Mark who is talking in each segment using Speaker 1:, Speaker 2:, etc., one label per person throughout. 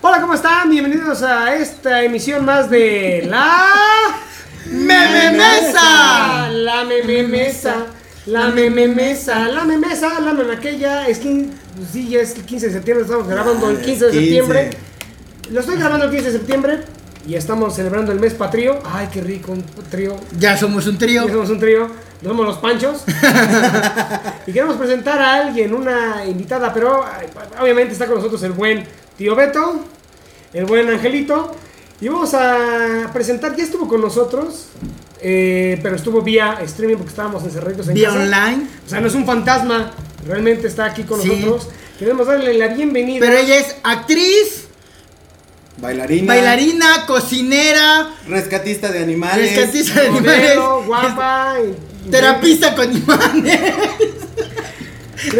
Speaker 1: Hola, ¿cómo están? Bienvenidos a esta emisión más de la
Speaker 2: Mememesa.
Speaker 1: La mememesa. La mememesa, la memesa, la meme aquella, es que pues sí, ya es el 15 de septiembre, estamos grabando el 15 de
Speaker 2: 15.
Speaker 1: septiembre. Lo estoy grabando el 15 de septiembre y estamos celebrando el mes patrio. Ay, qué rico, un trío.
Speaker 2: Ya somos un trío.
Speaker 1: Ya somos un trío, nos somos los panchos. y queremos presentar a alguien, una invitada, pero ay, obviamente está con nosotros el buen tío Beto, el buen Angelito. Y vamos a presentar, ya estuvo con nosotros, eh, pero estuvo vía streaming porque estábamos encerrados en
Speaker 2: Vía
Speaker 1: casa.
Speaker 2: online.
Speaker 1: O sea, no es un fantasma, realmente está aquí con
Speaker 2: Sí.
Speaker 1: nosotros. Queremos darle la bienvenida.
Speaker 2: Pero ella es actriz,
Speaker 3: Bailarina.
Speaker 2: bailarina, cocinera,
Speaker 3: Rescatista de animales.
Speaker 2: rescatista de animales,
Speaker 1: modelo, guapa, y-
Speaker 2: terapista con imanes.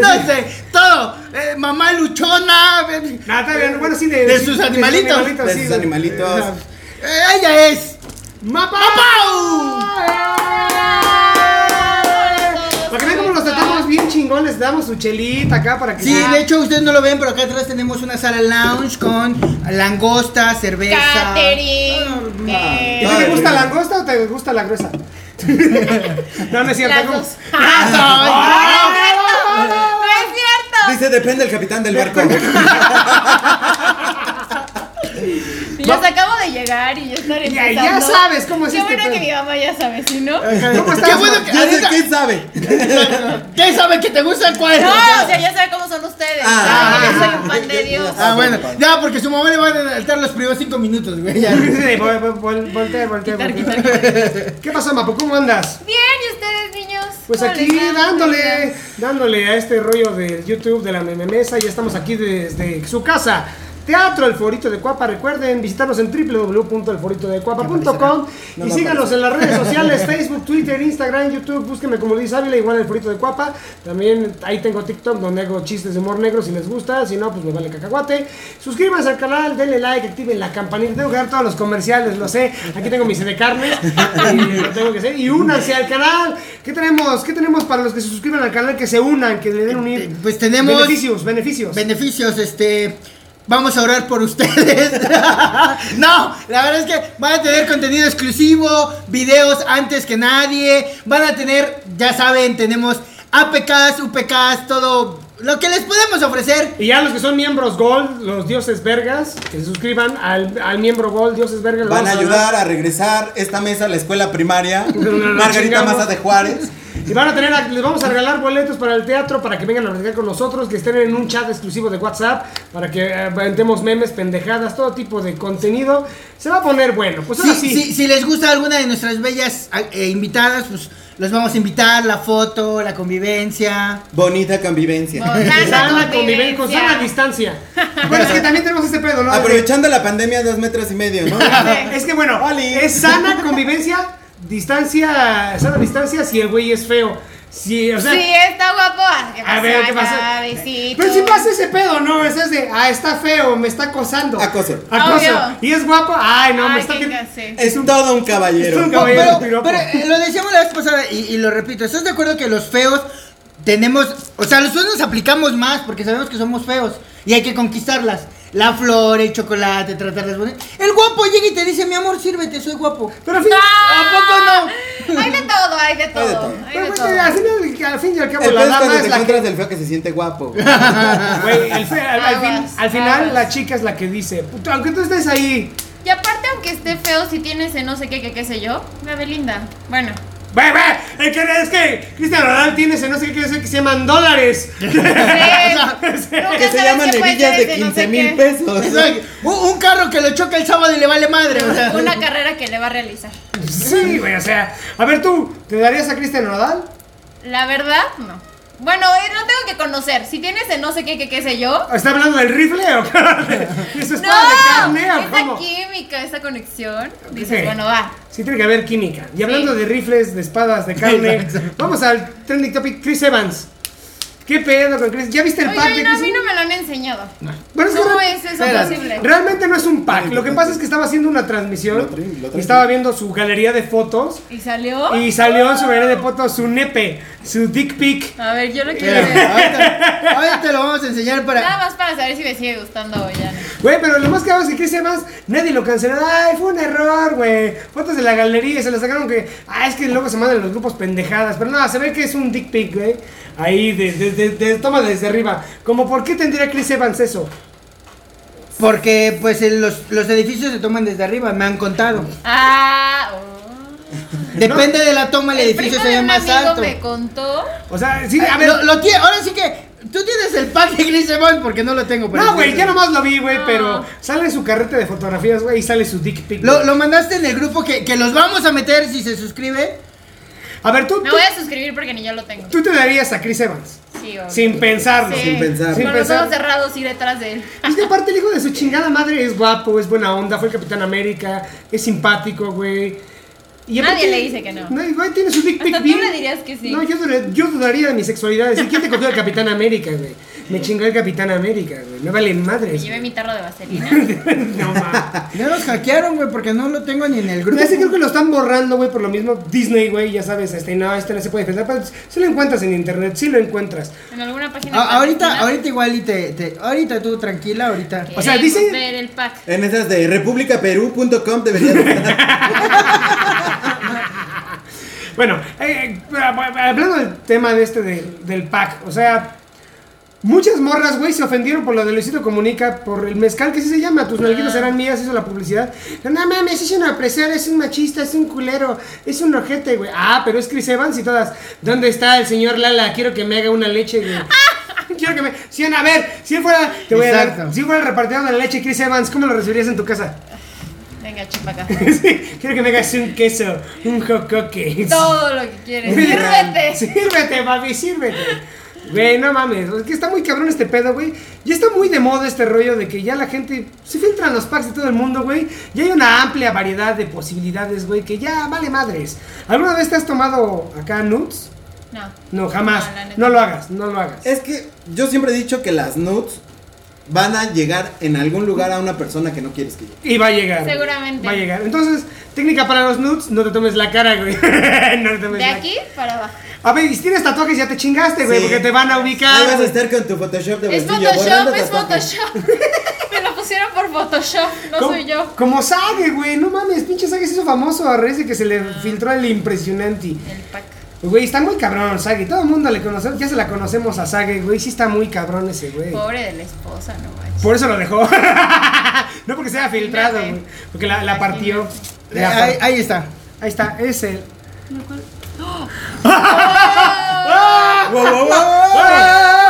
Speaker 2: No sé, todo. Eh, mamá luchona. eh,
Speaker 1: Nada, está bien, bueno, sí, de,
Speaker 2: De
Speaker 1: sí,
Speaker 2: sus animalitos.
Speaker 3: De
Speaker 1: sí,
Speaker 3: sus animalitos.
Speaker 2: eh, ella es.
Speaker 1: ¡Mapa!
Speaker 2: ¡Mapau!
Speaker 1: Para que vean cómo los tratamos bien chingones, les damos su chelita acá para que
Speaker 2: Sí, de hecho ustedes no lo ven, pero acá atrás tenemos una sala lounge con langosta, cerveza.
Speaker 4: Catering.
Speaker 1: ¿Y
Speaker 4: eh,
Speaker 1: tú te
Speaker 3: Ay,
Speaker 1: gusta
Speaker 3: mira.
Speaker 1: la angosta o te gusta la gruesa? no, no es cierto.
Speaker 4: Las
Speaker 1: ¿cómo?
Speaker 4: dos.
Speaker 2: Ah,
Speaker 4: ¡No es cierto!
Speaker 3: Dice, depende el capitán del barco.
Speaker 4: Las acabo de llegar y ya estaré
Speaker 1: Ya- ya
Speaker 4: empezando.
Speaker 1: sabes cómo es
Speaker 4: Qué
Speaker 1: este
Speaker 4: bueno que
Speaker 1: pedo.
Speaker 4: mi mamá ya sabe, si no... No,
Speaker 1: ¿Cómo estás?
Speaker 2: Qué bueno que
Speaker 3: Dice,
Speaker 2: ahorita-
Speaker 3: ¿quién sabe?
Speaker 2: ¿Quién sabe que te gusta el cuadro?
Speaker 4: o sea, ya sabe cómo son ustedes.
Speaker 3: Ah.
Speaker 4: sabe que soy un pan de Dios.
Speaker 2: Ah, bueno, ya, porque su mamá le va a adelantar los primeros cinco minutos, güey. ya.
Speaker 1: Sí, vol- vol- vol- Voltea, voltea,
Speaker 4: Quitar,
Speaker 1: voltea. ¿Qué pasa, Mapo? ¿Cómo andas?
Speaker 4: Bien, ¿y ustedes, niños?
Speaker 1: Pues
Speaker 4: ¿Cómo
Speaker 1: aquí
Speaker 4: les va?
Speaker 1: dándole, dándole a este rollo de YouTube, de la mememesa, ya estamos aquí desde su casa. Teatro El Forito de Cuapa, recuerden visitarnos en www.elforitodecuapa.com
Speaker 3: No
Speaker 1: y
Speaker 3: me
Speaker 1: síganos en las redes sociales, Facebook, Twitter, Instagram, YouTube, búsquenme como Luis Ávila, igual El Forito de Cuapa, también ahí tengo TikTok donde hago chistes de humor negro si les gusta, si no, pues me vale cacahuate. Suscríbanse al canal, denle like, activen la campanita, tengo que dar todos los comerciales, lo sé, aquí tengo mis de carne, y lo tengo que hacer, y únanse al canal, ¿qué tenemos? ¿Qué tenemos para los que se suscriban al canal, que se unan, que le den
Speaker 3: Eh,
Speaker 1: unir?
Speaker 2: Pues tenemos-
Speaker 1: Beneficios, beneficios.
Speaker 2: Pues, Beneficios, este. Vamos a orar por ustedes. no, la verdad es que van a tener contenido exclusivo, videos antes que nadie. Van a tener, ya saben, tenemos APKs, UPKs, todo lo que les podemos ofrecer.
Speaker 1: Y ya los que son miembros Gold, los dioses vergas, que se suscriban al, al miembro Gold, dioses vergas.
Speaker 3: Van a
Speaker 1: vamos
Speaker 3: ayudar a regresar esta mesa a la escuela primaria.
Speaker 1: No, no, no,
Speaker 3: Margarita
Speaker 1: chingamos.
Speaker 3: Maza de Juárez.
Speaker 1: Y van a tener, a- les vamos a regalar boletos para el teatro, para que vengan a platicar con nosotros, que estén en un chat exclusivo de WhatsApp, para que eh, aventemos memes, pendejadas, todo tipo de contenido. Se va a poner bueno. Pues ahora
Speaker 2: Si,
Speaker 1: sí.
Speaker 2: si- si les gusta alguna de nuestras bellas eh, invitadas, pues los vamos a invitar, la foto, la convivencia.
Speaker 3: Bonita convivencia.
Speaker 4: Bonita
Speaker 1: Sana
Speaker 4: Sana
Speaker 1: conviven- con
Speaker 4: convivencia.
Speaker 1: sana distancia. Bueno, es que también tenemos este pedo, ¿no? Eh,
Speaker 3: Aprovechando la pandemia, dos metros y medio, ¿no?
Speaker 1: Es que bueno,
Speaker 3: Oli.
Speaker 1: es sana convivencia, distancia, sana distancia si el güey es feo. Si, o sea,
Speaker 4: Sí, está guapo. ah, ¿Qué
Speaker 1: A ver, ¿qué pasa? Pero si pasa ese pedo, no, ese es de, ah, está feo, me está acosando.
Speaker 3: Acoso.
Speaker 1: Acoso.
Speaker 4: Obvio.
Speaker 1: Y es guapo, ay, no, me
Speaker 4: Ay,
Speaker 1: está...
Speaker 4: qué
Speaker 1: que-
Speaker 4: clase.
Speaker 3: Es todo un
Speaker 1: Es un
Speaker 3: caballero.
Speaker 1: cab- Caballero
Speaker 2: pero,
Speaker 1: piropo.
Speaker 2: pero, eh, lo decíamos la vez pasada y, y lo repito, ¿estás de acuerdo que los feos tenemos, o sea, los feos nos aplicamos más porque sabemos que somos feos y hay que conquistarlas? La flor, el chocolate, tratarlas bonito. El guapo llega y te dice, mi amor, sírvete, soy guapo.
Speaker 1: Pero al fin,
Speaker 2: ¿A poco no?
Speaker 4: ¡Ah! Hay de todo, hay de
Speaker 3: Hay de
Speaker 4: todo.
Speaker 3: todo.
Speaker 4: Hay
Speaker 1: pero,
Speaker 4: de
Speaker 1: güey,
Speaker 4: todo.
Speaker 1: al fin, al fin y al cabo,
Speaker 3: El
Speaker 1: la
Speaker 3: pedo es
Speaker 1: dama
Speaker 3: cuando te
Speaker 1: es la que...
Speaker 3: encuentras el feo que se siente guapo.
Speaker 1: Güey, el fe- al, al fin,
Speaker 4: Aguas,
Speaker 1: al final
Speaker 4: aguas.
Speaker 1: la chica es la que dice, "Puta, aunque tú estés ahí,
Speaker 4: Y aparte, aunque esté feo, si tiene ese no sé qué, qué, qué sé yo, la Belinda. Bueno.
Speaker 1: ve, ve, es que, es que Cristian Ronaldo tiene ese no sé qué, ese que se llaman dólares.
Speaker 3: Que se llaman hebillas de 15 mil pesos.
Speaker 2: O sea, un, un carro que lo choca el sábado y le vale madre. o sea.
Speaker 4: Una carrera que le va a realizar.
Speaker 1: sí, güey, o sea, a ver tú, ¿te darías a Cristian Ronaldo?
Speaker 4: La verdad, no. Bueno, eh, no tengo que conocer. Si tiene ese no sé qué, qué, qué sé yo.
Speaker 1: ¿Está hablando del rifle o qué? ¿De su espada
Speaker 4: No,
Speaker 1: de carne o
Speaker 4: esa
Speaker 1: cómo?
Speaker 4: química, esa conexión.
Speaker 1: Sí.
Speaker 4: Dices, bueno, va.
Speaker 1: Sí, tiene que haber química. Y hablando
Speaker 4: Sí.
Speaker 1: de rifles, de espadas, de carne,
Speaker 2: Exacto.
Speaker 1: vamos al trending topic: Chris Evans. ¿Qué pedo con Chris? ¿Ya viste el pack
Speaker 4: Oye,
Speaker 1: de
Speaker 4: no, a
Speaker 1: Chris
Speaker 4: mí no
Speaker 1: Evans?
Speaker 4: me lo han enseñado.
Speaker 1: Bueno, que
Speaker 4: ¿Cómo
Speaker 1: re-
Speaker 4: es eso
Speaker 1: espera,
Speaker 4: posible?
Speaker 1: Realmente no es un pack.
Speaker 3: Ay,
Speaker 1: Lo que pasa es que estaba haciendo una transmisión
Speaker 3: Lo tri- lo
Speaker 1: y
Speaker 3: tri-
Speaker 1: estaba viendo su galería de fotos
Speaker 4: ¿Y salió?
Speaker 1: y salió en su galería de fotos su nepe, su dick pic.
Speaker 4: A ver, yo lo quiero
Speaker 2: Espera,
Speaker 4: ver.
Speaker 2: ahorita, ahorita te lo vamos a enseñar para...
Speaker 4: Nada más para saber si me sigue gustando o ya no.
Speaker 1: Güey, pero lo más caro es que Chris Evans, nadie lo canceló. Ay, fue un error, güey. Fotos de la galería y se las sacaron que. Ah, es que luego se mandan los grupos pendejadas. Pero no, se ve que es un dick pic, güey. Ahí, de, de- de- de- toma desde arriba. Como, ¿por qué tendría Chris Evans eso?
Speaker 2: Porque pues el- los, los edificios se toman desde arriba, me han contado.
Speaker 4: Ah, oh.
Speaker 2: Depende de la toma, el,
Speaker 4: el
Speaker 2: edificio
Speaker 4: primo
Speaker 2: se
Speaker 4: de
Speaker 2: ve
Speaker 4: un
Speaker 2: más
Speaker 4: amigo
Speaker 2: alto.
Speaker 4: me contó.
Speaker 1: O sea, sí, a ver.
Speaker 2: Ah, Lo- lo tie- ahora sí que tú tienes el pack de Chris Evans porque no lo tengo. pero- este.
Speaker 1: no, güey, ya nomás lo vi, güey,
Speaker 4: No.
Speaker 1: pero sale su carrete de fotografías, güey, y sale su dick pic.
Speaker 2: Lo,
Speaker 1: güey.
Speaker 2: lo mandaste en el grupo que, que los vamos a meter si se suscribe.
Speaker 1: A ver, tú,
Speaker 4: Me
Speaker 1: tú,
Speaker 4: voy a suscribir porque ni yo lo tengo.
Speaker 1: tú te darías a Chris Evans.
Speaker 4: Sí, obvio.
Speaker 1: Sin pensarlo.
Speaker 4: Sí.
Speaker 3: Sin pensar.
Speaker 1: Sin
Speaker 4: Con los
Speaker 1: pensar.
Speaker 4: ojos cerrados ir detrás de él.
Speaker 1: Es que aparte el hijo de su chingada madre es guapo, es buena onda, fue el Capitán América, es simpático, güey. Y
Speaker 4: Nadie
Speaker 1: aparte-
Speaker 4: le dice que no.
Speaker 1: güey, tiene su dick pic
Speaker 4: Hasta tú
Speaker 1: bien-
Speaker 4: le dirías que sí.
Speaker 1: No, yo, dudé- yo dudaría de mi sexualidad. Decir, ¿quién te cogió el Capitán América, güey? Me chingó el Capitán América, güey. Me vale madre.
Speaker 4: Me llevé mi tarro de vaselina.
Speaker 1: No, ma.
Speaker 2: Ya los hackearon, güey, porque no lo tengo ni en el grupo.
Speaker 1: Ya sé, creo que lo están borrando, güey, por lo mismo Disney, güey, ya sabes, este, no, este no se puede defender, pero si lo encuentras en internet, si lo encuentras.
Speaker 4: En alguna página.
Speaker 2: A- ahorita,
Speaker 4: clandestina.
Speaker 2: ahorita igual y te, te- Ahorita tú tranquila, ahorita.
Speaker 1: O sea,
Speaker 4: Queremos
Speaker 1: dice-
Speaker 4: ver el pack.
Speaker 3: En esas de republicaperú.com debería de estar.
Speaker 1: Bueno, eh, eh, hablando del tema de este del- del pack, o sea, muchas morras, güey, se ofendieron por lo de Luisito Comunica, por el mezcal que sí se llama, tus nalguitas eran mías, hizo la publicidad. No mames, es un opresor, es un machista, es un culero, es un ojete, güey. Ah, pero es Chris Evans y todas. ¿Dónde está el señor Lala? Quiero que me haga una leche, güey. Quiero que me. Si, a ver, si él fuera. Te voy a dar-
Speaker 2: Exacto.
Speaker 1: Si fuera el repartidor de la leche, Chris Evans, ¿cómo lo recibirías en tu casa?
Speaker 4: Venga, chupa acá.
Speaker 1: Quiero que me hagas un queso, un jocoque.
Speaker 4: Todo lo que quieres.
Speaker 1: Sírvete.
Speaker 4: Sírvete.
Speaker 1: Sírvete, papi, sírvete. Güey, no mames, es que está muy cabrón este pedo, güey. Ya está muy de moda este rollo de que ya la gente se filtran los packs de todo el mundo, güey. Ya hay una amplia variedad de posibilidades, güey, que ya vale madres. ¿Alguna vez te has tomado acá nudes?
Speaker 4: No.
Speaker 1: No, jamás.
Speaker 4: No, la neta.
Speaker 1: No, lo hagas, no lo hagas.
Speaker 3: Es que yo siempre he dicho que las nudes van a llegar en algún lugar a una persona que no quieres que llegue.
Speaker 1: Y va a llegar. güey.
Speaker 4: Seguramente.
Speaker 1: Va a llegar. Entonces, técnica para los nudes, no te tomes la cara, güey. no te tomes
Speaker 4: De
Speaker 1: la-
Speaker 4: aquí para abajo.
Speaker 1: A ver, y si tienes tatuajes ya te chingaste, güey,
Speaker 3: Sí.
Speaker 1: porque te van a ubicar.
Speaker 3: Ahí vas a
Speaker 1: güey.
Speaker 3: estar con tu Photoshop de
Speaker 4: Es
Speaker 3: bolsillo, borrando
Speaker 4: Photoshop, es
Speaker 3: tatuajes.
Speaker 4: Photoshop. Me lo pusieron por Photoshop, no
Speaker 1: Como-
Speaker 4: soy yo.
Speaker 1: Como Sage, güey. No mames, pinche Sage se hizo famoso a raíz de que se le filtró el impresionante.
Speaker 4: El pack.
Speaker 1: Güey, está muy cabrón Sage. Todo el mundo le conoce, ya se la conocemos a Sage, güey. Sí está muy cabrón ese, güey.
Speaker 4: Pobre de la esposa, no manches.
Speaker 1: Por eso lo dejó. no porque se haya filtrado,
Speaker 4: Imagínate.
Speaker 1: güey. Porque la, la partió.
Speaker 2: Eh,
Speaker 1: La par-
Speaker 2: ahí, ahí está.
Speaker 1: Ahí está, es el.
Speaker 4: ¡Ah!
Speaker 3: Wow, wow, wow.
Speaker 2: A,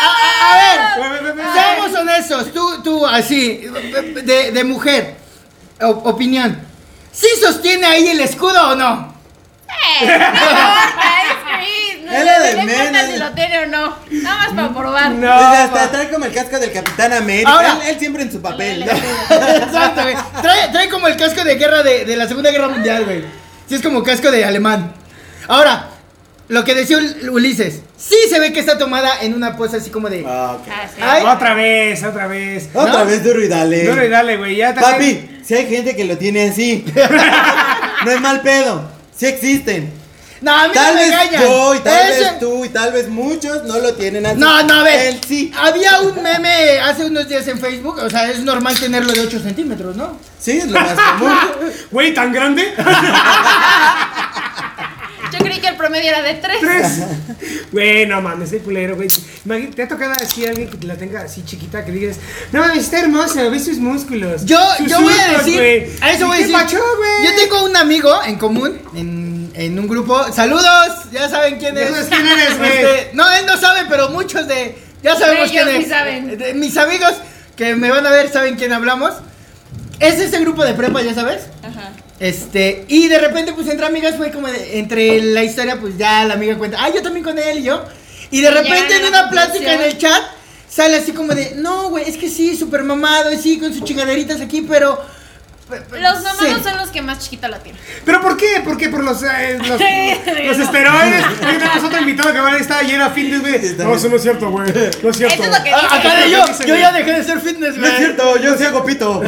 Speaker 2: a- a ver,
Speaker 1: Ve, ve, ve, ve.
Speaker 4: ¡Ah!
Speaker 2: seamos honestos. Tú, tú, así, de, de mujer, o- opinión. ¿Sí sostiene ahí el escudo o no?
Speaker 4: ¡Eh! No importa, es Chris. No,
Speaker 3: Él era del
Speaker 4: no importa
Speaker 3: Mena.
Speaker 4: si lo tiene o no. Nada más para probar. Ah,
Speaker 1: No.
Speaker 3: Desde hasta Pues trae como el casco del Capitán América.
Speaker 2: Ahora-
Speaker 3: él, él siempre en su papel. ¿no?
Speaker 2: Exacto, güey. Trae, trae como el casco de guerra de, de la Segunda Guerra Mundial, güey. Sí, es como casco de alemán. Ahora, lo que decía Ul- Ulises. Sí se ve que está tomada en una pose así como de...
Speaker 3: Ah, ok.
Speaker 4: Ah, sí.
Speaker 2: Ay.
Speaker 1: Otra vez, otra vez.
Speaker 3: Otra
Speaker 2: ¿No?
Speaker 3: vez duro y dale.
Speaker 1: Duro y dale, güey. Ya también-
Speaker 3: Papi, si hay gente que lo tiene así. no es mal pedo. Si existen.
Speaker 2: No, a mí
Speaker 3: Tal
Speaker 2: no me
Speaker 3: vez
Speaker 2: engañan.
Speaker 3: yo y tal
Speaker 2: Ese-
Speaker 3: vez tú y tal vez muchos no lo tienen así.
Speaker 2: No, no, a ver.
Speaker 3: Él sí.
Speaker 2: Había un meme hace unos días en Facebook. O sea, es normal tenerlo de 8 centímetros, ¿no?
Speaker 3: Sí, es lo más común.
Speaker 1: Güey, tan grande.
Speaker 4: Yo creí que el promedio era de tres.
Speaker 1: Tres. Güey, no mames, el culero, güey. Imagínate, ¿te ha tocado así a alguien que te la tenga así chiquita que digas, no mames, está hermosa, ve sus músculos?
Speaker 2: Yo,
Speaker 1: sus
Speaker 2: yo voy a
Speaker 1: surcos,
Speaker 2: decir.
Speaker 1: güey.
Speaker 2: A eso
Speaker 1: ¿Y
Speaker 2: voy a
Speaker 1: ¿Qué
Speaker 2: decir.
Speaker 1: pacho, güey?
Speaker 2: Yo tengo un amigo en común, en, en un grupo. ¡Saludos! Ya saben quién
Speaker 1: Ya
Speaker 2: es.
Speaker 1: sabes quién eres, güey.
Speaker 2: Este, no, él no sabe, pero muchos de. Ya sabemos
Speaker 4: Ellos
Speaker 2: quién es.
Speaker 4: sí saben.
Speaker 2: De- mis amigos que me van a ver saben quién hablamos. Es ese grupo de prepa, ya sabes.
Speaker 4: Ajá.
Speaker 2: Este, y de repente, pues entre amigas fue como de- entre la historia, pues ya la amiga cuenta, ah, yo también con él y yo. Y de
Speaker 4: Y
Speaker 2: repente en
Speaker 4: llegan a la
Speaker 2: una plática en
Speaker 4: conclusión.
Speaker 2: el chat sale así como de, no, güey, es que sí, súper mamado, y sí, con sus chingaderitas aquí, pero
Speaker 4: Los mamados
Speaker 2: Sí.
Speaker 4: son los que más chiquita la tienen.
Speaker 1: ¿Pero por qué? ¿Por qué? Por los, eh, los, los
Speaker 4: no.
Speaker 1: esteroides. Hoy tenemos otro invitado que va a estar llena fin de... No, eso no es cierto, güey. No es cierto.
Speaker 4: Eso es lo que
Speaker 2: Ah,
Speaker 4: dicen.
Speaker 2: Acá de
Speaker 1: Lo
Speaker 2: yo,
Speaker 1: que dicen,
Speaker 2: yo
Speaker 1: güey.
Speaker 2: ya dejé de ser fitness,
Speaker 3: No es
Speaker 2: güey.
Speaker 3: cierto, yo sí hago pito.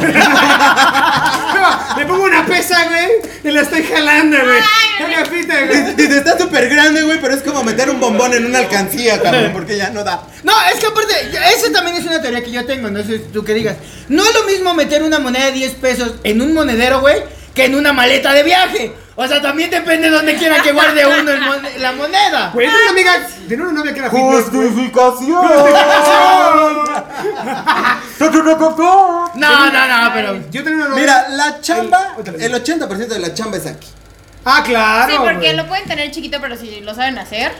Speaker 1: Ah, Le pongo una pesa, güey, y la estoy jalando, güey.
Speaker 4: Ay,
Speaker 1: Una fita, güey.
Speaker 3: Dice, está súper grande, güey, pero es como meter un bombón en una alcancía, cabrón, porque ya no da.
Speaker 2: No, es que aparte, esa también es una teoría que yo tengo, no sé tú qué digas. No es lo mismo meter una moneda de 10 pesos en un monedero, güey, que en una maleta de viaje. O sea, también depende de dónde quiera que guarde uno el mon- la moneda.
Speaker 1: Güey, tenía una amiga, tenía una novia que era fitness, güey.
Speaker 3: ¡Justificación!
Speaker 2: No, no, no, pero...
Speaker 1: Yo tenía una novia...
Speaker 3: Mira, la chamba,
Speaker 1: El- otra vez.
Speaker 3: el 80% de la chamba es aquí.
Speaker 1: Ah, claro,
Speaker 4: Sí, porque
Speaker 1: güey.
Speaker 4: lo pueden tener chiquito, pero si lo saben hacer.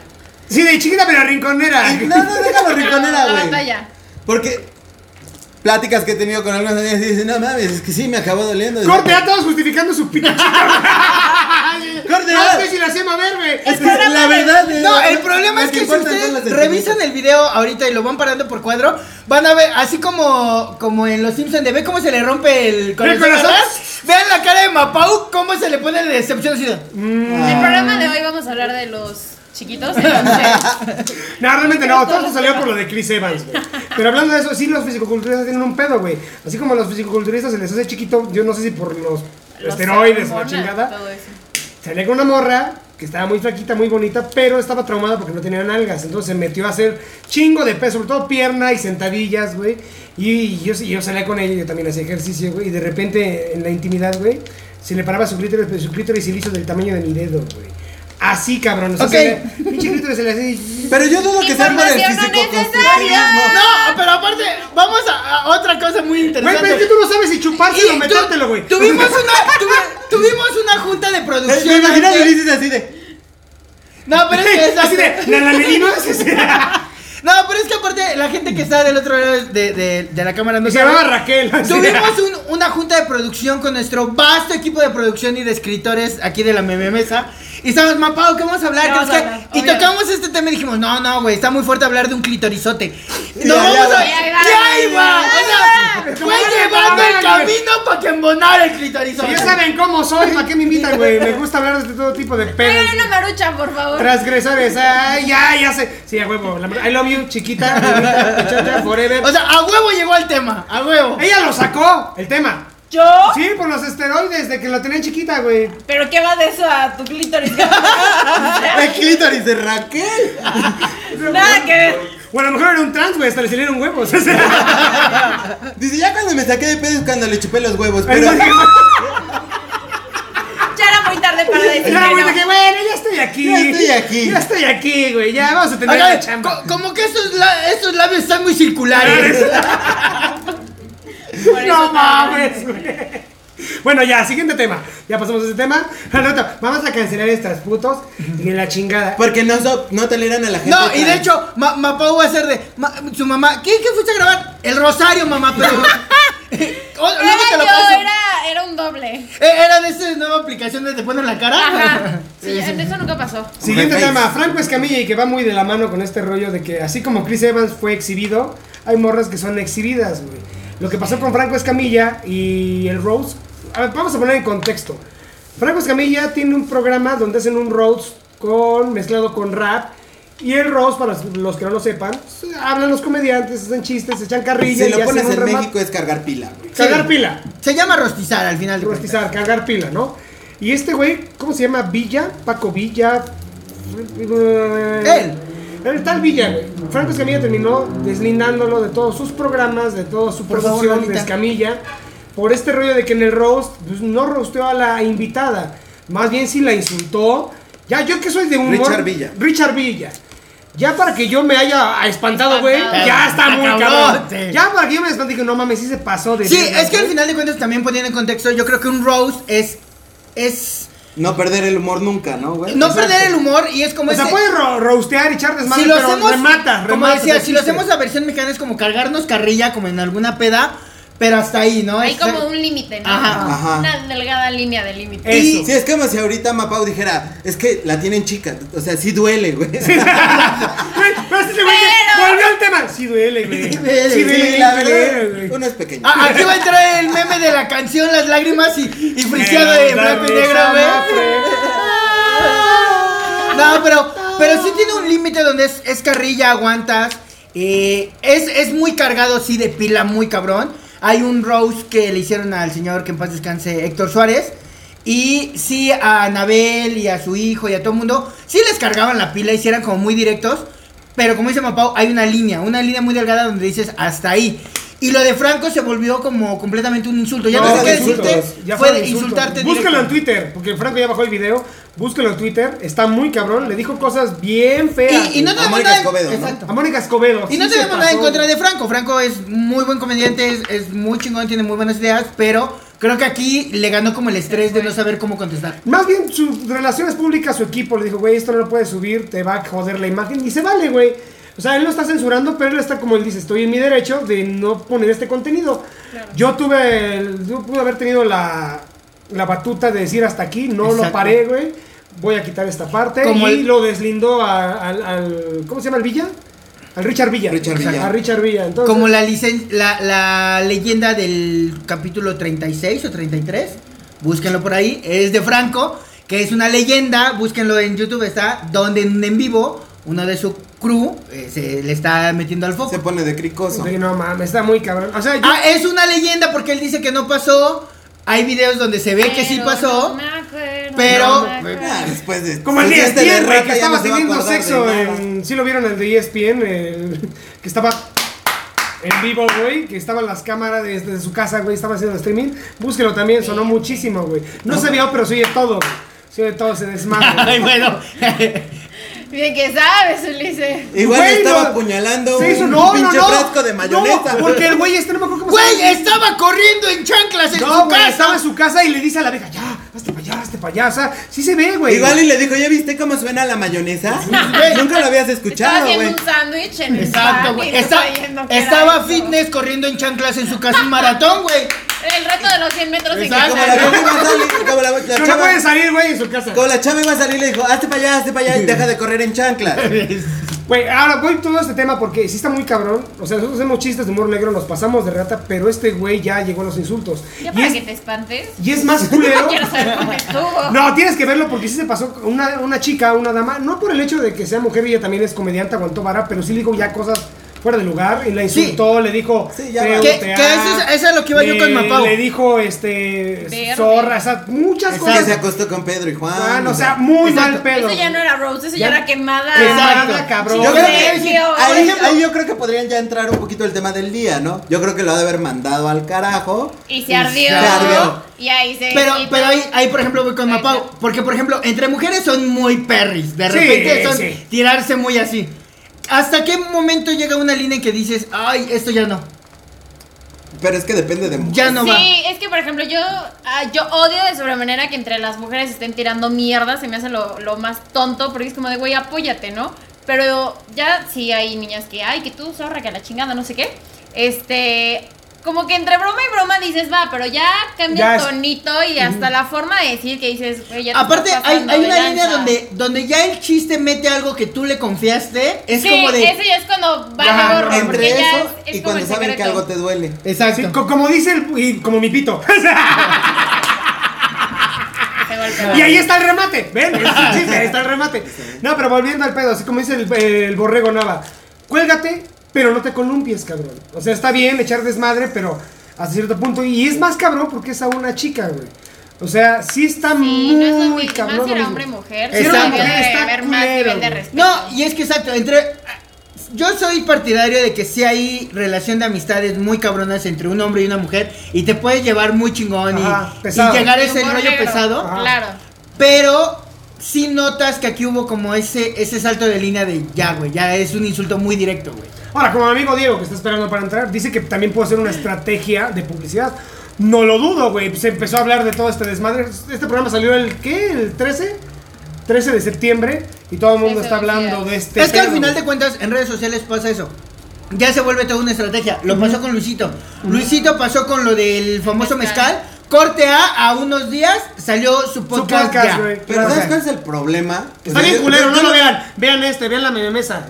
Speaker 1: Sí, de chiquita, pero rinconera.
Speaker 3: Y No, no, déjalo
Speaker 4: la
Speaker 3: rinconera, güey.
Speaker 4: batalla.
Speaker 3: Porque pláticas que he tenido con algunas amigas y dicen, no mames, es que sí, me acabó doliendo.
Speaker 1: Corte a todos justificando su pinche.
Speaker 3: Corte,
Speaker 1: No
Speaker 3: ah.
Speaker 1: sé si la hacemos a ver,
Speaker 3: Es que
Speaker 1: güey.
Speaker 3: la verdad es-
Speaker 2: No, el problema es
Speaker 3: las
Speaker 2: que si
Speaker 3: importan son
Speaker 2: ustedes
Speaker 3: las del
Speaker 2: revisan
Speaker 3: primero.
Speaker 2: el video ahorita y lo van parando por cuadro, van a ver, así como, como en Los Simpsons, de ve cómo se le rompe el corazón.
Speaker 1: corazón?
Speaker 2: ¿verdad? Vean la cara de Mapau, cómo se le pone la decepción así. de-
Speaker 4: El programa de hoy vamos a hablar de los chiquitos. entonces,
Speaker 1: No, realmente no, todo eso salió por lo de Chris Evans, güey. Pero hablando de eso, sí, los fisicoculturistas tienen un pedo, güey. Así como a los fisicoculturistas se les hace chiquito, yo no sé si por los,
Speaker 4: los
Speaker 1: esteroides o la
Speaker 4: hormonas,
Speaker 1: chingada.
Speaker 4: todo eso.
Speaker 1: Salía con una morra que estaba muy flaquita, muy bonita, pero estaba traumada porque no tenía nalgas. Entonces se metió a hacer chingo de peso, sobre todo pierna y sentadillas, güey. Y yo, yo salía con ella, yo también hacía ejercicio, güey. Y de repente en la intimidad, güey, se le paraba su clítoris, pero su clítoris se le hizo del tamaño de mi dedo, güey. Así, cabrón. O sea,
Speaker 2: Ok.
Speaker 1: se le- pinche clítoris se le hace.
Speaker 3: Pero yo dudo que sea por el
Speaker 4: Información no
Speaker 3: físico
Speaker 4: necesaria.
Speaker 2: No, pero aparte, vamos a, a otra cosa muy
Speaker 1: Güey,
Speaker 2: interesante.
Speaker 1: pero es que tú no sabes si chupárselo o
Speaker 2: Y tu-
Speaker 1: metértelo, güey. Eh,
Speaker 2: Tuvimos una, tuvi- tuvimos una junta de producción.
Speaker 3: Me imagino que
Speaker 2: antes.
Speaker 3: dices así de.
Speaker 2: No, pero es que es
Speaker 1: Así de, la la le- y no es ese.
Speaker 2: No, pero es que aparte, la gente que está del otro lado de, de- de la cámara no
Speaker 1: Se
Speaker 2: sabe.
Speaker 1: llamaba Raquel. así.
Speaker 2: Tuvimos un- una junta de producción con nuestro vasto equipo de producción y de escritores aquí de la meme mesa. Y estábamos, Mapao, ¿qué vamos a hablar?
Speaker 4: ¿Qué
Speaker 2: ¿Qué es
Speaker 4: vamos a
Speaker 2: que-?"
Speaker 4: hablar?
Speaker 2: Y
Speaker 4: Obvio.
Speaker 2: tocamos este tema y dijimos, no, no, güey, está muy fuerte hablar de un clitorizote.
Speaker 3: Y
Speaker 2: No
Speaker 3: ahí
Speaker 2: vamos
Speaker 3: va.
Speaker 2: a...
Speaker 4: Y
Speaker 2: ¡Y
Speaker 4: ahí va.
Speaker 2: ahí va!
Speaker 4: Y ahí
Speaker 2: O sea,
Speaker 1: va.
Speaker 2: fue llevando el
Speaker 1: Como que-
Speaker 2: camino para que embonara el
Speaker 1: Si
Speaker 2: clitorizote.
Speaker 1: ya saben cómo soy, ¿para qué me invitan, güey? Me gusta hablar de todo tipo de pedos.
Speaker 4: Pero una marucha, por favor.
Speaker 1: Transgresores, ay, ya, ya sé. Sí, a huevo. la- I love you, chiquita, bonita, pechota, forever.
Speaker 2: O sea, a huevo llegó al tema, a huevo.
Speaker 1: Ella lo sacó, el tema.
Speaker 4: ¿Yo?
Speaker 1: Sí, por los esteroides, de que lo tenían chiquita, güey.
Speaker 4: ¿Pero qué va de eso a tu clítoris?
Speaker 3: El clítoris de Raquel.
Speaker 4: Nada que ver.
Speaker 1: O a lo mejor era un trans, güey, hasta le salieron huevos. o sea.
Speaker 3: Dice, ya cuando me saqué de pedo es cuando le chupé los huevos. Pero
Speaker 4: Ya era muy tarde para decir que
Speaker 1: Era muy de que,
Speaker 4: no.
Speaker 1: bueno, ya estoy aquí.
Speaker 3: Ya estoy aquí.
Speaker 1: Ya estoy aquí, güey. Ya vamos a tener
Speaker 2: Oigan,
Speaker 1: la chamba. Ah,
Speaker 2: co- como que estos, la- estos labios están muy circulares.
Speaker 4: Por eso
Speaker 1: No
Speaker 4: estaba-
Speaker 1: mames, güey. Bueno, ya, siguiente tema. Ya pasamos a ese tema. Al otro, Vamos a cancelar estas putos y la chingada.
Speaker 3: porque no, so- no toleran a la gente.
Speaker 2: No, y de
Speaker 3: trans.
Speaker 2: hecho, Ma- Mapau va a ser de. ma- su mamá, ¿qué, qué fuiste a grabar? El rosario, mamá, pero. Oh,
Speaker 4: Era
Speaker 2: luego te lo paso.
Speaker 4: yo, era, era un doble.
Speaker 2: Eh, era de esa nueva aplicación donde te ponen la cara.
Speaker 4: Ajá. Sí, eso nunca pasó.
Speaker 1: Siguiente
Speaker 3: Remakes.
Speaker 1: tema, Franco Escamilla y que va muy de la mano con este rollo de que así como Chris Evans fue exhibido, hay morras que son exhibidas, güey. Lo que pasó con Franco Escamilla y el Rose, a ver, vamos a poner en contexto. Franco Escamilla tiene un programa donde hacen un Rose con, mezclado con rap. Y el Rose, para los que no lo sepan, pues, hablan los comediantes, hacen chistes, se echan carrilla.
Speaker 3: Si
Speaker 1: y
Speaker 3: lo
Speaker 1: hacen
Speaker 3: pones
Speaker 1: un
Speaker 3: en
Speaker 1: remate.
Speaker 3: México es cargar pila, güey.
Speaker 1: Cargar
Speaker 2: Sí.
Speaker 1: pila.
Speaker 2: Se llama rostizar al final de cuentas.
Speaker 1: Rostizar, cargar pila, ¿no? Y este güey, ¿cómo se llama? Villa, Paco Villa.
Speaker 2: Él.
Speaker 1: El tal Villa, güey. Franco Escamilla terminó deslindándolo de todos sus programas, de toda su
Speaker 2: Por favor,
Speaker 1: producción de
Speaker 2: Lolita.
Speaker 1: Escamilla, por este rollo de que en el roast pues, no rosteó a la invitada, más bien sí la insultó. Ya, yo que soy de humor.
Speaker 3: Richard Villa.
Speaker 1: Richard Villa. Ya para que yo me haya espantado, güey,
Speaker 4: Espantado.
Speaker 1: ya está
Speaker 2: Ah,
Speaker 1: muy
Speaker 2: cabrón,
Speaker 1: cabrón.
Speaker 2: sí.
Speaker 1: Ya para que yo me espante, dije, no mames, sí se pasó de
Speaker 2: Sí,
Speaker 1: verga,
Speaker 2: es que al
Speaker 1: güey.
Speaker 2: final de cuentas también poniendo en contexto, yo creo que un roast es. Es.
Speaker 3: No perder el humor nunca, ¿no, güey?
Speaker 2: No
Speaker 3: Exacto.
Speaker 2: perder el humor y es como
Speaker 1: O sea,
Speaker 2: ese-
Speaker 1: puedes ro roastear y echar desmadre,
Speaker 2: Pues, eh, si lo
Speaker 1: pero
Speaker 2: hacemos,
Speaker 1: remata, remata.
Speaker 2: como decía,
Speaker 1: te
Speaker 2: si lo
Speaker 1: existe.
Speaker 2: hacemos la versión mexicana es como cargarnos carrilla, como en alguna peda, pero hasta ahí, ¿no?
Speaker 4: Hay
Speaker 2: Es-
Speaker 4: como un límite, ¿no?
Speaker 2: Ajá. Eh,
Speaker 3: Ajá.
Speaker 4: Una delgada línea de límite.
Speaker 1: Eso.
Speaker 3: Sí, es como si ahorita Mapau dijera, es que la tienen chica. O sea, sí duele, güey.
Speaker 1: Güey, pero este güey que-
Speaker 4: Pero-
Speaker 1: volvió al tema. Sí duele, güey.
Speaker 2: Sí duele,
Speaker 1: Sí duele,
Speaker 3: Sí, la
Speaker 1: bien culero,
Speaker 3: verdad,
Speaker 1: güey.
Speaker 3: uno es pequeño.
Speaker 2: Ah, Aquí va a entrar el meme de la canción Las lágrimas y, y friseado de
Speaker 1: Dame
Speaker 2: blanco y
Speaker 1: esa
Speaker 2: negro, ¿ves?
Speaker 1: madre.
Speaker 2: No, pero, pero sí tiene un límite donde es, es carrilla, aguantas. eh, es, es muy cargado, sí, de pila, muy cabrón. Hay un Rose que le hicieron al señor que en paz descanse Héctor Suárez. Y sí, a Anabel y a su hijo y a todo el mundo, sí les cargaban la pila y sí eran como muy directos. Pero como dice Mapau, hay una línea, una línea muy delgada donde dices hasta ahí. Y lo de Franco se volvió como completamente un insulto. Ya no,
Speaker 3: No,
Speaker 2: sé
Speaker 3: era
Speaker 2: qué
Speaker 3: de insultos,
Speaker 2: decirte,
Speaker 1: Ya
Speaker 2: fue
Speaker 1: fueron
Speaker 2: de
Speaker 1: insultos.
Speaker 2: insultarte.
Speaker 1: Búscalo en
Speaker 2: directo.
Speaker 1: Twitter, porque Franco ya bajó el video. Búscalo en Twitter. Está muy cabrón. Le dijo cosas bien feas.
Speaker 2: Y, y no
Speaker 3: A
Speaker 2: tenemos
Speaker 3: Mónica
Speaker 2: nada.
Speaker 3: Escobedo, ¿no?
Speaker 2: Exacto.
Speaker 1: A Mónica Escobedo.
Speaker 2: Y no
Speaker 1: sí se
Speaker 2: tenemos nada en
Speaker 1: pasó.
Speaker 2: contra de Franco. Franco es muy buen comediante, es, es muy chingón, tiene muy buenas ideas, pero creo que aquí le ganó como el estrés de no saber cómo contestar.
Speaker 1: Más bien, sus relaciones públicas, su equipo le dijo, güey, esto no lo puedes subir, te va a joder la imagen. Y se vale, güey. O sea, él lo está censurando, pero él está, como él dice, estoy en mi derecho de no poner este contenido. Yo tuve, el- yo pude haber tenido la, la batuta de decir hasta aquí, no lo
Speaker 2: Exacto.
Speaker 1: paré, güey. Voy a quitar esta parte.
Speaker 2: Como
Speaker 1: y
Speaker 2: el-
Speaker 1: lo deslindó a- al, al- ¿Cómo se llama el Villa? Al Richard Villa.
Speaker 3: Richard Villa.
Speaker 1: A Richard Villa. Entonces,
Speaker 2: Como la, licen- la, la leyenda del capítulo 36 o 33, búsquenlo por ahí, es de Franco, que es una leyenda, búsquenlo en YouTube, está donde en en vivo uno de su crew eh, se le está metiendo al foco.
Speaker 3: Se pone de cricoso.
Speaker 1: Sí, no mames, está muy cabrón. O sea, yo-
Speaker 2: Ah, es una leyenda porque él dice que no pasó. Hay videos donde se ve que sí pasó.
Speaker 4: No me acuerdo,
Speaker 2: pero-
Speaker 4: no me acuerdo.
Speaker 3: Ah, después de.
Speaker 1: Como E el
Speaker 3: de
Speaker 1: día
Speaker 3: este
Speaker 1: 10,
Speaker 3: de
Speaker 1: güey,
Speaker 3: rata
Speaker 1: que
Speaker 3: ya
Speaker 1: estaba
Speaker 3: no se va a
Speaker 1: teniendo
Speaker 3: acordar de
Speaker 1: sexo
Speaker 3: nada.
Speaker 1: en... ¿Sí lo vieron el de E ESPN? El- que estaba en vivo, güey, que estaban las cámaras desde su casa, güey, estaba haciendo streaming. Búsquelo también, sonó muchísimo, güey. No se vio, pero se oye todo, güey. Se oye todo, se desmadre.
Speaker 2: Ay,
Speaker 1: güey.
Speaker 2: bueno.
Speaker 4: Bien que sabes, Ulises.
Speaker 3: Igual
Speaker 1: Güey,
Speaker 3: estaba
Speaker 1: no,
Speaker 3: apuñalando
Speaker 1: se hizo-
Speaker 3: un
Speaker 1: no, no,
Speaker 3: pinche
Speaker 1: no.
Speaker 3: frasco de mayonesa.
Speaker 1: No, porque el güey este no me acuerdo cómo
Speaker 2: Güey,
Speaker 1: llama.
Speaker 2: estaba corriendo en chanclas en
Speaker 1: No,
Speaker 2: su
Speaker 1: güey,
Speaker 2: casa. Ah,
Speaker 1: estaba en su casa y le dice a la vieja, ya, hazte para allá, hazte para allá. O sea, sí se ve, güey.
Speaker 3: Igual y le dijo, ¿ya viste cómo suena la mayonesa?
Speaker 2: Güey.
Speaker 3: Nunca lo habías
Speaker 4: Estaba
Speaker 3: escuchado,
Speaker 4: haciendo
Speaker 3: güey.
Speaker 4: un sándwich en el
Speaker 2: Exacto,
Speaker 4: pan
Speaker 2: güey.
Speaker 4: y no
Speaker 2: Esta-
Speaker 4: sabiendo qué era
Speaker 2: estaba
Speaker 4: eso.
Speaker 2: fitness corriendo en chanclas en su casa un maratón, güey.
Speaker 4: El reto de los 100 metros en
Speaker 2: Exacto.
Speaker 3: Como la chava iba a salir, como
Speaker 4: casa.
Speaker 3: la, la
Speaker 1: Pero no
Speaker 3: chava-
Speaker 1: puede salir, güey, en su casa.
Speaker 3: como la chava iba a salir, le dijo, hazte para allá, hazte para allá y deja de correr en chanclas.
Speaker 1: Güey, ahora voy todo este tema porque sí está muy cabrón. O sea, nosotros hacemos chistes de humor negro, nos pasamos de rata, pero este güey ya llegó a los insultos.
Speaker 4: Ya
Speaker 1: Y
Speaker 4: para que
Speaker 1: es,
Speaker 4: te espantes.
Speaker 1: y es más culero.
Speaker 4: Quiero saber cómo estuvo.
Speaker 1: No, tienes que verlo porque sí se pasó con una, una chica, una dama, no por el hecho de que sea mujer, ella también es comediante, aguantó vara, pero sí le dijo ya cosas fuera de lugar y la insultó, le dijo
Speaker 3: Sí, ya
Speaker 1: feo,
Speaker 3: va.
Speaker 2: Que-
Speaker 1: fea,
Speaker 2: que eso es- eso es lo que iba yo con
Speaker 1: le-
Speaker 2: Mapao.
Speaker 1: Le dijo este
Speaker 4: Verde.
Speaker 1: zorra, o sea, muchas
Speaker 3: Que se
Speaker 1: cosas.
Speaker 3: acostó con Pedro y Juan.
Speaker 1: Juan, o
Speaker 3: o
Speaker 1: sea,
Speaker 3: sea,
Speaker 1: muy
Speaker 2: Exacto.
Speaker 1: mal pedo.
Speaker 4: Eso ya no era Rose, eso ya,
Speaker 1: Ya-
Speaker 4: era quemada.
Speaker 1: Quemada, cabrón.
Speaker 3: Yo creo que-
Speaker 4: Sergio,
Speaker 3: ahí,
Speaker 4: por ejemplo.
Speaker 3: ahí yo creo que podrían ya entrar un poquito el tema del día, ¿no? Yo creo que lo ha de haber mandado al carajo.
Speaker 4: Y se ardió.
Speaker 3: ardió.
Speaker 4: Y ahí se.
Speaker 2: Pero,
Speaker 4: y-
Speaker 2: pero ahí, ahí, por ejemplo, voy con Mapau. Porque, por ejemplo, entre mujeres son muy perris. De repente
Speaker 1: Sí,
Speaker 2: son
Speaker 1: sí.
Speaker 2: tirarse muy así. ¿Hasta qué momento llega una línea en que dices, ay, esto ya no?
Speaker 3: Pero es que depende de mujer.
Speaker 2: Ya no
Speaker 4: sí,
Speaker 2: va.
Speaker 4: es que por ejemplo yo, ah, yo odio de sobremanera que entre las mujeres estén tirando mierda, se me hace lo, lo más tonto, porque es como de, güey, apóyate, ¿no? Pero ya sí hay niñas que, ay, que tú zorra, que a la chingada, no sé qué. Este, como que entre broma y broma dices, va, pero ya
Speaker 1: Ya
Speaker 4: cambia el
Speaker 1: es-
Speaker 4: tonito y hasta la forma de decir que dices, güey, ya te
Speaker 2: Aparte,
Speaker 4: estás
Speaker 2: hay,
Speaker 4: pasando
Speaker 2: hay
Speaker 4: de
Speaker 2: una línea
Speaker 4: lanza".
Speaker 2: donde, donde ya el chiste mete algo que tú le confiaste. Es
Speaker 4: sí,
Speaker 2: como de.
Speaker 4: ese ya es cuando va
Speaker 1: Ya,
Speaker 4: de gorro, porque
Speaker 3: Entre
Speaker 4: ya
Speaker 3: eso
Speaker 4: es, es
Speaker 3: y
Speaker 4: como
Speaker 3: cuando
Speaker 4: el
Speaker 3: saben que
Speaker 4: secreto.
Speaker 3: algo te duele.
Speaker 1: Sí,
Speaker 2: Exacto.
Speaker 1: co- como dice el, y como mi pito.
Speaker 4: Se golpea.
Speaker 1: Y ahí está el remate, ven, ese es el chiste, ahí está el remate. No, pero volviendo al pedo, así como dice el, el borrego Nava, cuélgate, pero no te columpies, cabrón. O sea, está bien echar desmadre, pero hasta cierto punto. Y es más cabrón porque es a una chica, güey. O sea, sí está
Speaker 4: Sí,
Speaker 1: muy
Speaker 4: no es lo mismo,
Speaker 1: cabrón. no
Speaker 4: más
Speaker 1: es
Speaker 4: si era
Speaker 1: lo
Speaker 4: hombre y
Speaker 1: mismo.
Speaker 4: mujer,
Speaker 1: Si
Speaker 4: sí
Speaker 1: era
Speaker 2: Exacto.
Speaker 4: debería
Speaker 1: mujer,
Speaker 4: de
Speaker 1: está
Speaker 4: haber más
Speaker 1: culero,
Speaker 4: nivel de
Speaker 1: güey.
Speaker 4: respeto.
Speaker 2: No, y es que exacto, entre. Yo soy partidario de que sí hay relación de amistades muy cabronas entre un hombre y una mujer y te puedes llevar muy chingón y-
Speaker 1: Ajá,
Speaker 2: y,
Speaker 1: pesado.
Speaker 2: llegar a
Speaker 4: Y
Speaker 2: ese
Speaker 4: humor
Speaker 2: rollo
Speaker 4: negro,
Speaker 2: pesado,
Speaker 1: Ajá.
Speaker 4: Claro.
Speaker 2: pero sí notas que aquí hubo como ese ese salto de línea de ya, güey, ya es un insulto muy directo, güey.
Speaker 1: Ahora, como mi amigo Diego, que está esperando para entrar, dice que también puede ser una estrategia de publicidad. No lo dudo, güey. Se empezó a hablar de todo este desmadre. Este programa salió el, ¿qué? ¿El 13? 13 de septiembre. Y todo el mundo
Speaker 4: Ese
Speaker 1: está hablando
Speaker 4: día.
Speaker 1: de este
Speaker 2: es que al
Speaker 1: pedo,
Speaker 2: final
Speaker 1: güey.
Speaker 2: de cuentas en redes sociales pasa eso. Ya se vuelve toda una estrategia. Lo pasó con Luisito. Luisito pasó con lo del famoso
Speaker 4: Mezcal.
Speaker 2: mezcal. Corte A, a unos días salió su
Speaker 1: Su
Speaker 2: podcast.
Speaker 1: podcast,
Speaker 2: ya.
Speaker 1: güey.
Speaker 3: Pero
Speaker 1: O
Speaker 3: ¿sabes
Speaker 1: sea,
Speaker 3: cuál es el problema?
Speaker 1: Está
Speaker 3: O sea,
Speaker 1: bien
Speaker 3: yo-
Speaker 1: culero,
Speaker 3: yo-
Speaker 1: no
Speaker 3: yo
Speaker 1: lo vean. Vean este, vean la mesa.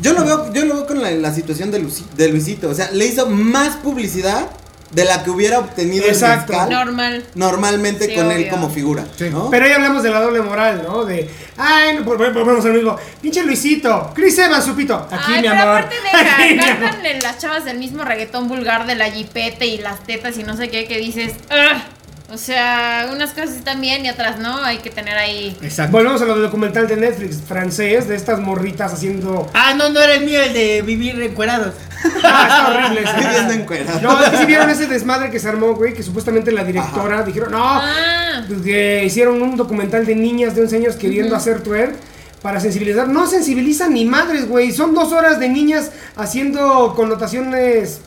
Speaker 3: Yo lo veo, yo lo veo con la, la situación de, Luci- de Luisito. O sea, le hizo más publicidad de la que hubiera obtenido el
Speaker 1: Exacto.
Speaker 3: fiscal
Speaker 4: Normal.
Speaker 3: normalmente
Speaker 4: Sí,
Speaker 3: con él
Speaker 4: obvio.
Speaker 3: como figura. ¿no?
Speaker 1: Pero ahí hablamos de la doble moral, ¿no? De, ay, no, vol- vol- volvemos al mismo. Pinche Luisito, Chris Evans, supito. Aquí,
Speaker 4: Ay,
Speaker 1: mi
Speaker 4: pero
Speaker 1: amor.
Speaker 4: aparte
Speaker 1: Aquí, mi
Speaker 4: deja,
Speaker 1: amor.
Speaker 4: cantan en las chavas el mismo reggaetón vulgar de la jipete y las tetas y no sé qué, que dices, "Ugh". o sea, unas cosas están bien y otras no, hay que tener ahí.
Speaker 2: Exacto.
Speaker 1: Volvemos a lo del documental de Netflix francés, de estas morritas haciendo.
Speaker 2: Ah, no, no era el mío, el de vivir encuerados.
Speaker 1: Ah, está horrible.
Speaker 3: Estoy viendo en
Speaker 1: ese.
Speaker 3: cuera.
Speaker 1: No, es que si vieron ese desmadre que se armó, güey, que supuestamente la directora dijeron, no,
Speaker 4: Ah.
Speaker 1: pues, que hicieron un documental de niñas de 11 años queriendo hacer twerk para sensibilizar. No sensibilizan ni madres, güey. Son dos horas de niñas haciendo connotaciones.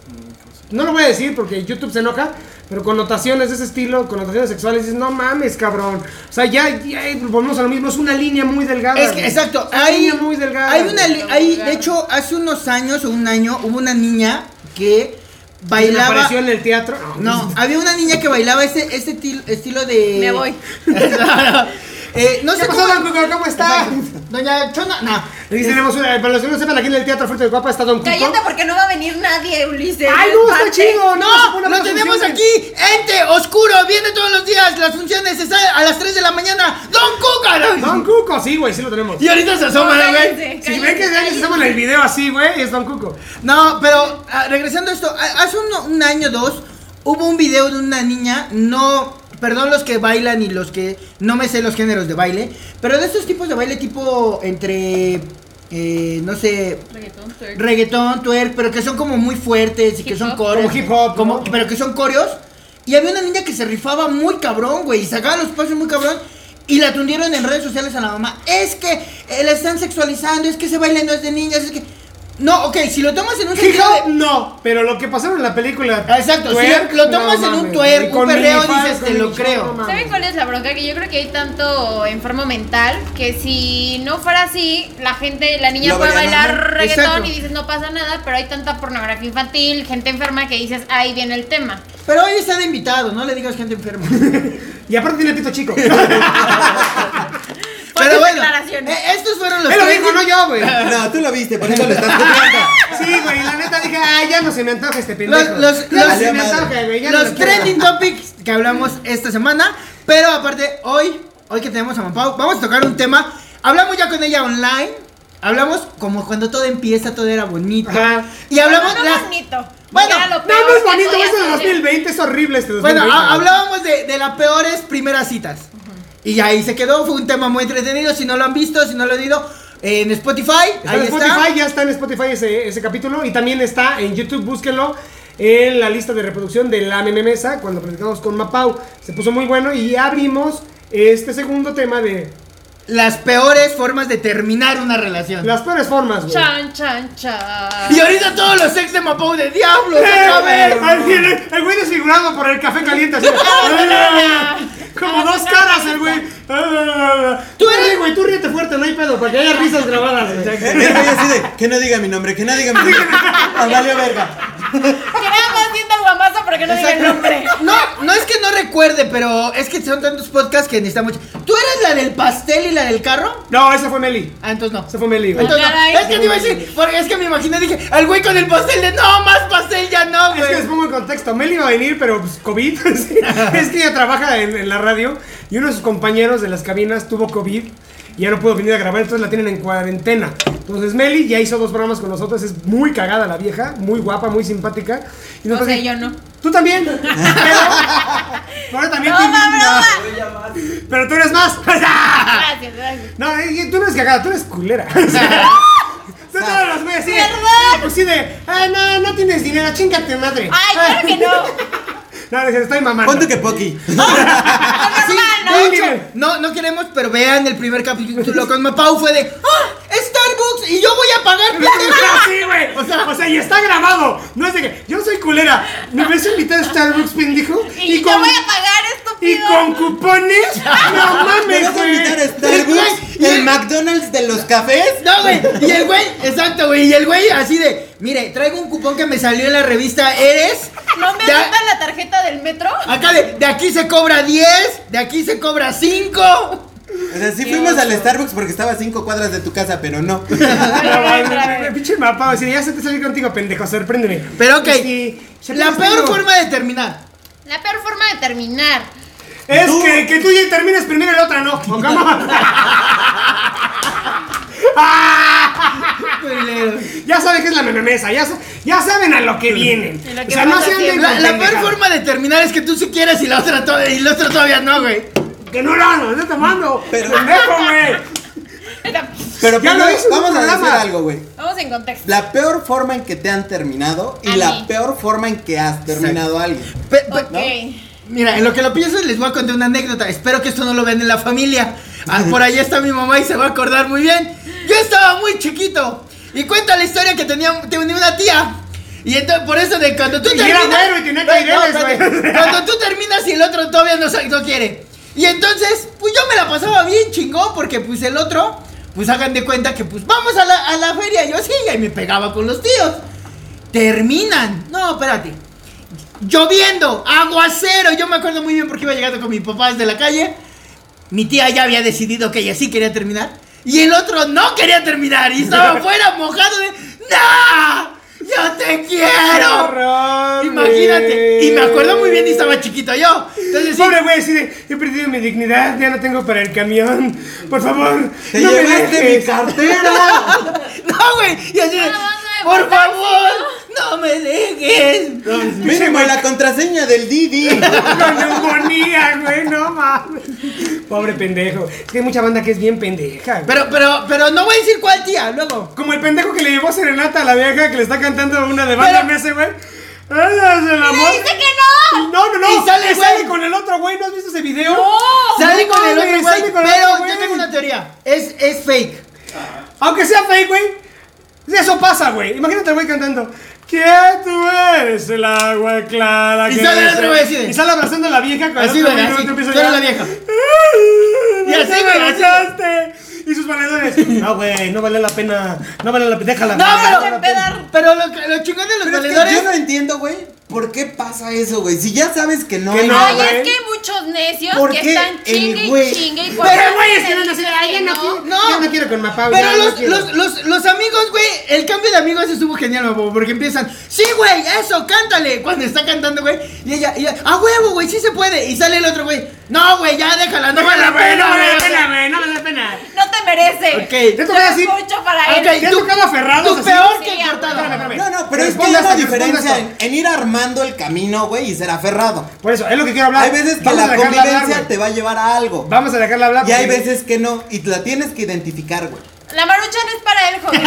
Speaker 1: No lo voy a decir porque YouTube se enoja, pero connotaciones de ese estilo, connotaciones sexuales, dices, no mames, cabrón. O sea, ya, ya, eh, volvemos a lo mismo, es una línea muy delgada.
Speaker 2: Es que,
Speaker 1: güey.
Speaker 2: exacto,
Speaker 1: Es Ah, una
Speaker 2: hay,
Speaker 1: línea muy delgada.
Speaker 2: hay una, li-
Speaker 4: Muy
Speaker 2: hay,
Speaker 4: delgada.
Speaker 2: de hecho, hace unos años o un año hubo una niña que
Speaker 1: Se me
Speaker 2: bailaba,
Speaker 1: apareció en el teatro.
Speaker 2: no, había una niña que bailaba ese, ese til- estilo de,
Speaker 4: Me voy.
Speaker 2: Eh, no
Speaker 1: ¿Qué
Speaker 2: sé
Speaker 1: pasó,
Speaker 2: cómo,
Speaker 1: Don Cuco? ¿Cómo está?
Speaker 2: Exacto. Doña Chona, no,
Speaker 1: Le tenemos una, para los que no sepan, aquí en el Teatro Fuerte de Guapa está Don Cuco.
Speaker 4: Cállate porque no va a venir nadie, Ulises.
Speaker 1: ¡Ay, no, está
Speaker 4: Parte.
Speaker 1: chido! ¡No!
Speaker 2: No, lo tenemos aquí, ente oscuro, viene todos los días, las funciones es a a las 3 de la mañana, Don Cuca. ¿no?
Speaker 1: Don Cuco, sí, güey, sí lo tenemos.
Speaker 2: Y ahorita se asoma,
Speaker 4: No,
Speaker 2: ¿no, güey.
Speaker 4: cállense.
Speaker 1: Si ven que ya les estamos en el video así, güey, es Don Cuco.
Speaker 2: No, pero ah, regresando a esto, a- hace un, un año o dos hubo un video de una niña, no, perdón los que bailan y los que no me sé los géneros de baile, pero de estos tipos de baile tipo entre, eh, no sé,
Speaker 4: Reggaetón, twerk.
Speaker 2: reggaetón, twerk, pero que son como muy fuertes y que
Speaker 4: Hip
Speaker 2: son
Speaker 4: hop.
Speaker 2: coreos.
Speaker 1: Como hip hop,
Speaker 2: como-
Speaker 1: ¿no?
Speaker 2: pero que son coreos. Y había una niña que se rifaba muy cabrón, güey, y sacaba los pasos muy cabrón. Y la tundieron en redes sociales a la mamá. Es que eh, la están sexualizando, es que ese baile no es de niñas, es que. No, ok, si lo tomas en un
Speaker 1: Hip
Speaker 2: sentido
Speaker 1: hop,
Speaker 2: de-
Speaker 1: no. Pero lo que pasaron en la película.
Speaker 2: Exacto, si lo tomas en un twerk, un perreo, dices, te lo creo.
Speaker 4: ¿Saben cuál es la bronca? Que yo creo que hay tanto enfermo mental que si no fuera así, la gente, la niña
Speaker 3: Lo
Speaker 4: puede
Speaker 3: vería
Speaker 4: bailar
Speaker 3: normal.
Speaker 4: reggaetón
Speaker 2: Exacto.
Speaker 4: y dices no pasa nada, pero hay tanta pornografía infantil, gente enferma que dices ahí viene el tema.
Speaker 2: Pero hoy está de invitado, no le digas gente enferma.
Speaker 1: Y aparte tiene pito chico. Él
Speaker 2: pero
Speaker 4: tus
Speaker 2: bueno,
Speaker 4: declaraciones.
Speaker 2: eh, estos fueron los
Speaker 1: lo
Speaker 2: tres-
Speaker 1: dijo, no yo, güey.
Speaker 3: No, tú lo viste, por eso lo estás juzgando.
Speaker 1: Sí, güey, la neta dije, ay, ya no se me antoja este
Speaker 2: los,
Speaker 1: pendejo.
Speaker 2: los-
Speaker 1: ya no
Speaker 2: los-
Speaker 1: se me
Speaker 3: madre.
Speaker 1: antoja, güey. ya no
Speaker 2: los
Speaker 1: lo quiero.
Speaker 2: trending topics que hablamos esta semana. Pero aparte, hoy, hoy que tenemos a Mampau, vamos a tocar un tema. Hablamos ya con ella online. Hablamos como cuando todo empieza, todo era bonito.
Speaker 1: Ajá.
Speaker 2: Y hablamos.
Speaker 4: No, no,
Speaker 2: las-
Speaker 4: bonito.
Speaker 2: Bueno,
Speaker 4: Era lo
Speaker 1: No, no
Speaker 4: peor
Speaker 1: es
Speaker 4: que
Speaker 1: bonito,
Speaker 4: podías
Speaker 1: es de
Speaker 4: hacer.
Speaker 1: 2020, es horrible este 2020.
Speaker 2: Pues Bueno, ha-
Speaker 1: güey.
Speaker 2: hablábamos de, de las peores primeras citas. Y ahí se quedó, fue un tema muy entretenido. Si no lo han visto, si no lo han oído, en Spotify.
Speaker 1: Está
Speaker 2: ahí
Speaker 1: en
Speaker 2: está.
Speaker 1: Spotify, ya está en Spotify ese, ese capítulo. Y también está en YouTube, búsquenlo. En la lista de reproducción de la meme mesa, cuando platicamos con Mapau, se puso muy bueno. Y abrimos este segundo tema de
Speaker 2: Las peores formas de terminar una relación.
Speaker 1: las peores formas, güey.
Speaker 4: Chan, chan, chan.
Speaker 2: Y ahorita todos los ex de Mapau de diablo,
Speaker 1: ¡Eh!
Speaker 2: otra vez.
Speaker 1: Al fin, El el güey desfigurado por el café caliente. así. Como dos caras, el güey. Tú eres, güey, tú ríete fuerte, no hay pedo, para que haya risas grabadas. güey.
Speaker 3: El güey así de, que no diga mi nombre, que no diga mi nombre. Ah, valió verga.
Speaker 4: Que nada más sienta el guamazo pero que no diga el nombre.
Speaker 2: No, no es que no recuerde, pero es que son tantos podcasts que necesitamos. ¿Tú eres la del pastel y la del carro?
Speaker 1: No, esa fue Meli.
Speaker 2: Ah, entonces no.
Speaker 1: Esa fue Meli, güey.
Speaker 2: Entonces no.
Speaker 4: Caray.
Speaker 2: Es que te iba a decir, porque es que me imaginé, dije, al güey con el pastel de no, más pastel ya no,
Speaker 1: Es que les
Speaker 2: güey.
Speaker 1: pongo en contexto, Meli iba a venir, pero pues, COVID. sí. es que ella trabaja en, en la radio y uno de sus compañeros de las cabinas tuvo COVID y ya no pudo venir a grabar, entonces la tienen en cuarentena. Entonces Meli ya hizo dos programas con nosotros, es muy cagada la vieja, muy guapa, muy simpática. Y
Speaker 4: O sea,
Speaker 1: pasa-
Speaker 4: yo no.
Speaker 1: Tú también. pero, pero también te-
Speaker 4: Broma, broma.
Speaker 1: Pero tú eres más.
Speaker 4: Gracias, gracias.
Speaker 1: no, eh, tú no eres cagada, tú eres culera. Tú
Speaker 4: Ah.
Speaker 1: todos los güeyes así de-
Speaker 4: Perdón.
Speaker 1: así de, ah, no, no tienes dinero, chingate madre.
Speaker 4: Ay, claro que no.
Speaker 1: No, les estoy mamando.
Speaker 3: Ponte que Pocky.
Speaker 1: Ah,
Speaker 2: Ah, Sí,
Speaker 4: Normal,
Speaker 2: de
Speaker 1: no.
Speaker 2: hecho, no, no queremos, pero vean el primer capítulo con Mapau fue de ¡Ah! ¡Starbucks! Y yo voy a pagar pendejo".
Speaker 1: Sí, güey. O sea, o sea, y está grabado. No es de que. Yo soy culera. Me ves invitado a Starbucks, pendejo.
Speaker 4: ¿no? Y, yo voy a pagar,
Speaker 1: y
Speaker 4: estúpido.
Speaker 1: con cupones. No
Speaker 3: ¿Me
Speaker 1: mames,
Speaker 3: vas a invitar a
Speaker 1: güey.
Speaker 3: Starbucks?
Speaker 2: Y el-
Speaker 3: ¿El McDonald's de los cafés?
Speaker 2: No, güey. Y el güey, exacto, güey. Y el güey así de, mire, traigo un cupón que me salió en la revista Eres.
Speaker 4: ¿No me
Speaker 2: De-
Speaker 4: aceptan la
Speaker 2: Ah.
Speaker 4: tarjeta del metro?
Speaker 2: Acá de, de aquí se cobra 10, de aquí se cobra 5.
Speaker 3: O sea, sí
Speaker 4: Qué
Speaker 3: fuimos al
Speaker 4: oso.
Speaker 3: Starbucks porque estaba a cinco cuadras de tu casa, pero no.
Speaker 1: No,
Speaker 4: Ay, otra
Speaker 1: mames,
Speaker 4: vez.
Speaker 1: pinche mapa, o sea, ya se te salió contigo, pendejo, sorpréndeme. Pues
Speaker 2: Pero ok,
Speaker 1: Sí, se
Speaker 2: la
Speaker 1: puede
Speaker 2: peor
Speaker 1: hacerlo.
Speaker 2: forma de terminar.
Speaker 4: La peor forma de terminar.
Speaker 1: Es
Speaker 3: Tú.
Speaker 1: que, que tú ya termines primero y la otra no. ¿o cómo? Ah, ya saben que es la mememesa, ya, sa- ya saben a lo que vienen.
Speaker 4: Y lo que
Speaker 1: o sea, no
Speaker 4: pasa
Speaker 1: se anden
Speaker 4: siempre.
Speaker 2: La,
Speaker 1: con
Speaker 2: la peor
Speaker 1: pendejadas.
Speaker 2: forma de terminar es que tú sí quieras y la otra, to- y la otra todavía no, güey.
Speaker 1: Que no la no, está tomando.
Speaker 3: Pero-
Speaker 1: Pendejo, güey.
Speaker 3: Pero
Speaker 1: Ya lo
Speaker 3: primero,
Speaker 1: hizo en
Speaker 3: vamos
Speaker 1: un
Speaker 3: a decir
Speaker 1: programa.
Speaker 3: algo, güey.
Speaker 4: Vamos en contexto.
Speaker 3: La peor forma en que te han terminado y
Speaker 4: A
Speaker 3: la
Speaker 4: mí.
Speaker 3: peor forma en que has terminado a alguien.
Speaker 2: Pe- pe-
Speaker 4: Ok.
Speaker 2: Mira, en lo que lo pienso les voy a contar una anécdota. Espero que esto no lo vean en la familia. Ah, por ahí está mi mamá y se va a acordar muy bien. Yo estaba muy chiquito. Y cuenta la historia que tenía, tenía una tía. Y entonces, por eso de cuando tú
Speaker 1: Y era güero y tenía
Speaker 2: Güey, no,
Speaker 1: caireles,
Speaker 2: espérate.
Speaker 1: güey.
Speaker 2: Cuando tú terminas y el otro todavía no, sa- no quiere. Y entonces, pues yo me la pasaba bien chingón porque pues el otro, pues hagan de cuenta que pues vamos a la, a la feria. Yo sí, y me pegaba con los tíos. Terminan. No, espérate. Lloviendo, aguacero. Yo me acuerdo muy bien porque iba llegando con mi papá desde la calle. Mi tía ya había decidido que ella sí quería terminar. Y el otro no quería terminar. Y estaba afuera mojado de... ¡No! ¡Yo te quiero!
Speaker 1: Cabrón,
Speaker 2: Imagínate.
Speaker 1: güey.
Speaker 2: Y me acuerdo muy bien y estaba chiquito yo. Entonces sí,
Speaker 1: Pobre güey, así de, he perdido mi dignidad, ya no tengo para el camión. Por favor,
Speaker 3: ¡Te
Speaker 1: no me
Speaker 3: llevaste mi
Speaker 1: dejes.
Speaker 3: cartera!
Speaker 2: No, güey. Y así de,
Speaker 4: Ah, banda de
Speaker 2: por
Speaker 4: botas,
Speaker 2: favor, no me dejes.
Speaker 3: Mínimo la contraseña del Didi.
Speaker 1: Con neumonía, güey, no mames. Pobre pendejo. Es que hay mucha banda que es bien pendeja. güey.
Speaker 2: Pero, pero, pero no voy a decir cuál tía, luego.
Speaker 1: Como el pendejo que le llevó serenata a la vieja que le está cantando una de banda
Speaker 2: Pero-
Speaker 1: MS, güey. Ella es el amor.
Speaker 4: ¡Le dice que no!
Speaker 1: No, no, no.
Speaker 2: Y sale,
Speaker 1: que
Speaker 2: güey.
Speaker 1: sale con el otro, güey. ¿No has visto ese video?
Speaker 4: ¡No!
Speaker 2: Sale con el
Speaker 1: mames,
Speaker 2: otro
Speaker 1: sale
Speaker 2: güey,
Speaker 1: con el otro
Speaker 2: pero
Speaker 1: güey.
Speaker 2: yo tengo una teoría. Es, es fake.
Speaker 1: Aunque sea fake, güey. Eso pasa, güey. Imagínate al güey cantando. ¿Quién tú eres? El agua clara.
Speaker 2: Y
Speaker 1: que
Speaker 2: sale el otro
Speaker 1: dice-
Speaker 2: güey así de-
Speaker 1: Y sale abrazando a la vieja. Con
Speaker 2: Así,
Speaker 1: el otro
Speaker 2: güey,
Speaker 1: güey,
Speaker 2: así.
Speaker 1: y tú empiezas
Speaker 2: Tú eres
Speaker 1: ya-
Speaker 2: la vieja.
Speaker 1: Y
Speaker 2: Y
Speaker 1: así
Speaker 2: así,
Speaker 1: me
Speaker 2: güey, así.
Speaker 1: abrazaste. Y sus valedores. No, güey, no vale la pena. No vale la pena. Déjala.
Speaker 2: No,
Speaker 1: güey,
Speaker 4: pero-
Speaker 1: vale la pena.
Speaker 4: empedar.
Speaker 2: Pero lo, que- lo chingón de los
Speaker 3: Pero es que
Speaker 2: valedores.
Speaker 3: yo no entiendo, güey, ¿por qué pasa eso, güey? Si ya sabes que no
Speaker 1: Que
Speaker 3: hay
Speaker 1: no,
Speaker 3: nada.
Speaker 4: Ay,
Speaker 1: güey.
Speaker 4: es que hay muchos necios
Speaker 3: ¿Por
Speaker 4: que
Speaker 3: qué
Speaker 4: están chingue
Speaker 3: el
Speaker 4: y
Speaker 3: güey?
Speaker 4: chingue y cuando
Speaker 1: Pero, güey, es
Speaker 4: se
Speaker 1: que no, no,
Speaker 4: dice
Speaker 1: ay, ya
Speaker 4: que
Speaker 1: no, quiero. No, ya no quiero con Mapau. ya
Speaker 2: Pero
Speaker 1: no
Speaker 2: los,
Speaker 1: quiero.
Speaker 2: los, los, los amigos, güey, el cambio de amigos estuvo genial, babo, porque empiezan, sí, güey, eso, cántale, cuando está cantando, güey, y ella, y ella, a huevo, güey, sí se puede, y sale el otro, güey, no, güey, ya déjala, no
Speaker 1: No vale la
Speaker 2: vale
Speaker 1: pena, no vale la
Speaker 2: güey".
Speaker 1: pena, güey. No vale la pena.
Speaker 4: No te merece.
Speaker 2: Ok.
Speaker 1: Yo te
Speaker 4: Yo
Speaker 1: voy a decir.
Speaker 4: escucho para él. Pues,
Speaker 2: Ok,
Speaker 1: Ya
Speaker 2: tú-
Speaker 1: tocaba aferrados.
Speaker 2: tú
Speaker 1: así.
Speaker 2: peor
Speaker 4: que
Speaker 1: Espérame,
Speaker 4: cortado.
Speaker 1: espérame, espérame.
Speaker 3: No, no, pero es que
Speaker 1: Responde
Speaker 3: hay una
Speaker 1: esto, responde
Speaker 3: diferencia
Speaker 1: esto.
Speaker 3: en, en ir armando el camino, güey, y ser aferrado.
Speaker 1: Por eso, es lo que quiero hablar.
Speaker 3: Hay veces que
Speaker 1: Vamos a
Speaker 3: la
Speaker 1: dejarla hablar,
Speaker 3: convivencia
Speaker 1: güey.
Speaker 3: te va a llevar a algo.
Speaker 1: Vamos a dejarla hablar.
Speaker 3: Y hay
Speaker 1: porque-
Speaker 3: veces que no, y la tienes que identificar, güey.
Speaker 4: La maruchan es para él, joven.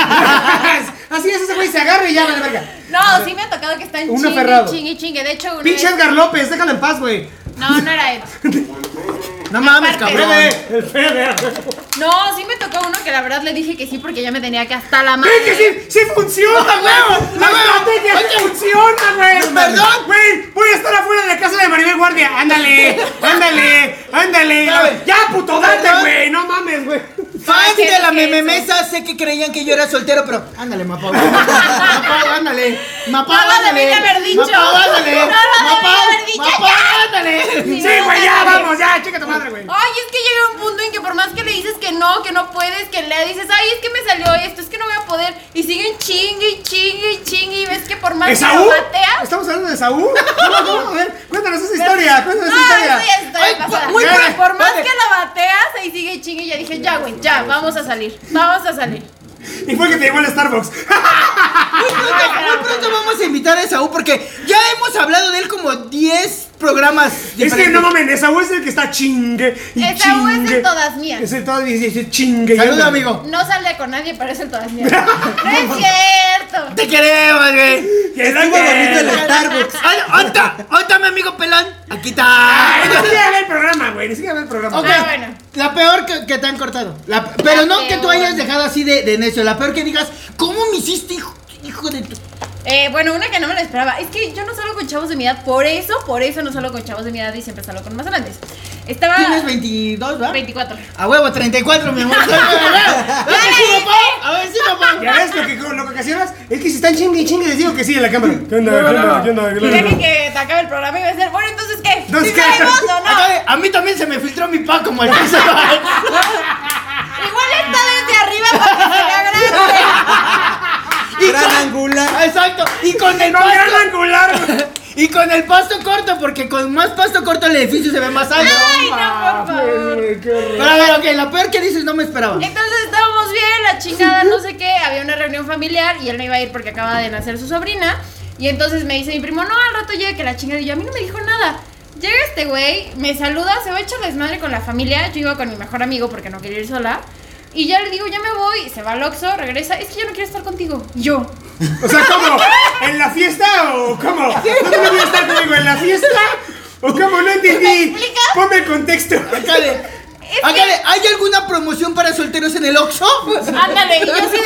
Speaker 1: Así es, ese güey se agarra y ya, vale, verga.
Speaker 4: No, sí me ha tocado que están
Speaker 1: Uno
Speaker 4: chingue,
Speaker 1: aferrado.
Speaker 4: chingue, chingue. De hecho, una
Speaker 1: Pinche
Speaker 4: vez-
Speaker 1: Edgar López, déjalo en paz, güey.
Speaker 4: No, no era él.
Speaker 2: No mames,
Speaker 4: Aparte.
Speaker 2: cabrón.
Speaker 1: Fede, eh. el Fede.
Speaker 4: No, sí me tocó uno que la verdad le dije que sí porque ya me tenía que hasta la madre.
Speaker 1: ¡Ven que sí! ¡Sí funciona, güey! ¡La
Speaker 2: ¡A huevo!
Speaker 1: estrategia sí funciona, güey!
Speaker 2: No, perdón.
Speaker 1: ¡Güey! ¡Voy a estar afuera de la casa de Maribel Guardia! ¡Ándale! ¡Ándale! ¡Ándale!
Speaker 2: ¿Sabes?
Speaker 1: ¡Ya, puto, date,
Speaker 2: Perdón.
Speaker 1: güey! ¡No mames, güey!
Speaker 2: Fan
Speaker 4: ¿Qué
Speaker 2: de la
Speaker 4: es eso?
Speaker 2: mememesa, sé que creían que yo era soltero, pero ándale, Mapau. Mapau, ándale. Mapau,
Speaker 4: No lo
Speaker 2: ándale.
Speaker 4: debí haber dicho.
Speaker 2: Mapau, ándale.
Speaker 4: No lo debí
Speaker 2: Mapau,
Speaker 4: haber dicho,
Speaker 2: Mapau, ándale.
Speaker 1: ¡Sí,
Speaker 4: no,
Speaker 1: güey! ¡Ya,
Speaker 4: ándale.
Speaker 1: vamos! ¡Ya! ¡Chica tu madre, güey!
Speaker 4: Ay, es que llega un punto en que por más que le dices que no, que no puedes, que le dices, ay, es que me salió esto, es que no voy a poder, y siguen chingue y chingue y chingue, y ves que por más que
Speaker 1: ¿Esaú?
Speaker 4: lo bateas.
Speaker 1: ¿Estamos hablando de Saúl? No, no, no, a ver, cuéntanos esa historia, cuéntanos esa
Speaker 4: No,
Speaker 1: historia.
Speaker 4: eso ya está
Speaker 2: Ay,
Speaker 4: pasada.
Speaker 2: cu- muy
Speaker 4: Pero
Speaker 2: bien,
Speaker 4: por más
Speaker 2: vale.
Speaker 4: que la bateas, ahí sigue chingue. Y ya dije, ya, güey, ya, vamos a salir. Vamos a salir.
Speaker 1: Y fue que te llegó el Starbucks.
Speaker 2: Muy pronto, muy pronto vamos a invitar a Esaú porque ya hemos hablado de él como 10 programas
Speaker 1: Es que
Speaker 2: diferentes.
Speaker 1: no mames, Esaú es el que está chingue y
Speaker 4: Esaú es el
Speaker 1: chingue.
Speaker 4: todas mías.
Speaker 1: Es el todas mías y dice chingue. y
Speaker 2: Saludo,
Speaker 1: ándale.
Speaker 2: amigo.
Speaker 4: No sale con nadie, pero es el todas mías. No es cierto.
Speaker 2: Te queremos, güey.
Speaker 1: Que
Speaker 3: Estuvo
Speaker 1: no, que-
Speaker 3: bonito el Starbucks.
Speaker 2: Ay, ¡Onta! ¡Onta, mi amigo pelón! ¡Aquí
Speaker 1: Ay, Ni
Speaker 2: está!
Speaker 1: siquiera ve el programa, güey. Ni siquiera ve el programa.
Speaker 2: Ok,
Speaker 4: Ah, bueno.
Speaker 2: la peor que, que te han cortado. La- pero
Speaker 4: La
Speaker 2: no que tú
Speaker 4: peor.
Speaker 2: hayas dejado así de, de necio. La peor que digas, ¿cómo me hiciste, hijo, hijo de tu...?
Speaker 4: Eh, bueno, una que no me la esperaba. Es que yo no salgo con chavos de mi edad. Por eso, por eso no salgo con chavos de mi edad y siempre salgo con más grandes. Estaba.
Speaker 2: Tienes 22, ¿verdad?
Speaker 4: 24.
Speaker 2: A huevo, 34, mi amor. A ver si me pongo, a ver si me pongo.
Speaker 1: Ya ves lo que, lo que ocasionas. Es que si están chingue y chingue, les digo que sí en la cámara. ¿Qué onda?
Speaker 2: No, no, no.
Speaker 1: onda?
Speaker 4: Fíjate que acabe el programa y va a ser, bueno, entonces ¿qué?
Speaker 2: Entonces,
Speaker 4: ¿Sí
Speaker 2: ¿qué?
Speaker 4: traemos o no?
Speaker 2: Acá de- A mí también se me filtró mi pa como el que se va.
Speaker 4: Igual está desde arriba para que se vea grande.
Speaker 2: Y
Speaker 3: Gran
Speaker 2: con-
Speaker 3: angular.
Speaker 2: Ah, Exacto. Y con el pasto. Y con el pasto corto, porque con más pasto corto el edificio se ve más alto.
Speaker 4: Ay, no, por favor.
Speaker 1: Qué horror.
Speaker 2: Pero a ver, ok, la peor que dices no me esperaba.
Speaker 4: Entonces estábamos bien, la chingada, no sé qué, había una reunión familiar y él no iba a ir porque acaba de nacer su sobrina. Y entonces me dice mi primo, no, al rato llega que la chingada. Y yo, a mí no me dijo nada. Llega este güey, me saluda, se va a echar desmadre con la familia. Yo iba con mi mejor amigo porque no quería ir sola. Y ya le digo, ya me voy, se va al Oxxo, regresa, es que yo no quiero estar contigo. Y Yo,
Speaker 1: O sea, ¿cómo? ¿En la fiesta o cómo? ¿No te voy a estar conmigo en la fiesta? ¿O cómo? No entendí.
Speaker 4: explicas?
Speaker 1: Ponme el contexto.
Speaker 2: Acá de, acá de, ¿hay alguna promoción para solteros en el Oxxo?
Speaker 4: ándale, y yo así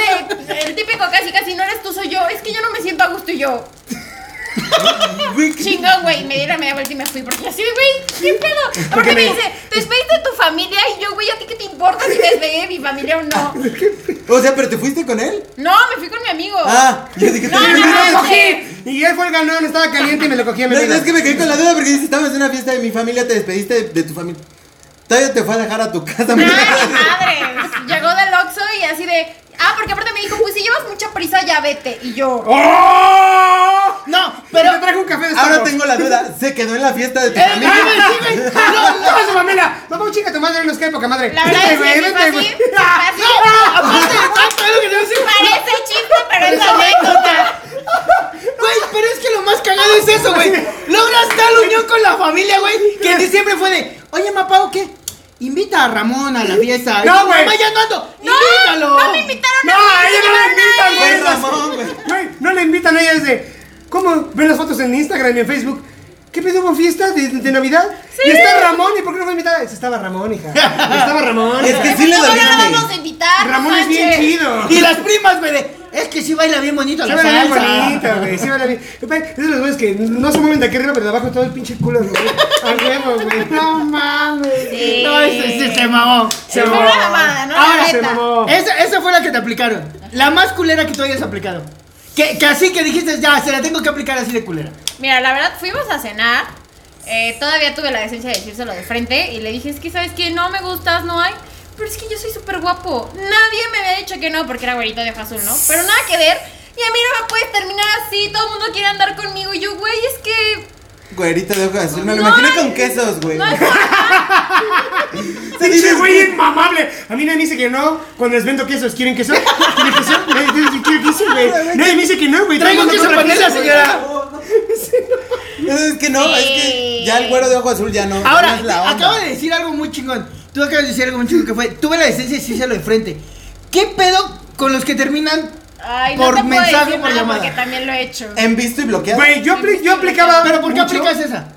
Speaker 4: de, el típico casi casi, no eres tú, soy yo, es que yo no me siento a gusto y yo,
Speaker 3: Güey, qué-
Speaker 4: Chingón, güey, me di la media vuelta y me fui porque así de, güey, ¿qué pedo? Porque me dice, te despediste de tu familia y yo, güey, ¿a ti qué te importa si me despegué de mi familia o no?
Speaker 3: O sea, pero te fuiste con él.
Speaker 4: No, me fui con mi amigo.
Speaker 3: Ah, yo dije,
Speaker 4: No,
Speaker 3: te-
Speaker 4: no,
Speaker 1: me lo
Speaker 4: no,
Speaker 1: cogí. Y él fue el ganón, estaba caliente y me lo cogí a mi
Speaker 3: No,
Speaker 1: vida.
Speaker 3: es que me quedé con la duda porque dices, estabas en una fiesta de mi familia, te despediste de, de tu familia. Todavía te fue a dejar a tu casa.
Speaker 4: Ay,
Speaker 3: mi-
Speaker 4: madres. Llegó del Oxxo y así de, ah, porque aparte me dijo, pues si llevas mucha prisa, ya vete. Y yo,
Speaker 1: ¡Oh!
Speaker 2: No,
Speaker 1: Pero
Speaker 2: pero.
Speaker 1: me trajo un café de
Speaker 3: Ahora
Speaker 1: Starbucks.
Speaker 3: tengo la duda, ¿se quedó en la fiesta de tu
Speaker 2: ¡Eh,
Speaker 3: familia?
Speaker 2: dime, dime!
Speaker 1: ¡No, no, su mamela! Mamá, chica, tu madre nos cae poca madre.
Speaker 4: la verdad
Speaker 1: Vete,
Speaker 4: es que
Speaker 1: güey,
Speaker 4: sí fue
Speaker 1: vete,
Speaker 4: así,
Speaker 1: güey.
Speaker 4: sí fue así.
Speaker 2: Aparte, exacto, es lo que te iba a decir.
Speaker 4: Parece chiste, pero es
Speaker 2: Esa
Speaker 4: anécdota.
Speaker 2: anécdota. Güey, pero es que lo más cagado es eso, güey. Logras tal unión con la familia, güey, que en diciembre fue de, oye, papá, ¿o qué? Invita a Ramón a la fiesta.
Speaker 1: No,
Speaker 2: Y,
Speaker 1: güey.
Speaker 2: Mamá, ya no ando.
Speaker 4: No,
Speaker 2: Invítalo.
Speaker 4: no me invitaron
Speaker 1: No,
Speaker 4: a
Speaker 1: a
Speaker 4: mí,
Speaker 1: ella no la
Speaker 4: llevaron a
Speaker 1: invitan,
Speaker 4: alguien.
Speaker 1: güey.
Speaker 3: Fue Ramón, güey.
Speaker 1: Güey, no la invitan a ella desde. ¿Cómo? Ven las fotos en Instagram y en Facebook. ¿Qué pedo hubo fiesta de, de Navidad? ¿Y está Ramón? ¿Y por qué no fue invitada? Estaba Ramón, hija. Estaba Ramón.
Speaker 3: Es que sí le
Speaker 4: ¿Cómo no la
Speaker 3: dolía.
Speaker 4: vamos a
Speaker 3: güey.
Speaker 4: invitar? no
Speaker 1: Ramón es bien
Speaker 4: manches?
Speaker 1: chido.
Speaker 2: Y las primas, güey, de, es que sí baila bien bonito
Speaker 1: Sí
Speaker 2: la
Speaker 1: baila bien
Speaker 2: salsa".
Speaker 1: bonito, güey. Sí baila bien. Güey, Es de los güeyes que no se mueven de aquí arriba, pero de abajo todo el pinche culo, güey. A huevo, güey. No mames.
Speaker 4: Sí.
Speaker 2: No, ese sí se mamó.
Speaker 1: Se
Speaker 4: Fue
Speaker 1: mamó.
Speaker 4: una mamada, ¿no? La
Speaker 1: Ahora se
Speaker 4: neta.
Speaker 1: mamó.
Speaker 2: Esa, esa fue la que te aplicaron. La más culera que tú hayas aplicado. Que, que así que dijiste, ya, se la tengo que aplicar así de culera.
Speaker 4: Mira, la verdad, fuimos a cenar. eh, todavía tuve la decencia de decírselo de frente. Y le dije, es que, ¿sabes qué? No me gustas, no hay. Pero es que yo soy súper guapo. Nadie me había dicho que no, porque era güerito de ojo azul, ¿no? Pero nada que ver. Y a mí no me puedes terminar así. Todo el mundo quiere andar conmigo. Y yo, güey, es que...
Speaker 3: Güerita de ojos azul, me lo
Speaker 4: No,
Speaker 3: imagino
Speaker 4: es-
Speaker 3: con quesos, güey.
Speaker 4: No es
Speaker 3: Sí,
Speaker 1: Pinche
Speaker 3: dices,
Speaker 1: güey inmamable. A mí nadie me dice que no cuando les vendo quesos. ¿Quieren queso? ¿Quieren queso? Nadie me dice, ¿Quieren queso, güey? Nadie me dice que no, güey.
Speaker 2: Traigo
Speaker 1: Todo el
Speaker 2: queso
Speaker 1: mundo compra
Speaker 2: panela,
Speaker 1: queso,
Speaker 2: señora.
Speaker 3: Es que no, es que ya el güero de ojo azul ya no. no
Speaker 2: Ahora,
Speaker 3: es la onda.
Speaker 2: acabo de decir algo muy chingón. Tú acabas de decir algo muy chingón que fue, tuve la decencia de decírselo de frente. ¿Qué pedo con los que terminan
Speaker 4: Ay, no
Speaker 2: por
Speaker 4: te puedo
Speaker 2: mensaje
Speaker 4: decir
Speaker 2: o por
Speaker 4: nada
Speaker 2: llamada?
Speaker 4: porque también lo he hecho.
Speaker 3: En visto y bloqueado.
Speaker 1: Güey, yo, apli- yo aplicaba.
Speaker 2: ¿Pero por qué
Speaker 1: mucho.
Speaker 2: aplicas esa?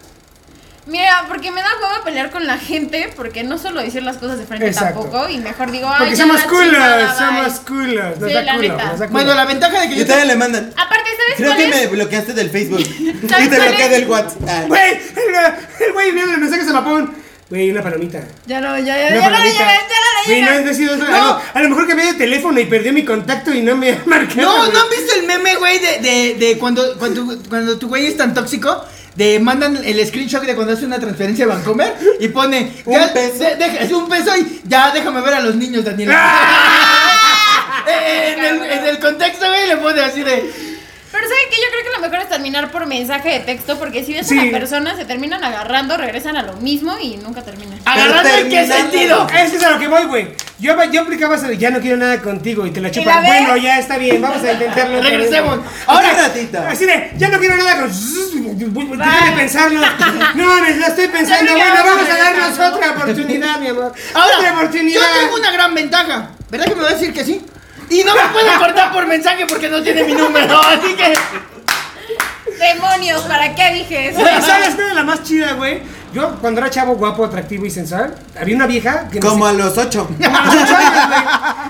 Speaker 4: Mira, porque me da hueva pelear con la gente, porque no suelo decir las cosas de frente
Speaker 1: Exacto.
Speaker 4: tampoco, y mejor digo, ay,
Speaker 1: Porque
Speaker 4: ya
Speaker 1: somos
Speaker 4: la
Speaker 1: culos,
Speaker 4: chingada, bye.
Speaker 1: somos culos. Nos
Speaker 4: Sí,
Speaker 1: da
Speaker 4: la
Speaker 1: culo,
Speaker 4: neta.
Speaker 1: nos da culo.
Speaker 2: Bueno, la ventaja de que
Speaker 3: Y
Speaker 2: yo...
Speaker 3: todavía le mandan.
Speaker 4: Aparte, ¿sabes
Speaker 3: Creo
Speaker 4: cuál
Speaker 3: que
Speaker 4: es?
Speaker 3: me bloqueaste del Facebook. Y
Speaker 4: ¿Sabes
Speaker 3: te
Speaker 4: cuál
Speaker 3: bloqueé
Speaker 4: es?
Speaker 3: del WhatsApp.
Speaker 1: Güey, el güey- el güey viendo los mensajes a Mapón. Güey, una palomita.
Speaker 4: Ya lo, ya, ya,
Speaker 1: Una
Speaker 4: ya lo
Speaker 1: palomita.
Speaker 4: llevé, ya lo
Speaker 1: Güey,
Speaker 4: llevé.
Speaker 1: no han decidido eso. A lo- A lo mejor cambié de teléfono y perdí mi contacto y no me marcaron.
Speaker 2: No,
Speaker 1: güey.
Speaker 2: ¿no han visto el meme, güey, de, de, de cuando, cuando, cuando tu güey es tan tóxico? De mandan el screenshot de cuando hace una transferencia a Vancomer y pone...
Speaker 3: Un
Speaker 2: ya,
Speaker 3: peso.
Speaker 2: de- deja- es un peso y ya déjame ver a los niños, Daniel.
Speaker 3: ¡Ah!
Speaker 2: Eh, eh, en, el, en el contexto, güey, le pone así de...
Speaker 4: Pero ¿saben qué? Yo creo que lo mejor es terminar por mensaje de texto, porque si ves
Speaker 1: Sí.
Speaker 4: a la persona, se terminan agarrando, regresan a lo mismo y nunca terminan.
Speaker 2: ¿Agarrando en qué
Speaker 3: terminando.
Speaker 2: sentido?
Speaker 1: Es que es a lo que voy, güey. Yo, yo aplicaba eso de ya no quiero nada contigo y te la
Speaker 4: la
Speaker 1: chupas.
Speaker 4: ves?
Speaker 1: Bueno, ya está bien, vamos a intentarlo. otra vez,
Speaker 2: Regresemos.
Speaker 1: güey.
Speaker 3: Ahora.
Speaker 2: Ahora-
Speaker 3: Un ratito.
Speaker 1: Así de, ya no quiero nada con. Deja de pensarlo. No mames, la estoy pensando.
Speaker 4: Ya no
Speaker 1: Bueno,
Speaker 4: quiero
Speaker 1: vamos a
Speaker 4: nada.
Speaker 1: darnos otra oportunidad, mi amor. otra
Speaker 2: Ahora,
Speaker 1: oportunidad.
Speaker 2: yo tengo una gran ventaja. ¿Verdad que me va a decir que sí? Y no me puedo cortar por mensaje porque no tiene mi número, así que...
Speaker 4: ¡Demonios! ¿Para qué dije eso?
Speaker 1: Güey, ¿Sabes qué es la más chida, güey? Yo, cuando era chavo, guapo, atractivo y sensual, había una vieja que me
Speaker 3: Como a los ocho.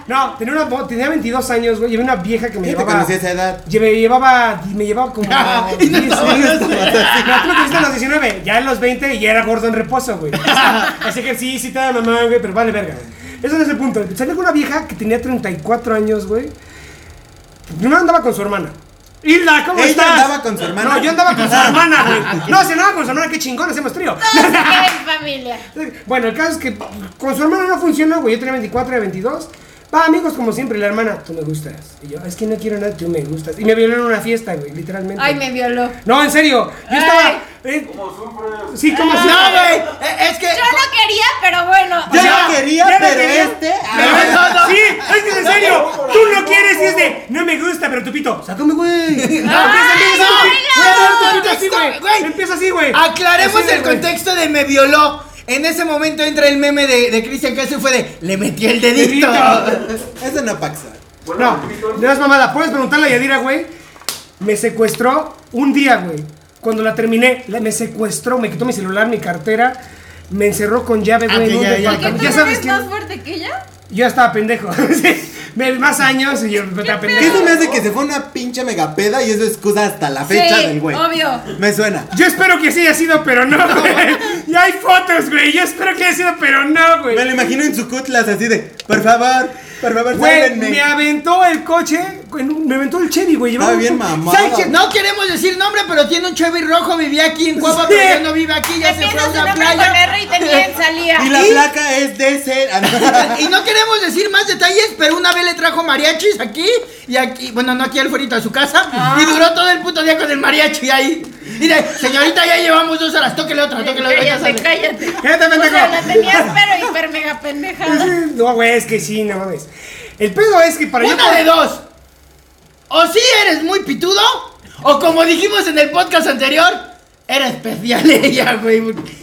Speaker 1: No, tenía, una, bo- tenía 22 años, güey. Y había una vieja que me
Speaker 3: Yo te
Speaker 1: llevaba.
Speaker 3: conocí a esa edad.
Speaker 1: Yo me llevaba. Me llevaba como.
Speaker 2: Y no
Speaker 1: 10
Speaker 2: estaba-
Speaker 1: años, güey. No, tú me conociste a los 19. Ya en los 20 ya era gordo en reposo, güey. Así que sí, sí te da mamá, güey. Pero vale, verga. Eso no es el punto. Salía con una vieja que tenía 34 años, güey. Primero andaba con su hermana. Hilda, ¿cómo
Speaker 3: Ella
Speaker 1: estás?
Speaker 3: andaba con su hermana.
Speaker 1: No, yo andaba con su hermana, güey. No, si andaba con su hermana, qué chingón, hacemos trío.
Speaker 4: en familia.
Speaker 1: Bueno, el caso es que con su hermana no funcionó, güey. Yo tenía 24 y 22. Va, amigos, como siempre, la hermana, tú me gustas. Y yo, es que no quiero nada, tú me gustas. Y me violaron en una fiesta, güey, literalmente.
Speaker 4: Ay, me violó.
Speaker 1: No, en serio. Yo
Speaker 4: Ay.
Speaker 1: estaba. eh, sí, como
Speaker 2: No,
Speaker 1: siempre.
Speaker 2: güey. eh, Es que.
Speaker 4: Yo no quería, pero bueno.
Speaker 3: Yo
Speaker 1: Ya,
Speaker 3: no
Speaker 1: ya
Speaker 3: quería,
Speaker 1: no
Speaker 3: pero
Speaker 1: quería.
Speaker 3: este.
Speaker 1: Pero
Speaker 3: ah,
Speaker 1: es- Sí, es que es en serio. Tú no quieres y es de, no me gusta, pero tu pito, sácame, güey. No, empieza, empieza así,
Speaker 4: oiga.
Speaker 1: güey, empieza así, güey.
Speaker 2: Güey.
Speaker 1: Empieza así, güey.
Speaker 2: Aclaremos
Speaker 1: Así,
Speaker 2: el
Speaker 1: güey.
Speaker 2: contexto de me violó. En ese momento entra el meme de, de Cristian Castro y fue de le metí el dedito.
Speaker 3: Eso este, no paxa.
Speaker 1: No, no es mamada. Puedes preguntarle a Yadira, güey. Me secuestró un día, güey. Cuando la terminé, la- me secuestró, me quitó mi celular, mi cartera, me encerró con llave,
Speaker 2: Ah,
Speaker 1: güey.
Speaker 2: que
Speaker 1: en un
Speaker 2: ya, ya,
Speaker 4: ¿Por qué
Speaker 1: departamento.
Speaker 4: tú
Speaker 1: ya
Speaker 4: no
Speaker 1: sabes
Speaker 4: eres
Speaker 1: que
Speaker 4: más fuerte que ella?
Speaker 1: yo estaba pendejo. Sí, me- más años y yo estaba
Speaker 3: Que
Speaker 1: pendejo.
Speaker 3: Eso me hace que se fue una pinche megapeda y eso es excusa hasta la fecha
Speaker 4: Sí,
Speaker 3: del güey.
Speaker 4: obvio.
Speaker 3: Me suena.
Speaker 1: Yo espero que sí haya sido, pero no, güey. Y hay fotos, güey. Yo espero que haya sido, pero no, güey.
Speaker 3: Me lo imagino en su cutlas así de, por favor, por favor,
Speaker 1: Güey,
Speaker 3: sálvenme.
Speaker 1: me aventó el coche, en un- me aventó el Chevy, güey. Llevaba
Speaker 3: Estaba bien
Speaker 1: un-
Speaker 3: mamado.
Speaker 1: ¿Sabes qué?
Speaker 2: No queremos decir nombre, pero tiene un Chevy rojo, vivía aquí en
Speaker 1: Sí.
Speaker 2: Cuapa, pero ya no vive aquí, ya se fue a
Speaker 4: Empieza su
Speaker 2: una
Speaker 4: nombre con
Speaker 2: playa.
Speaker 4: R y tenía salía.
Speaker 3: Y la placa es de ser.
Speaker 2: Y no queremos decir más detalles, pero una vez le trajo mariachis aquí y aquí, bueno, no aquí al fuerito a su casa,
Speaker 4: Ah.
Speaker 2: y duró todo el puto día con el mariachi ahí. Y de, señorita, ya llevamos dos horas, tóquele otra, tóquele otra. ya
Speaker 4: Cállate,
Speaker 2: sale".
Speaker 4: cállate.
Speaker 1: Cállate,
Speaker 4: O sea,
Speaker 1: pendejo.
Speaker 4: la tenías pero hiper mega pendejada.
Speaker 1: No, güey, es que sí, no mames. El pedo es que para yo.
Speaker 2: Una de dos. O sí eres muy pitudo, o como dijimos en el podcast anterior, era especial ella, güey.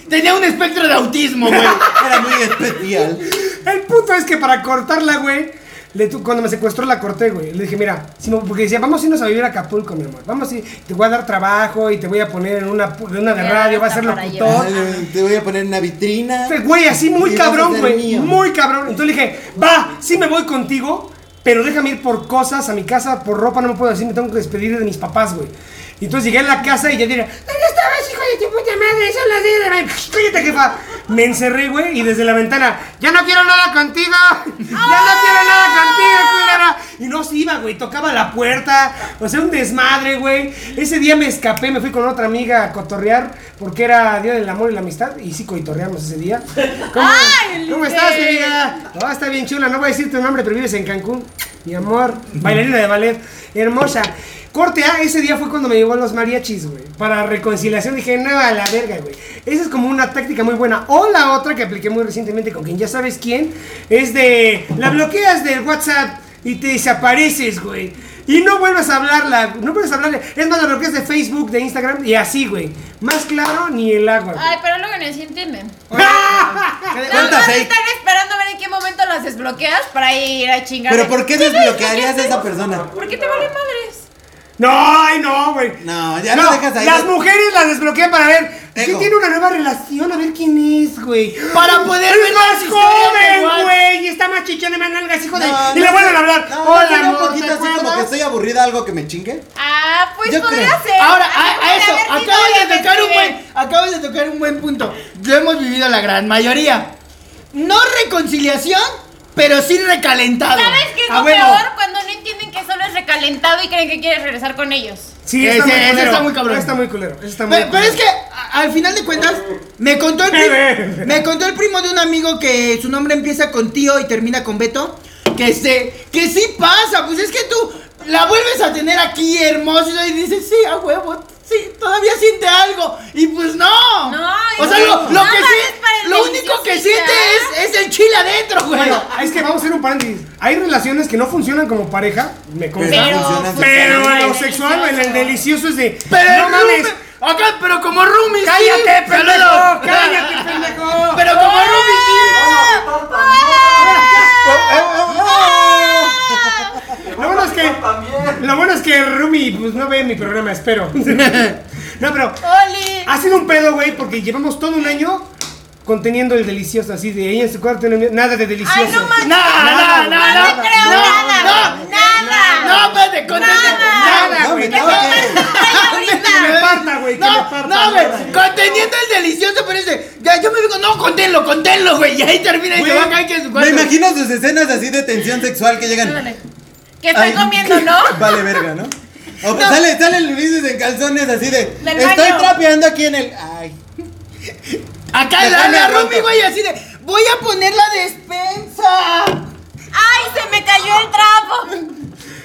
Speaker 2: Tenía un espectro de autismo, güey.
Speaker 3: Era muy especial.
Speaker 1: El punto es que para cortarla, güey. le tu- cuando me secuestró la corté, güey. Le dije, mira, si no- porque decía, vamos a irnos a vivir a Acapulco, mi amor. Vamos a ir, te voy a dar trabajo y te voy a poner en una, pu- en una de
Speaker 4: Ya,
Speaker 1: radio, va a
Speaker 4: hasta
Speaker 1: ser
Speaker 4: para
Speaker 1: locutor.
Speaker 3: Ay, Te voy a poner en una vitrina.
Speaker 1: Este Güey, así muy
Speaker 3: Y vas a
Speaker 1: cabrón,
Speaker 3: ser
Speaker 1: güey.
Speaker 3: mío.
Speaker 1: Muy cabrón. Entonces le dije, va, sí me voy contigo, pero déjame ir por cosas a mi casa, por ropa, no me puedo decir, me tengo que despedir de mis papás, güey. Y entonces llegué a la casa y ya diré, ¿dónde estabas, hijo de tu puta madre? Son las 10 de la mañana. Cállate, jefa. Me encerré, güey, y desde la ventana, ya no quiero nada contigo. Ya no quiero nada contigo, culera. Y no se iba, güey, tocaba la puerta. O sea, un desmadre, güey. Ese día me escapé, me fui con otra amiga a cotorrear, porque era Día del Amor y la Amistad, y sí cotorreamos ese día. ¿Cómo,
Speaker 4: ¡Ay,
Speaker 1: ¿cómo estás,
Speaker 4: Lice!
Speaker 1: amiga? Oh, está bien chula, no voy a decir tu nombre, pero vives en Cancún. Mi amor, bailarina de ballet, hermosa. Corte A, ese día fue cuando me llevó a los mariachis, güey. Para reconciliación dije, no, a la verga, güey. Esa es como una táctica muy buena. O la otra que apliqué muy recientemente con quien ya sabes quién, es de, la bloqueas del WhatsApp y te desapareces, güey. Y no vuelvas a hablarla, no vuelves a hablarle. Es más, la bloqueas de Facebook, de Instagram y así, güey. Más claro ni el agua. güey. Ah,
Speaker 4: Ay, pero luego ni así entienden. Nada
Speaker 3: ¿Cuántas
Speaker 4: más
Speaker 3: hay?
Speaker 4: están esperando a ver en qué momento las desbloqueas para ir a chingar.
Speaker 3: Pero ¿por qué
Speaker 4: ¿Ya
Speaker 3: desbloquearías a
Speaker 4: desbloqueaste?
Speaker 3: esa persona?
Speaker 4: ¿Por qué te vale madres?
Speaker 1: No, ay, no, güey.
Speaker 3: No, ya no dejas ahí.
Speaker 1: Las mujeres las desbloquean para ver. ¿Quién
Speaker 3: Ego.
Speaker 1: tiene una nueva relación? A ver quién es, güey.
Speaker 2: Para poder
Speaker 1: ¡Es
Speaker 2: ver las
Speaker 1: más
Speaker 2: historias de
Speaker 1: joven,
Speaker 2: Juan.
Speaker 1: güey! Y está más chichón de manalgas, hijo de.
Speaker 3: No,
Speaker 1: y
Speaker 3: no
Speaker 1: le vuelven
Speaker 3: sé.
Speaker 1: a hablar.
Speaker 3: No,
Speaker 1: Hola,
Speaker 3: no sería
Speaker 1: amor,
Speaker 3: un poquito
Speaker 1: ¿te
Speaker 3: así como que
Speaker 1: acuerdas?
Speaker 3: estoy aburrida, algo que me chingue.
Speaker 4: Ah, pues
Speaker 3: Yo
Speaker 4: podría
Speaker 3: creo.
Speaker 4: ser.
Speaker 2: Ahora, a, a
Speaker 4: ver,
Speaker 2: eso,
Speaker 4: ver si
Speaker 2: acabas de
Speaker 4: todavía te
Speaker 2: tocar un
Speaker 4: escriben.
Speaker 2: buen, acabas de tocar un buen punto. Lo hemos vivido la gran mayoría. No reconciliación, pero sí recalentado.
Speaker 4: ¿Sabes qué es
Speaker 1: Ah,
Speaker 4: lo
Speaker 1: bueno.
Speaker 4: peor? Cuando no entienden que solo es recalentado y creen que quieres regresar con ellos.
Speaker 1: Sí,
Speaker 2: Ese-
Speaker 1: está muy,
Speaker 2: ese
Speaker 1: culero.
Speaker 2: está muy cabrón.
Speaker 1: Está muy culero. ese está muy
Speaker 2: Pe- Pero,
Speaker 1: culero.
Speaker 2: es que a- al final de cuentas me contó el primo, me contó el primo de un amigo que su nombre empieza con tío y termina con Beto, que este que sí pasa, pues es que tú la vuelves a tener aquí hermoso y dices, "Sí, a huevo, sí, todavía siente algo." Y pues no.
Speaker 4: No,
Speaker 2: o
Speaker 4: y
Speaker 2: sea,
Speaker 4: no,
Speaker 2: lo, lo
Speaker 4: nada
Speaker 2: que
Speaker 4: más para
Speaker 2: sí,
Speaker 4: el
Speaker 2: lo único que
Speaker 4: deliciosista.
Speaker 2: siente es, es el chile adentro, güey.
Speaker 1: Bueno, es que vamos a hacer un paréntesis. Hay relaciones que no funcionan como pareja. Me consta.
Speaker 4: Pero- Ah,
Speaker 3: funcionan
Speaker 1: Pero,
Speaker 3: sexualmente.
Speaker 1: en lo sexual, en el delicioso es de.
Speaker 2: Pero
Speaker 1: no
Speaker 2: el
Speaker 1: mames.
Speaker 2: roomie- acá, pero como roomies. sí.
Speaker 1: ¡Cállate, pendejo!
Speaker 2: Saludos.
Speaker 1: ¡Cállate, pendejo!
Speaker 2: Pero como roomies. sí.
Speaker 1: Lo bueno es que. Lo bueno es que Rumi pues, no ve mi programa, espero. no, pero.
Speaker 4: ¡Oli!
Speaker 1: Ha sido un pedo, güey, porque llevamos todo un año conteniendo el delicioso, así de ella en su cuarto, no- nada de delicioso.
Speaker 4: ¡Ay, no manches!
Speaker 2: No, no, no, no, no, no,
Speaker 4: no, te creo nada! ¡Nada!
Speaker 2: No, pues, espérate, contenido.
Speaker 4: Nada.
Speaker 1: Nada,
Speaker 3: No,
Speaker 1: güey.
Speaker 3: me
Speaker 1: No,
Speaker 3: tengo que-
Speaker 1: que me
Speaker 4: ahorita!
Speaker 1: parta, güey. que me
Speaker 2: No,
Speaker 1: parta.
Speaker 2: no, güey. Conteniendo el delicioso, pero ese. Ya yo me digo, no, conténlo, conténlo, güey. Y ahí termina y se va a caer que en su
Speaker 3: Me
Speaker 2: cuarto.
Speaker 3: imagino sus escenas así de tensión sexual que llegan.
Speaker 4: Que estoy
Speaker 3: Ay,
Speaker 4: comiendo, ¿no?
Speaker 3: Vale verga, ¿no? O pues sale, sale el Ulises en calzones así de.
Speaker 4: Del
Speaker 3: Estoy
Speaker 4: baño".
Speaker 3: trapeando aquí en el. Ay.
Speaker 2: Acá la,
Speaker 3: Déjame
Speaker 2: la
Speaker 3: aguanto.
Speaker 2: Rumi, güey, así de. Voy a poner la despensa.
Speaker 4: ¡Ay, se me cayó el trapo!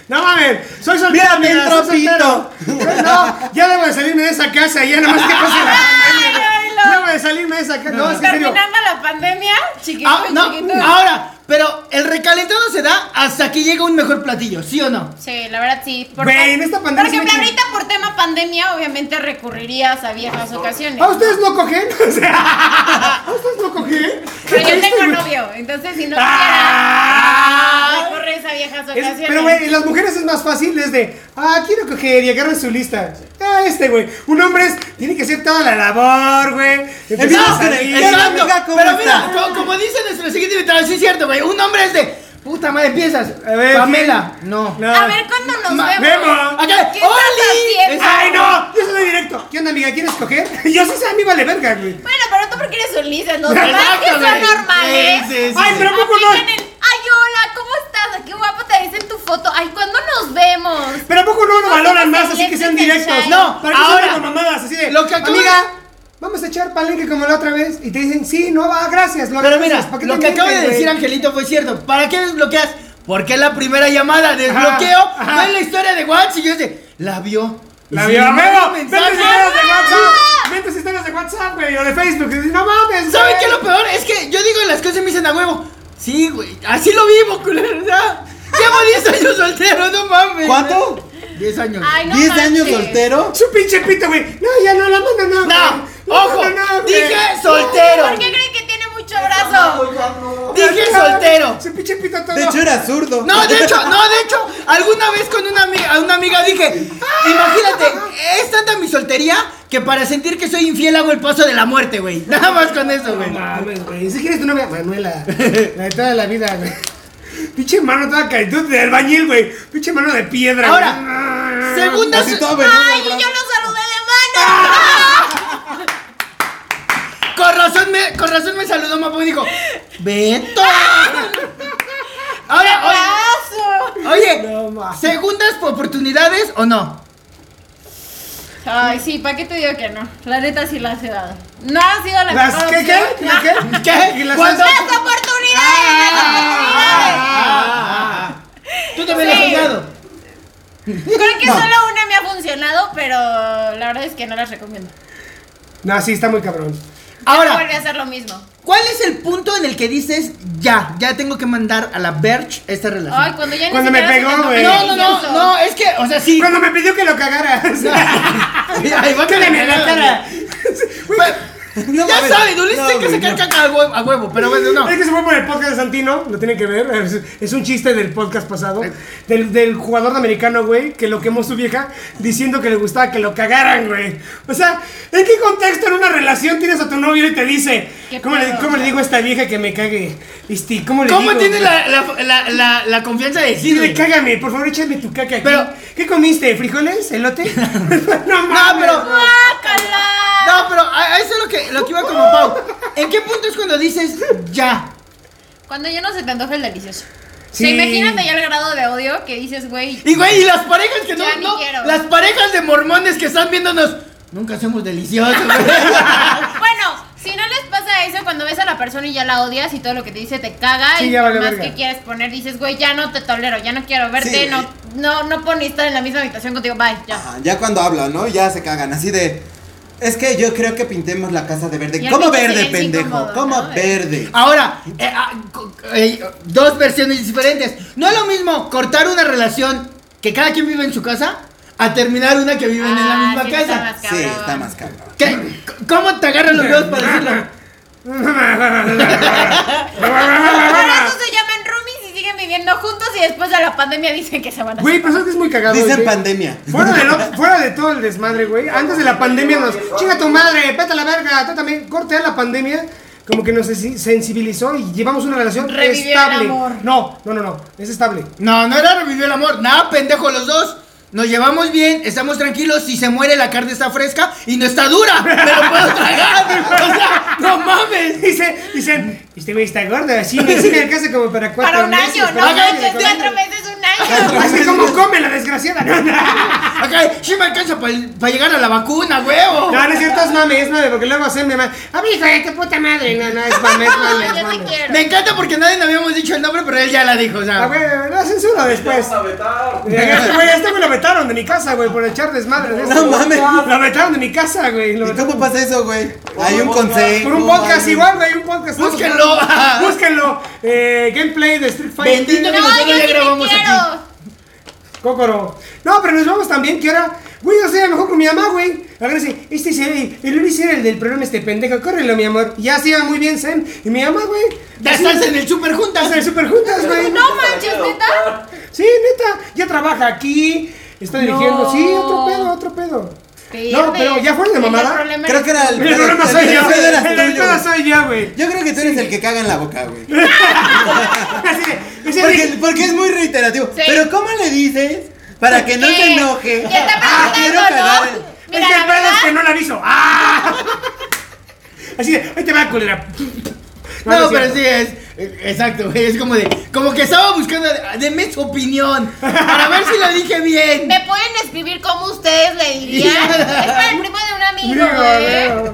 Speaker 1: No mames, soy soltero.
Speaker 3: Mírate el
Speaker 1: mira, soy
Speaker 3: trapito.
Speaker 1: soltero. No, ya debo de salirme de esa casa, ya nomás que pase la
Speaker 4: ¡Ay,
Speaker 1: pandemia.
Speaker 4: Lolo!
Speaker 1: Debo de salirme de esa casa. No, es que en serio.
Speaker 4: Terminando la pandemia, chiquito,
Speaker 2: Ah, no,
Speaker 4: chiquito.
Speaker 2: ahora, pero el recalentado se da hasta que llega un mejor platillo, ¿sí o no?
Speaker 4: Sí, la verdad sí. Por,
Speaker 1: Güey, en esta pandemia
Speaker 4: Por ejemplo,
Speaker 1: sí me-
Speaker 4: ahorita por tema pandemia, obviamente recurrirías a viejas ocasiones.
Speaker 1: ¿A ustedes no cogen? O sea, ¿a ustedes no cogen?
Speaker 4: Pero yo tengo
Speaker 1: Este, güey.
Speaker 4: novio, entonces si no
Speaker 1: Ah.
Speaker 4: quieras, recurres a viejas
Speaker 1: Es-
Speaker 4: ocasiones.
Speaker 1: pero, güey, en las mujeres es más fácil, es de, ah, quiero coger y agarran su lista. Ah, este, güey. Un hombre es, tiene que hacer toda la labor, güey. Empieza a
Speaker 3: No, pero-
Speaker 1: salir.
Speaker 3: el-
Speaker 2: Exacto,
Speaker 3: amiga, ¿cómo
Speaker 2: pero
Speaker 3: está?
Speaker 2: mira, co- como, dice nuestro siguiente invitado, sí es cierto, güey, un hombre es de, puta madre, empiezas,
Speaker 1: A ver,
Speaker 2: Pamela,
Speaker 1: ¿quién?
Speaker 2: no.
Speaker 1: No.
Speaker 4: A ver cuándo nos
Speaker 1: Ah, Ma-
Speaker 4: vemos.
Speaker 1: Memo.
Speaker 2: Acá,
Speaker 4: ¿Qué
Speaker 2: ¡Oli!
Speaker 4: estás haciendo?
Speaker 1: ¡Ay, no! Yo soy directo. ¿Qué onda, amiga? ¿Quieres coger? Yo sí sé, a mí vale verga, güey.
Speaker 4: Bueno, pero tú porque eres Ulises, los
Speaker 2: Exacto,
Speaker 4: demás que son
Speaker 2: güey.
Speaker 4: normales.
Speaker 2: Sí, sí, sí,
Speaker 1: Ay,
Speaker 2: sí.
Speaker 1: pero
Speaker 4: Así
Speaker 1: poco no.
Speaker 4: tienen, Ay, hola, ¿cómo estás? Qué guapo te ves en tu foto. Ay, ¿cuándo nos vemos?
Speaker 1: Pero ¿a poco no lo
Speaker 4: No,
Speaker 1: valoran
Speaker 4: porque
Speaker 1: más,
Speaker 4: se
Speaker 1: así que sean
Speaker 4: sienten
Speaker 1: directos.
Speaker 4: shy.
Speaker 1: No, para que
Speaker 2: ahora,
Speaker 1: ahora, mamadas, así de.
Speaker 2: lo que acaba-
Speaker 1: Amiga, vamos a echar palenque como la otra vez. Y te dicen, sí, no va, gracias. Lo
Speaker 2: Pero
Speaker 1: agradeces,
Speaker 2: mira,
Speaker 1: ¿para qué
Speaker 2: lo
Speaker 1: te
Speaker 2: que acaba de
Speaker 1: mienten,
Speaker 2: decir
Speaker 1: güey?
Speaker 2: Angelito fue cierto. ¿Para qué desbloqueas? Porque la primera llamada, desbloqueo,
Speaker 1: ajá.
Speaker 2: fue en la historia de Watts y yo dije, la vio.
Speaker 1: La
Speaker 2: Sí,
Speaker 1: vio a
Speaker 2: me
Speaker 1: huevo.
Speaker 2: mandó
Speaker 1: Ventes
Speaker 2: mensaje. Ah.
Speaker 1: historias de WhatsApp. Ventes historias de WhatsApp, güey, o de Facebook. Y dices, no mames.
Speaker 2: ¿Saben
Speaker 1: güey.
Speaker 2: qué es lo peor? Es que yo digo las cosas y me dicen a huevo. Sí, güey, así lo vivo, culero. o sea, Llevo 10 años soltero, no mames.
Speaker 3: ¿Cuánto?
Speaker 2: 10 años.
Speaker 4: Ay, no
Speaker 3: ¿10
Speaker 4: manches.
Speaker 3: años soltero?
Speaker 1: Su pinche pito, güey. No, ya no, la mano no.
Speaker 2: No,
Speaker 1: güey. La
Speaker 2: ojo,
Speaker 1: mano no, güey.
Speaker 2: dije soltero.
Speaker 4: ¿Por qué creen que tiene mucho brazo?
Speaker 2: Dije soltero.
Speaker 1: Su pinche pito todo.
Speaker 3: De hecho era zurdo.
Speaker 2: No, de hecho, no, de hecho, alguna vez con una amiga, una amiga dije, imagínate, es tanta mi soltería que para sentir que soy infiel hago el paso de la muerte, güey. Nada más con eso,
Speaker 1: No
Speaker 2: güey.
Speaker 1: mames, güey. Si quieres tu novia, Manuela. La de toda la vida, güey. Pinche mano toda caritud de albañil, güey. Pinche mano de piedra.
Speaker 2: Ahora,
Speaker 1: güey.
Speaker 2: segunda,
Speaker 3: Así todo venudo,
Speaker 4: Ay, y
Speaker 3: bro.
Speaker 4: yo lo saludé de
Speaker 1: Ah,
Speaker 4: mano.
Speaker 2: con razón me, con razón me saludó Mapo y dijo, Beto. Ahora,
Speaker 4: ¡Brazo!
Speaker 2: oye, oye,
Speaker 1: No mames.
Speaker 2: segundas oportunidades o no?
Speaker 4: Ay, sí, ¿para qué te digo que no? La neta sí las he dado. No ha sido la
Speaker 1: Ah. ¿Las
Speaker 4: mejor
Speaker 1: qué, qué?
Speaker 4: opción.
Speaker 1: ¿Las qué?
Speaker 2: Ah. ¿Qué?
Speaker 1: Y las
Speaker 2: ¿Cuándo?
Speaker 4: Las oportunidades, las
Speaker 2: Ah, ah, ah. Tú también lo has
Speaker 4: Sí.
Speaker 2: jugado.
Speaker 4: oportunidades. Creo que solo una me ha funcionado, pero la verdad es que no las recomiendo.
Speaker 1: No, sí, está muy cabrón.
Speaker 4: No
Speaker 2: Ahora,
Speaker 4: vuelve a hacer lo mismo.
Speaker 2: ¿Cuál es el punto en el que dices ya, ya tengo que mandar a la Verge esta
Speaker 4: Ay,
Speaker 2: relación?
Speaker 4: cuando ya ni
Speaker 1: Cuando me pegó,
Speaker 4: siquiera se te
Speaker 1: güey.
Speaker 4: antoja
Speaker 2: no, no, no,
Speaker 4: eso.
Speaker 2: no, es que, o sea, sí.
Speaker 1: Cuando me pidió que lo cagaras.
Speaker 2: Ay, va
Speaker 1: Cálame
Speaker 2: a tener
Speaker 1: la cara.
Speaker 3: No
Speaker 2: ya
Speaker 3: mames.
Speaker 2: saben, Ulises
Speaker 3: No,
Speaker 2: tiene que sacar
Speaker 3: güey, no.
Speaker 2: caca a huevo, a huevo, pero bueno, no.
Speaker 1: Es que se fue por el podcast de Santino, lo tienen que ver. Es, es un chiste del podcast pasado. Del, del jugador de americano, güey, que lo quemó su vieja diciendo que le gustaba que lo cagaran, güey. O sea, ¿en qué contexto en una relación tienes a tu novio y te dice,
Speaker 4: ¿Qué
Speaker 1: ¿cómo le,
Speaker 4: pedo?
Speaker 1: cómo le digo a esta vieja que me cague? Este, ¿Cómo le
Speaker 2: ¿Cómo
Speaker 1: digo?
Speaker 2: tiene la, la, la, la, la confianza de
Speaker 1: Dile,
Speaker 2: decirle?
Speaker 1: cágame, por favor, échame tu caca aquí.
Speaker 2: Pero-
Speaker 1: ¿Qué comiste? ¿Frijoles? ¿Elote? no,
Speaker 2: No, pero,
Speaker 4: ¡Guácala!
Speaker 2: no, pero a- a eso es lo que, lo que iba como Pau. ¿En qué punto es cuando dices ya?
Speaker 4: Cuando ya no se te antoja el delicioso.
Speaker 1: Sí.
Speaker 4: O sea, imagínate ya el grado de odio que dices, güey.
Speaker 2: Y güey, y las parejas que no,
Speaker 4: Ya ni
Speaker 2: no
Speaker 4: quiero.
Speaker 2: las parejas de mormones que están viéndonos, nunca somos deliciosos, güey.
Speaker 4: Bueno, si no les pasa eso, cuando ves a la persona y ya la odias y todo lo que te dice te caga
Speaker 1: Sí,
Speaker 4: y
Speaker 1: ya vale
Speaker 4: más
Speaker 1: verga.
Speaker 4: que quieres poner, dices, güey, ya no te tolero, ya no quiero verte,
Speaker 3: Sí.
Speaker 4: no, no, no puedo ni estar en la misma habitación contigo, bye, ya.
Speaker 3: Ajá, Ah, ya cuando hablan, ¿no? Ya se cagan, así de. Es que yo creo que pintemos la casa de
Speaker 4: Y
Speaker 3: verde.
Speaker 4: el
Speaker 3: ¿Cómo
Speaker 4: pinche
Speaker 3: verde,
Speaker 4: silencio
Speaker 3: pendejo?
Speaker 4: incómodo,
Speaker 3: ¿Cómo
Speaker 4: ¿no?
Speaker 3: verde?
Speaker 2: Ahora, eh, ah, co- eh, dos versiones diferentes. No es lo mismo cortar una relación que cada quien vive en su casa a terminar una que viven en la
Speaker 4: Ah,
Speaker 2: misma
Speaker 4: sí, está
Speaker 2: casa.
Speaker 4: más
Speaker 3: Sí,
Speaker 4: cabrón.
Speaker 3: está más cabrón.
Speaker 2: ¿Qué? C- ¿Cómo te agarran los dedos para decirlo?
Speaker 4: Por
Speaker 1: Ah.
Speaker 4: eso se llaman roomies y siguen viviendo juntos y después de la pandemia dicen que se van a
Speaker 1: Güey, pero sabes que es Ah, muy cagado.
Speaker 3: Dicen
Speaker 1: güey?
Speaker 3: pandemia.
Speaker 1: Fuera de, lo- fuera de todo el desmadre, güey. Antes de la pandemia nos. ¡Chinga tu madre! ¡Vete a la verga! Tú también. Corte a la pandemia. Como que nos sensi- sensibilizó y llevamos una relación
Speaker 4: Revivió el
Speaker 1: estable.
Speaker 4: amor.
Speaker 1: No, no, no, no. Es estable.
Speaker 2: No, no era revivir el amor. Nada, pendejo, los dos. Nos llevamos bien, estamos tranquilos. Si se muere, la carne está fresca y no está dura. Me lo puedo tragar. O sea, no mames.
Speaker 1: Dice, dicen, este güey está gordo. Sí, sí me alcanza como para cuatro
Speaker 4: Para un
Speaker 2: Pues
Speaker 1: meses,
Speaker 4: año,
Speaker 1: para
Speaker 4: no
Speaker 1: un año,
Speaker 4: manches,
Speaker 1: para un
Speaker 4: cuatro
Speaker 1: año".
Speaker 4: meses, un años.
Speaker 1: Es que cómo come la desgraciada. No, no,
Speaker 2: Acá, sí me alcanza para llegar a la vacuna,
Speaker 1: no,
Speaker 2: huevo.
Speaker 1: no es cierto, es mame, es mame, porque luego hacen mi mamá. A mi hijo de tu puta madre. No, no, es mame, es mame. es
Speaker 4: No, yo te
Speaker 1: mame.
Speaker 4: quiero.
Speaker 2: Me encanta porque nadie le habíamos dicho el nombre, pero él ya la dijo, o sea.
Speaker 1: Ah, güey, la censura después.
Speaker 5: Vamos a vetar.
Speaker 1: Ya, Este güey, este güey lo vetaron de mi casa, güey, por echar desmadre. de
Speaker 3: No
Speaker 1: esto, güey.
Speaker 3: mames.
Speaker 1: Lo vetaron de mi casa, güey. lo
Speaker 3: ¿Y
Speaker 1: vetaron.
Speaker 3: cómo pasa eso, güey?
Speaker 5: Por
Speaker 3: Hay
Speaker 5: un
Speaker 3: un
Speaker 5: podcast.
Speaker 3: consejo.
Speaker 1: Por un podcast
Speaker 3: hay-
Speaker 1: igual, güey, un podcast.
Speaker 2: Búsquenlo.
Speaker 1: Búsquenlo. Eh, gameplay de Street Fighter.
Speaker 2: Bendito
Speaker 4: No,
Speaker 2: Nosotros
Speaker 4: yo
Speaker 2: ya
Speaker 4: sí te
Speaker 2: grabamos
Speaker 4: quiero.
Speaker 2: aquí.
Speaker 1: Cócoro. No, pero nos vamos también, que ahora, güey, yo sé, a lo mejor con mi mamá, güey. Agradece, este se ve, el Luis era el del programa este pendejo, córrelo, mi amor. Ya se iba muy bien, Sam. Y mi mamá, güey.
Speaker 2: Ya
Speaker 1: así,
Speaker 2: estás en el super juntas.
Speaker 1: estás en el super juntas, güey.
Speaker 4: No manches, neta.
Speaker 1: Sí, neta, ya trabaja aquí, está dirigiendo.
Speaker 4: No.
Speaker 1: Sí, otro pedo, otro pedo.
Speaker 4: Pierdes.
Speaker 1: pero ya fuera de
Speaker 4: El
Speaker 1: mamada.
Speaker 4: problema
Speaker 3: Creo
Speaker 4: es-
Speaker 3: que era el.
Speaker 1: El problema soy yo,
Speaker 3: pedo era
Speaker 1: el del
Speaker 3: tuyo.
Speaker 1: pedo soy yo, güey.
Speaker 3: Yo creo que tú eres el que caga en la boca, güey.
Speaker 1: Así de, ese
Speaker 3: Porque,
Speaker 1: Rick-
Speaker 3: porque es muy reiterativo.
Speaker 4: Sí.
Speaker 3: Pero ¿cómo le dices para que no
Speaker 4: ¿Qué?
Speaker 3: se enoje?
Speaker 4: Ya está
Speaker 3: Ah, quiero
Speaker 4: preguntando,
Speaker 3: cagar
Speaker 4: ¿no?
Speaker 3: en-
Speaker 1: es que
Speaker 4: Mira, la
Speaker 1: el pedo
Speaker 4: verdad-
Speaker 1: es que no la aviso. ¡Ah! Así de, ahí te va, culera.
Speaker 2: No,
Speaker 1: es
Speaker 2: pero
Speaker 1: cierto.
Speaker 2: sí es. eh, Exacto, güey, es como de. Como que estaba buscando. Deme su opinión. Para ver si lo dije bien.
Speaker 4: Me pueden escribir como ustedes le dirían. es para el primo de un amigo, ¿eh?
Speaker 1: Mira,
Speaker 4: güey.
Speaker 1: mira.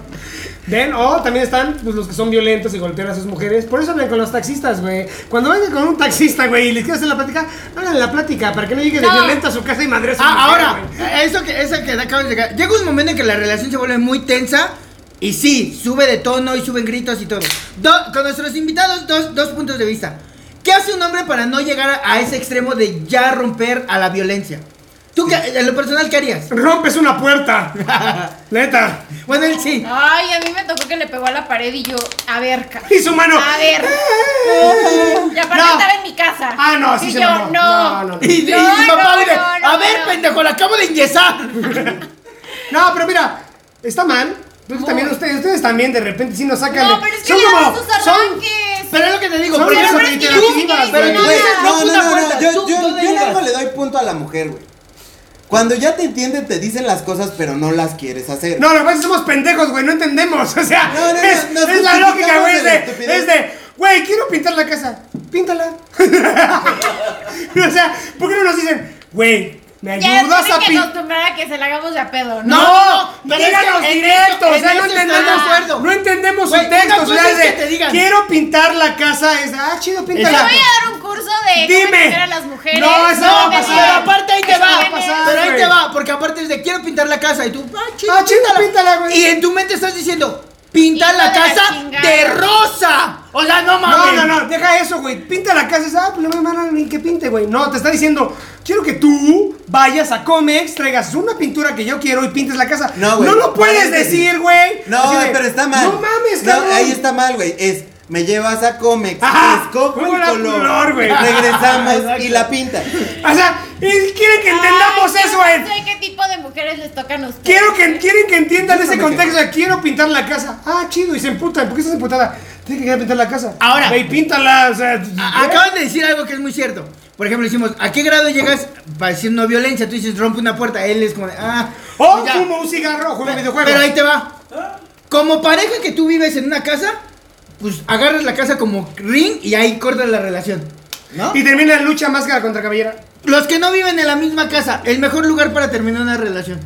Speaker 1: Ven, o también están pues, los que son violentos y golpean a sus mujeres. Por eso hablan con los taxistas, güey. Cuando vengan con un taxista, güey, y les quieras hacer la plática, hagan la plática para que no llegue de
Speaker 4: No.
Speaker 1: violento a su casa y madre a su mujer,
Speaker 2: Ah,
Speaker 1: güey.
Speaker 2: ahora, eso que, eso que acabas de llegar. Llega un momento en que la relación se vuelve muy tensa. Y sí, sube de tono y suben gritos y todo. Do- con nuestros invitados, dos, dos puntos de vista. ¿Qué hace un hombre para no llegar a, a ese extremo de ya romper a la violencia? ¿Tú, qué- en lo personal, qué harías?
Speaker 1: Rompes una puerta. Neta.
Speaker 2: Bueno, él sí.
Speaker 4: Ay, a mí me tocó que le pegó a la pared y yo, a ver, ca-
Speaker 1: Y su mano.
Speaker 4: a ver. Y aparte
Speaker 1: No.
Speaker 4: estaba en mi casa.
Speaker 1: Ah, no, sí
Speaker 4: Y
Speaker 1: se
Speaker 4: yo,
Speaker 1: mamó.
Speaker 4: no.
Speaker 1: No, no, no.
Speaker 2: Y, y
Speaker 4: No,
Speaker 2: mi papá
Speaker 4: no,
Speaker 2: viene,
Speaker 4: no, no,
Speaker 2: a ver,
Speaker 4: no.
Speaker 2: pendejo, la acabo de enyesar.
Speaker 1: No, pero mira, está mal. Entonces también
Speaker 4: Muy.
Speaker 1: ustedes, ustedes también de repente sí nos sacan.
Speaker 4: No,
Speaker 1: de-
Speaker 4: pero es que
Speaker 1: son
Speaker 4: le
Speaker 1: como-
Speaker 4: dan sus
Speaker 1: son-
Speaker 4: arranques.
Speaker 2: Pero es lo que te digo,
Speaker 1: Son
Speaker 2: porque
Speaker 1: las
Speaker 2: eso-
Speaker 1: horas que
Speaker 2: tú-
Speaker 1: yo no quiero
Speaker 2: pero
Speaker 4: decir
Speaker 2: tú
Speaker 4: nada.
Speaker 2: dices,
Speaker 4: No,
Speaker 2: no, puta puerta,
Speaker 3: Yo,
Speaker 2: tú-
Speaker 3: yo-
Speaker 2: tú
Speaker 3: yo
Speaker 2: digas.
Speaker 3: luego le doy punto a la mujer, güey. Cuando ya te entiende, te dicen las cosas, pero no las quieres hacer.
Speaker 1: No, lo que pasa es que somos pendejos, güey, no entendemos. O sea,
Speaker 3: No, no, no,
Speaker 1: es,
Speaker 3: nos
Speaker 1: es la
Speaker 3: justificamos
Speaker 1: lógica, güey. Es
Speaker 3: de la
Speaker 1: de,
Speaker 3: estupidez.
Speaker 1: es de, güey, quiero pintar la casa. Píntala. o sea, ¿por qué no nos dicen, güey, me
Speaker 4: Ya nos
Speaker 1: ayudas a
Speaker 4: tienen que
Speaker 1: pintar?
Speaker 4: acostumbrar a que se la hagamos de a pedo, ¿no?
Speaker 1: No,
Speaker 2: No, pero
Speaker 1: díganos
Speaker 2: es que en
Speaker 1: directo,
Speaker 2: eso-
Speaker 1: o sea,
Speaker 2: en
Speaker 1: no
Speaker 2: eso estoy de
Speaker 1: entendemos,
Speaker 2: acuerdo.
Speaker 1: no entendemos
Speaker 2: Güey,
Speaker 1: su texto,
Speaker 2: una
Speaker 1: o
Speaker 2: cosa
Speaker 1: sea,
Speaker 2: es
Speaker 1: es
Speaker 2: que
Speaker 1: de,
Speaker 2: te digan.
Speaker 1: quiero pintar la casa, es de, ah, chido,
Speaker 4: Te
Speaker 1: píntala.
Speaker 4: voy a dar un curso de cómo
Speaker 1: Dime.
Speaker 4: educar a las mujeres.
Speaker 1: No, eso
Speaker 2: No,
Speaker 1: va a
Speaker 4: Dime.
Speaker 1: pasar.
Speaker 2: pero aparte ahí te
Speaker 4: Eso
Speaker 2: va,
Speaker 4: va a pasar,
Speaker 2: pero ahí
Speaker 1: güey.
Speaker 2: te va, porque aparte es de quiero pintar la casa y tú, ah, chido,
Speaker 1: Ah, chido, píntala, güey.
Speaker 2: Y en tu mente estás diciendo, pintar
Speaker 4: Hijo
Speaker 2: la
Speaker 4: de la
Speaker 2: casa
Speaker 4: chingada.
Speaker 2: de rosa. O sea,
Speaker 1: No,
Speaker 2: no mames.
Speaker 1: no, no, deja eso, güey. Pinta la casa. y dices, Ah, pues no me van a ni que pinte, güey. No, te está diciendo, quiero que tú vayas a Comex, traigas una pintura que yo quiero y pintes la casa.
Speaker 3: No, güey.
Speaker 1: No lo puedes
Speaker 3: Parece-
Speaker 1: decir, güey.
Speaker 3: No,
Speaker 1: Así de,
Speaker 3: pero está mal.
Speaker 1: No mames,
Speaker 3: No,
Speaker 1: cabrón.
Speaker 3: ahí está mal, güey. Es, me llevas a Comex,
Speaker 1: Ajá,
Speaker 3: escojo el
Speaker 1: pongo la
Speaker 3: color,
Speaker 1: color, güey.
Speaker 3: regresamos
Speaker 2: Exacto.
Speaker 3: y la pinta.
Speaker 1: O sea, es- quieren que entendamos
Speaker 4: Ay, yo
Speaker 1: eso,
Speaker 4: No
Speaker 1: güey.
Speaker 4: sé qué tipo de mujeres les tocan a ustedes.
Speaker 1: Quiero que, quieren que entiendan ese
Speaker 3: Déjame
Speaker 1: contexto de quiero pintar la casa. Ah, chido, y se emputan. ¿Por qué estás emputada? Tienes que querer pintar la casa.
Speaker 2: Ahora.
Speaker 1: Güey, píntala, o sea.
Speaker 2: A- Acaban de decir algo que es muy cierto. Por ejemplo, decimos, ¿a qué grado llegas para decir no violencia? Tú dices, rompe una puerta. Él es como, de, ah.
Speaker 1: O
Speaker 2: ya.
Speaker 1: fumo un cigarro, juego videojuegos.
Speaker 2: Pero ahí te va. Como pareja que tú vives en una casa, pues agarras la casa como ring y ahí cortas la relación.
Speaker 3: ¿No?
Speaker 1: Y termina la lucha máscara contra cabellera.
Speaker 2: Los que no viven en la misma casa, el mejor lugar para terminar una relación.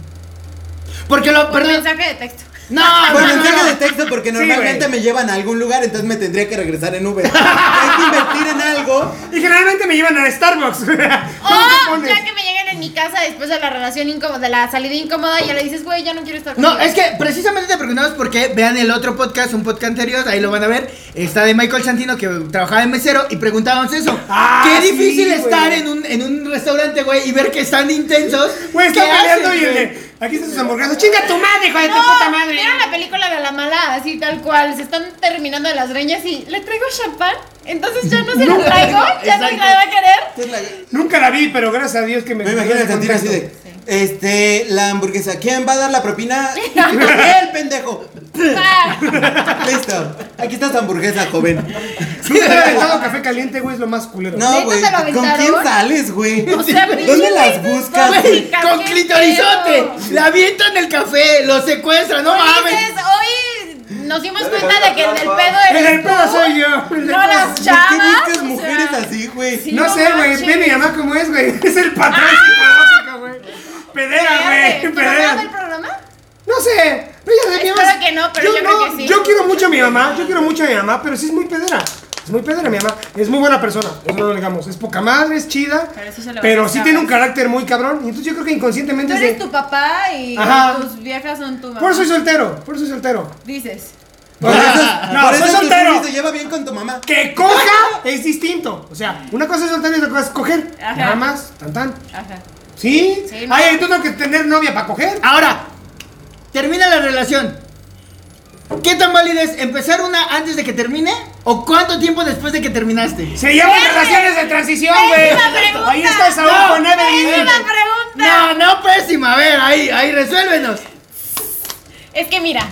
Speaker 2: Porque lo.
Speaker 4: Por
Speaker 2: Perdón.
Speaker 4: mensaje de texto.
Speaker 2: No,
Speaker 3: Por
Speaker 2: no, no,
Speaker 3: mensaje
Speaker 2: no.
Speaker 3: de texto, porque
Speaker 1: Sí,
Speaker 3: normalmente
Speaker 1: güey.
Speaker 3: me llevan a algún lugar, entonces me tendría que regresar en Uber. Hay que invertir en algo.
Speaker 1: Y generalmente me llevan a Starbucks. ¿Cómo te
Speaker 2: Ah,
Speaker 4: O
Speaker 1: pones?
Speaker 4: Oh, ya que me llegan en mi casa después de la relación incómoda, de la salida incómoda, ya le dices, güey, ya no quiero estar
Speaker 2: No,
Speaker 4: contigo".
Speaker 2: es que precisamente te preguntamos porque vean el otro podcast, un podcast anterior, ahí lo van a ver. Está de Michael Santino que trabajaba en mesero y preguntábamos eso.
Speaker 1: Ah,
Speaker 2: Qué
Speaker 1: sí,
Speaker 2: difícil
Speaker 1: güey.
Speaker 2: estar en un, en un restaurante, güey, y ver que están intensos.
Speaker 1: Güey, está
Speaker 2: ¿Qué
Speaker 1: peleando
Speaker 2: haces,
Speaker 1: y el
Speaker 2: güey?
Speaker 1: de, Aquí están sus hamburguesas. ¡Chinga tu madre, hijo de tu
Speaker 4: No,
Speaker 1: puta madre!
Speaker 4: ¿Vieron la película de la mala? Así tal cual. Se están terminando de las reñas y le traigo champán. Entonces ya no se lo traigo. Ya
Speaker 2: Exacto.
Speaker 4: no se la va a querer.
Speaker 3: Entonces, la-
Speaker 1: Nunca la vi, pero gracias a Dios que me.
Speaker 3: Me imagino el
Speaker 1: el
Speaker 3: Santino así de. Este, la hamburguesa, ¿quién va a dar la propina? ¡El pendejo!
Speaker 4: Ah,
Speaker 3: Listo. Aquí está tu hamburguesa, joven.
Speaker 1: Nunca he aventado café caliente, güey, es lo más culero.
Speaker 3: No,
Speaker 4: ¿Neta
Speaker 3: güey.
Speaker 4: se lo
Speaker 3: ¿Con
Speaker 4: aventaron?
Speaker 3: quién sales, güey?
Speaker 4: O sea,
Speaker 3: ¿Dónde
Speaker 4: pinche
Speaker 3: las
Speaker 4: güey,
Speaker 3: buscas?
Speaker 4: güey.
Speaker 3: güey?
Speaker 2: Güey, con
Speaker 4: Qué
Speaker 2: clitorizote,
Speaker 4: feo.
Speaker 2: le avientan el café, lo secuestran, no mames.
Speaker 4: Ulises, hoy. nos dimos cuenta de que el del pedo
Speaker 1: El del
Speaker 4: eres
Speaker 1: pedo
Speaker 4: tú.
Speaker 1: soy yo. el del
Speaker 4: No
Speaker 1: pedo
Speaker 4: las
Speaker 1: soy-
Speaker 4: chavas.
Speaker 3: ¿Por qué
Speaker 4: Ah, o sea,
Speaker 3: buscas mujeres así, güey?
Speaker 4: sí,
Speaker 1: No sé, güey.
Speaker 4: manches. ¡Ah!
Speaker 1: Ve mi mamá cómo es, güey. Es el patrón psicológico, güey. Pedera,
Speaker 4: Espérate,
Speaker 1: güey.
Speaker 4: ¿tu mamá
Speaker 1: Pedera.
Speaker 4: ve el programa?
Speaker 1: No sé, pero ya sabía
Speaker 4: Espero que no, pero yo creo que sí.
Speaker 1: Yo quiero mucho a mi mamá, yo quiero mucho a mi mamá, pero sí es muy pedera. Es muy pedera mi mamá. Es muy buena persona, eso no lo digamos. Es poca madre, es chida,
Speaker 4: Pero sí se lo
Speaker 1: pero
Speaker 4: vas a
Speaker 1: sí
Speaker 4: acabar.
Speaker 1: tiene un carácter muy cabrón. Y entonces yo creo que
Speaker 4: Tú
Speaker 1: inconscientemente...
Speaker 4: eres
Speaker 1: se-
Speaker 4: tu papá y
Speaker 1: Ajá.
Speaker 4: tus viejas son tu mamá.
Speaker 1: Por eso soy soltero, por eso soy soltero.
Speaker 4: Dices.
Speaker 1: O sea, Ah, no,
Speaker 3: Ah, Por
Speaker 1: soy
Speaker 3: eso tu
Speaker 1: soltero.
Speaker 3: Rumi se lleva bien con tu mamá.
Speaker 1: Que coja es distinto. O sea, una cosa es soltero y otra cosa es coger.
Speaker 4: Ajá.
Speaker 1: Nada más, tan tan.
Speaker 4: Ajá.
Speaker 1: ¿Sí?
Speaker 4: Sí, no.
Speaker 1: Ay, tú tengo que tener novia para coger.
Speaker 2: Ahora, termina la relación. ¿Qué tan válida es empezar una antes de que termine o cuánto tiempo después de que terminaste?
Speaker 1: Se llaman
Speaker 4: Güey,
Speaker 1: relaciones de transición, güey.
Speaker 4: ¡Pésima pregunta!
Speaker 1: Ahí está Saúl
Speaker 2: No,
Speaker 1: con Evelyn.
Speaker 4: ¡Pésima pregunta!
Speaker 2: No, no, pésima. A ver, ahí, ahí, resuélvenos.
Speaker 4: Es que mira,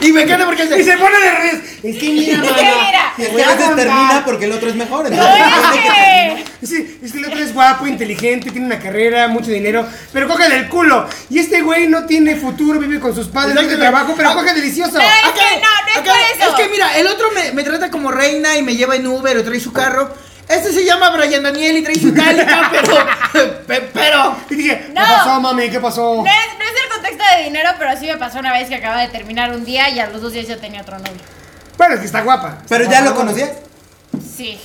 Speaker 2: Y me encanta porque
Speaker 1: Y
Speaker 2: se...
Speaker 1: se pone de revés. Es que mira,
Speaker 4: es
Speaker 1: mamá.
Speaker 4: que mira.
Speaker 3: Y a
Speaker 1: voy a
Speaker 3: veces
Speaker 1: contar.
Speaker 3: termina porque el otro es mejor.
Speaker 4: No
Speaker 3: entonces-
Speaker 4: es que.
Speaker 1: Sí, es que el otro es guapo, inteligente, tiene una carrera, mucho dinero, pero coge del culo. Y este güey no tiene futuro, vive con sus padres, no tiene trabajo,
Speaker 2: Exactamente.
Speaker 1: pero coge delicioso.
Speaker 4: Pero es
Speaker 2: Acá-
Speaker 4: que no, no es
Speaker 2: acá-
Speaker 4: por eso.
Speaker 2: Es que mira, el otro me, me trata como reina y me lleva en Uber o trae su carro. Este se llama Brian Daniel y trae su cálica, pero... pe- pero...
Speaker 1: Y dije,
Speaker 4: No.
Speaker 1: ¿qué pasó, mami? ¿Qué pasó?
Speaker 4: No es, no es el contexto de dinero, pero sí me pasó una vez que acababa de terminar un día y a los dos días ya tenía otro novio.
Speaker 1: Bueno, es que está guapa.
Speaker 3: Pero
Speaker 1: Está
Speaker 3: ya
Speaker 1: guapa.
Speaker 3: lo conocías.
Speaker 4: Sí.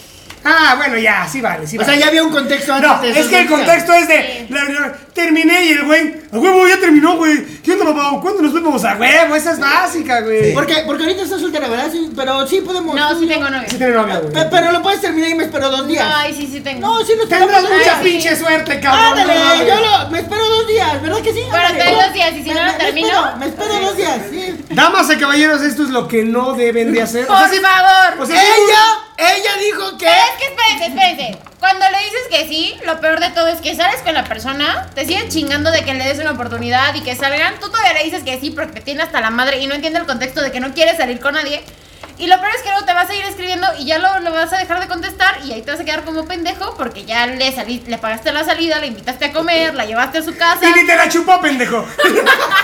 Speaker 1: Ah, bueno, ya, sí vale, sí
Speaker 2: O
Speaker 1: vale.
Speaker 2: sea, ya había un contexto antes.
Speaker 1: No,
Speaker 2: de
Speaker 1: es
Speaker 2: esos
Speaker 1: que el
Speaker 2: dos días.
Speaker 1: contexto es de. la- la- terminé y el güey. A huevo, ya terminó, güey. ¿Qué onda, papá? ¿Cuándo nos vemos? A huevo, esa es básica, güey.
Speaker 2: Porque, porque ahorita estás soltera, ¿verdad? Sí, pero sí podemos.
Speaker 4: No,
Speaker 2: tú-
Speaker 4: sí tengo
Speaker 1: Sí
Speaker 4: novio.
Speaker 1: tiene novia, güey.
Speaker 2: Pe- Pero lo puedes terminar y me espero dos días.
Speaker 4: Ay, sí, sí tengo.
Speaker 2: No, sí lo
Speaker 1: Tendrás mucha
Speaker 4: sí.
Speaker 1: pinche suerte, cabrón.
Speaker 2: Ándale,
Speaker 1: no
Speaker 2: yo
Speaker 1: mames.
Speaker 2: lo, me espero dos días, ¿verdad que sí?
Speaker 4: Pero
Speaker 2: Ándale.
Speaker 4: te doy dos días, y si
Speaker 2: Me-
Speaker 4: no,
Speaker 2: me-
Speaker 4: no termino.
Speaker 2: Me espero, me espero dos días, sí.
Speaker 1: Damas y caballeros, esto es lo que no deben de hacer. O
Speaker 4: Por
Speaker 1: sea, sí-
Speaker 4: favor.
Speaker 1: o sea, sí-
Speaker 2: Ella, ella dijo que.
Speaker 4: Pero es que espérense, espérense. Cuando le dices que sí, lo peor de todo es que sales con la persona, te siguen chingando de que le des una oportunidad y que salgan. Tú todavía le dices que sí porque te tiene hasta la madre y no entiende el contexto de que no quieres salir con nadie. Y lo peor es que luego te vas a ir escribiendo y ya lo, lo vas a dejar de contestar y ahí te vas a quedar como pendejo porque ya le salí, le pagaste la salida, le invitaste a comer, la llevaste a su casa y
Speaker 1: Y
Speaker 4: ni
Speaker 1: ni te la chupó, pendejo.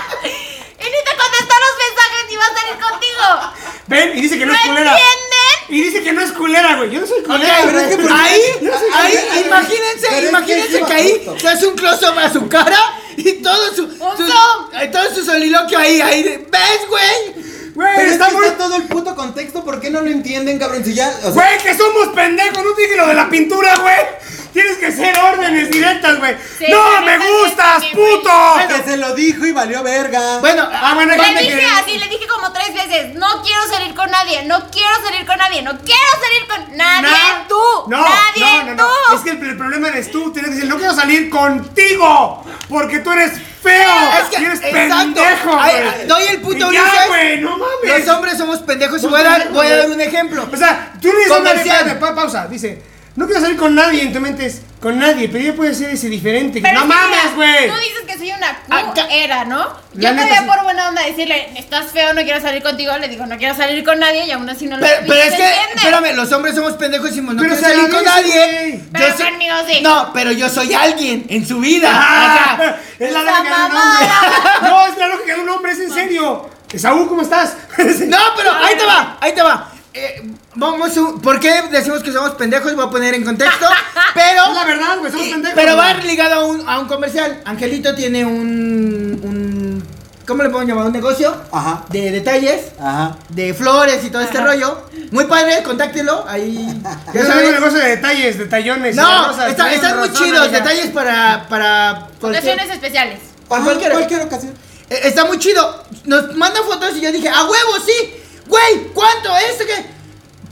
Speaker 4: te contestó los mensajes ni va a salir contigo.
Speaker 1: Ven, y dice que no
Speaker 4: ¿No
Speaker 1: es culera.
Speaker 4: entienden?
Speaker 1: Y dice que no es culera, güey. Yo no soy
Speaker 2: Ok,
Speaker 1: culera,
Speaker 3: pero es que
Speaker 1: güey.
Speaker 3: por-
Speaker 2: ahí,
Speaker 3: Pero
Speaker 2: ahí,
Speaker 3: es que
Speaker 2: imagínense,
Speaker 3: iba
Speaker 2: imagínense que ahí
Speaker 3: justo.
Speaker 2: se hace un close-up a su cara y todo su, su-
Speaker 4: zoom.
Speaker 2: eh, todo su soliloquio ahí, ahí, de, ¿ves, güey?
Speaker 1: Güey,
Speaker 3: Pero
Speaker 1: está
Speaker 3: está,
Speaker 1: muy.
Speaker 3: todo el puto contexto, ¿por qué no lo entienden, cabrón? Si ya, o sea,
Speaker 1: Güey, que somos pendejos. No te dije lo de la pintura, güey. Tienes que ser órdenes directas, güey.
Speaker 4: Sí,
Speaker 1: no,
Speaker 4: la
Speaker 1: me
Speaker 4: neta sí,
Speaker 1: gustas,
Speaker 4: sí, güey.
Speaker 1: puto.
Speaker 3: que se lo dijo y valió verga.
Speaker 2: Bueno,
Speaker 1: Ah, bueno, hay
Speaker 4: Le
Speaker 1: gente
Speaker 4: dije
Speaker 1: que.
Speaker 4: así, le dije como tres veces, no quiero salir con nadie, no quiero salir con nadie, no quiero salir con nadie,
Speaker 1: Na-
Speaker 4: tú,
Speaker 1: No,
Speaker 4: nadie,
Speaker 1: no, no, no.
Speaker 4: tú.
Speaker 1: Es que el, el problema eres tú. Tienes que decir, no quiero salir contigo. Porque tú eres feo.
Speaker 2: Es que-
Speaker 1: y eres
Speaker 2: exacto.
Speaker 1: pendejo,
Speaker 2: Ay,
Speaker 1: güey.
Speaker 2: ay, doy el puto
Speaker 1: Y Ya,
Speaker 2: Ulises.
Speaker 1: güey, no mames.
Speaker 2: los hombres somos pendejos y
Speaker 1: pues,
Speaker 2: voy a dar, voy a dar un ejemplo.
Speaker 1: O sea, tú le dices a una
Speaker 2: Comercial.
Speaker 1: espérate, pa- pausa. Dice, no quiero salir con nadie. En tu mente es con nadie. Pero ya puede ser ese diferente.
Speaker 4: Pero
Speaker 1: no
Speaker 4: es que mira,
Speaker 1: mames, güey.
Speaker 4: Tú dices que soy una
Speaker 2: Acá-
Speaker 4: Q era, ¿no?
Speaker 1: La
Speaker 4: Yo
Speaker 1: neta
Speaker 4: todavía
Speaker 1: sí.
Speaker 4: por buena onda decirle, estás feo, no quiero salir contigo, le digo, no quiero salir con nadie y aún así no lo
Speaker 2: Pero, pero es
Speaker 4: ¿se
Speaker 2: que,
Speaker 4: entiende?
Speaker 2: espérame, los hombres somos pendejos y decimos, no
Speaker 1: Pero
Speaker 2: quiero
Speaker 1: se lo
Speaker 2: salir con
Speaker 1: dice,
Speaker 2: nadie.
Speaker 1: güey.
Speaker 4: Pero
Speaker 2: soy-
Speaker 4: conmigo sí.
Speaker 2: No, pero yo soy alguien en su vida. Ajá.
Speaker 1: Ah, es la
Speaker 4: esa
Speaker 1: lógica de un
Speaker 4: mamada.
Speaker 1: hombre. No, es la lógica de un hombre, es en serio. Esaú, ¿cómo estás?
Speaker 2: No, pero ahí te va, ahí te va. Eh, vamos, a- ¿por qué decimos que somos pendejos? Voy a poner en contexto, pero...
Speaker 1: Es la verdad, güey, somos
Speaker 2: y-
Speaker 1: pendejos,
Speaker 2: Pero va
Speaker 1: güey.
Speaker 2: ligado a un, a un comercial. Angelito tiene un, un... ¿Cómo le podemos llamar? Un negocio
Speaker 3: Ajá.
Speaker 2: de detalles.
Speaker 4: Ah,
Speaker 3: Ajá.
Speaker 2: de flores y todo este rollo. Muy padre, contáctelo. Ahí.
Speaker 1: Yo
Speaker 2: Ya
Speaker 1: soy un
Speaker 2: sabes.
Speaker 1: negocio de detalles, detallones. y
Speaker 2: No,
Speaker 1: cosas,
Speaker 2: está-
Speaker 1: tienes
Speaker 2: están muy
Speaker 1: razón,
Speaker 2: chidos.
Speaker 1: amiga.
Speaker 2: Detalles para. para cualquier-
Speaker 4: Ocasiones especiales.
Speaker 2: para
Speaker 3: Ajá,
Speaker 2: cualquiera.
Speaker 3: cualquier ocasión.
Speaker 2: Eh, Está muy chido. Nos mandan fotos y yo dije, ¡a huevo, sí! ¡Güey! ¿Cuánto? ¿Esto qué?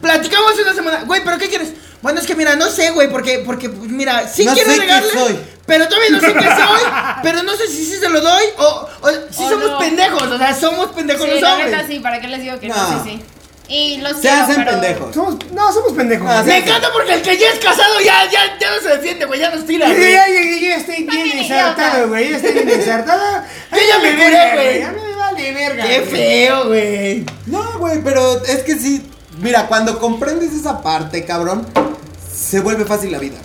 Speaker 2: Platicamos una semana. Güey, ¿pero qué quieres? Bueno, es que mira, no sé, güey, porque, porque, pues, mira, sí
Speaker 3: No
Speaker 2: quiero
Speaker 3: sé qué
Speaker 2: regarle,
Speaker 3: soy.
Speaker 2: pero todavía no sé qué soy, pero no sé si sí se lo doy o, o si
Speaker 4: O
Speaker 2: somos
Speaker 4: no.
Speaker 2: pendejos, o sea, somos pendejos
Speaker 4: sí,
Speaker 2: los
Speaker 4: la
Speaker 2: hombres.
Speaker 4: neta sí, ¿para qué les digo que no?
Speaker 3: No.
Speaker 4: Sí, sí. Y los
Speaker 3: Se
Speaker 4: quiero,
Speaker 3: hacen
Speaker 4: pero-
Speaker 3: pendejos.
Speaker 1: Somos, no, somos pendejos.
Speaker 3: Ah,
Speaker 1: güey.
Speaker 2: Me encanta porque el que ya es casado ya, ya, ya no se defiende, güey, ya nos tira.
Speaker 1: Yo
Speaker 2: güey.
Speaker 1: ya, ya, ya, ya estoy
Speaker 4: También
Speaker 1: bien
Speaker 4: idiota.
Speaker 1: ensartado, güey. Ya estoy bien ensartado.
Speaker 2: Yo ya me curé,
Speaker 1: verga,
Speaker 2: güey.
Speaker 1: Ya me vale verga.
Speaker 2: Qué
Speaker 1: güey.
Speaker 2: feo, güey.
Speaker 3: No, güey, pero es que sí. Mira, cuando comprendes esa parte, cabrón, se vuelve fácil la vida.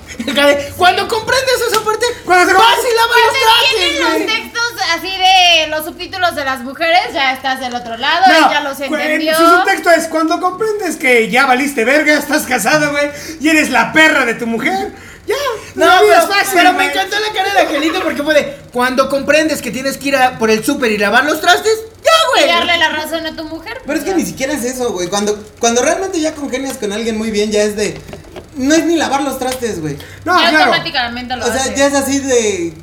Speaker 2: Cuando comprendes esa parte,
Speaker 1: Cuando se-
Speaker 2: fácil la
Speaker 4: Pues Cuando entienden
Speaker 2: mano
Speaker 4: los textos así de los subtítulos de las mujeres, ya estás del otro lado,
Speaker 1: No,
Speaker 4: ya los
Speaker 1: güey,
Speaker 4: entendió.
Speaker 1: su subtexto es cuando comprendes que ya valiste verga, estás casada, güey, y eres la perra de tu mujer. Ya,
Speaker 2: No,
Speaker 1: la vida
Speaker 2: pero,
Speaker 1: es fácil,
Speaker 2: pero me
Speaker 1: güey.
Speaker 2: encantó la cara de Angelito porque fue de cuando comprendes que tienes que ir a por el súper y lavar los trastes,
Speaker 4: Y
Speaker 2: ya,
Speaker 4: darle
Speaker 2: güey.
Speaker 4: la razón a tu mujer.
Speaker 3: Pero es que
Speaker 4: ya.
Speaker 3: ni siquiera es eso, güey. Cuando, cuando realmente ya congenias con alguien muy bien, ya es de. No es ni lavar los trastes, güey.
Speaker 1: No,
Speaker 4: ya
Speaker 1: claro.
Speaker 4: automáticamente lo
Speaker 3: O sea,
Speaker 4: hace.
Speaker 3: ya es así de.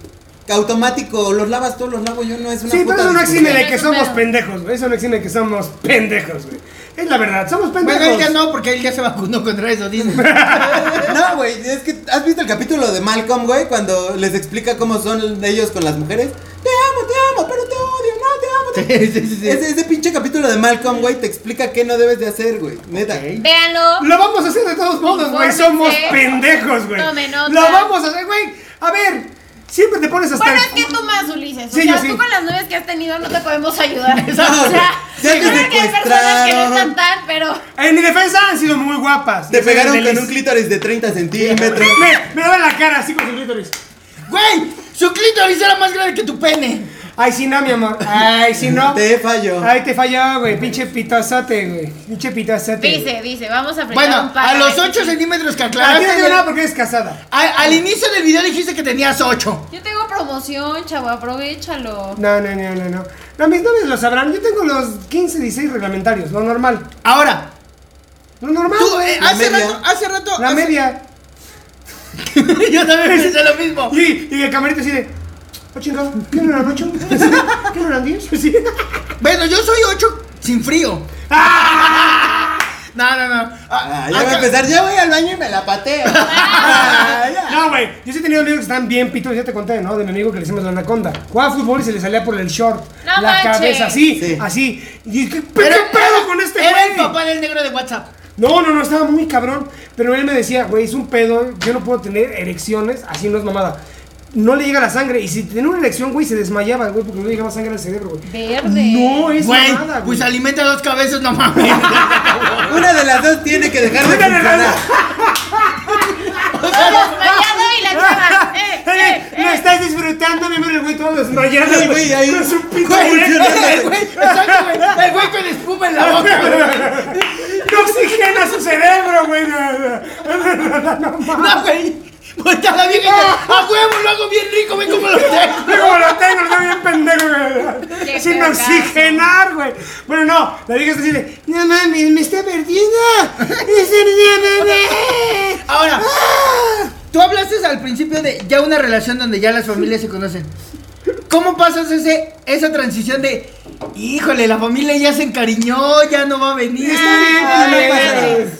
Speaker 3: Automático, los lavas tú, los lavo yo, no es una
Speaker 1: Sí, pero
Speaker 3: puta
Speaker 1: eso no
Speaker 3: discusión.
Speaker 1: exime de
Speaker 4: No
Speaker 1: que
Speaker 4: es un
Speaker 1: somos
Speaker 4: pedo.
Speaker 1: pendejos, güey. Eso no exime de que somos pendejos, güey. Es la verdad, somos
Speaker 3: Pues,
Speaker 1: pendejos.
Speaker 2: Bueno, él ya no, porque él ya se vacunó contra eso, dice.
Speaker 3: No, güey, es que ¿has visto el capítulo de Malcolm, güey? Cuando les explica cómo son ellos con las mujeres. Te amo, te amo, pero te odio, no, te amo. Te...
Speaker 2: Sí, sí, sí, sí.
Speaker 3: Ese, ese pinche capítulo de Malcolm, güey, te explica qué no debes de hacer, güey. Neta.
Speaker 2: Ok.
Speaker 4: Véanlo.
Speaker 1: Lo vamos a hacer de todos modos, güey.
Speaker 4: Infórmense.
Speaker 1: Somos pendejos, güey.
Speaker 4: Tomen nota.
Speaker 1: Lo vamos a hacer, güey. A ver, siempre te pones hasta
Speaker 4: Bueno,
Speaker 1: el
Speaker 4: es que
Speaker 1: culo.
Speaker 4: tú más, Ulises. O
Speaker 1: Sí,
Speaker 4: sea,
Speaker 1: yo sí.
Speaker 4: tú con las nubes que has tenido no te podemos ayudar. o
Speaker 3: No, güey,
Speaker 4: sea,
Speaker 3: ya te
Speaker 4: yo creo que hay personas que no
Speaker 3: secuestraron.
Speaker 4: están tan, pero.
Speaker 1: En mi defensa han sido muy guapas.
Speaker 3: Te pegaron
Speaker 1: Feliz.
Speaker 3: con un clítoris de 30 centímetros.
Speaker 1: Me, me daba la cara así con su clítoris.
Speaker 2: Güey, su clítoris era más grande que tu pene.
Speaker 1: Ay, si no, mi amor. Ay, si no.
Speaker 3: Te falló.
Speaker 1: Ay, te falló, güey. Pinche pitosote, güey. Pinche pitosote.
Speaker 4: Dice, dice, vamos a apretar
Speaker 2: Bueno,
Speaker 4: un
Speaker 2: a
Speaker 4: par.
Speaker 2: los 8 centímetros que
Speaker 1: Claro, no digo nada
Speaker 2: aclaraste.
Speaker 1: porque eres casada.
Speaker 2: Al, al inicio del video dijiste que tenías 8.
Speaker 4: Yo tengo promoción, chavo, aprovechalo.
Speaker 1: No, no, no, no, no. No, mis novios lo sabrán. Yo tengo los 15, 16 reglamentarios. Lo normal.
Speaker 2: Ahora,
Speaker 1: Lo normal.
Speaker 2: tú, eh, ah,
Speaker 3: La
Speaker 2: hace
Speaker 3: media.
Speaker 2: rato, hace rato.
Speaker 1: la
Speaker 2: hace-
Speaker 1: media.
Speaker 2: Yo también pensé lo mismo.
Speaker 1: Y, y el camarito así de. Oh, chingado. ¿Qué no eran 8? ¿Qué no eran 10? Sí.
Speaker 2: Bueno, yo soy 8 sin frío. No, no, no. Ah,
Speaker 3: Ah, ya voy a
Speaker 2: acá-
Speaker 3: empezar, ya voy al baño y me la pateo. Ah, ya.
Speaker 1: No, güey. Yo sí he tenido amigos que están bien pitos. Ya te conté, ¿no? De mi amigo que le hicimos la anaconda. Jugaba fútbol y se le salía por el short.
Speaker 4: No
Speaker 1: la
Speaker 4: manches.
Speaker 1: cabeza, así.
Speaker 3: Sí.
Speaker 1: Así. Y ¿qué, pe- qué pedo con este
Speaker 2: Era
Speaker 1: güey?
Speaker 2: el papá del negro de WhatsApp.
Speaker 1: No, no, no, estaba muy cabrón. Pero él me decía, güey, es un pedo. Yo no puedo tener erecciones. Así no es mamada. No le llega la sangre. Y si tenía una erección, güey, se desmayaba, güey, porque no le llegaba sangre al cerebro, güey.
Speaker 4: Verde.
Speaker 1: No es
Speaker 2: Güey,
Speaker 1: mamada, güey.
Speaker 2: pues alimenta dos cabezas, no mames.
Speaker 3: Una de las dos tiene que dejar de
Speaker 1: Una de las
Speaker 3: funcionar.
Speaker 4: Todo desmayado y la chava. Eh, eh,
Speaker 1: No
Speaker 4: eh.
Speaker 1: estás disfrutando, mi amor, el güey todo desmayado.
Speaker 3: Sí, güey, ahí.
Speaker 1: Con su pito
Speaker 3: Güey,
Speaker 1: erecto.
Speaker 2: el güey, exacto, güey. El güey con espuma en la boca, güey.
Speaker 1: No oxigena su cerebro, güey. No, no, no, no, no,
Speaker 2: No, güey. Voltea la vieja y dice, a huevo, lo hago bien rico, ven cómo lo tengo.
Speaker 1: Yo como lo tengo, lo tengo bien pendejo, güey.
Speaker 4: Qué
Speaker 1: Sin
Speaker 4: feo
Speaker 1: oxigenar, güey. Bueno, no, la vieja está así de, no mames, me está perdiendo. Es el día, bebé.
Speaker 2: Ahora, tú hablaste al principio de ya una relación donde ya las familias se conocen. ¿Cómo pasas ese, esa transición de, híjole, la familia ya se encariñó, ya no va a venir?
Speaker 1: Está bien,
Speaker 4: Ah,
Speaker 1: no
Speaker 4: la
Speaker 1: pasa
Speaker 4: madre.
Speaker 1: nada.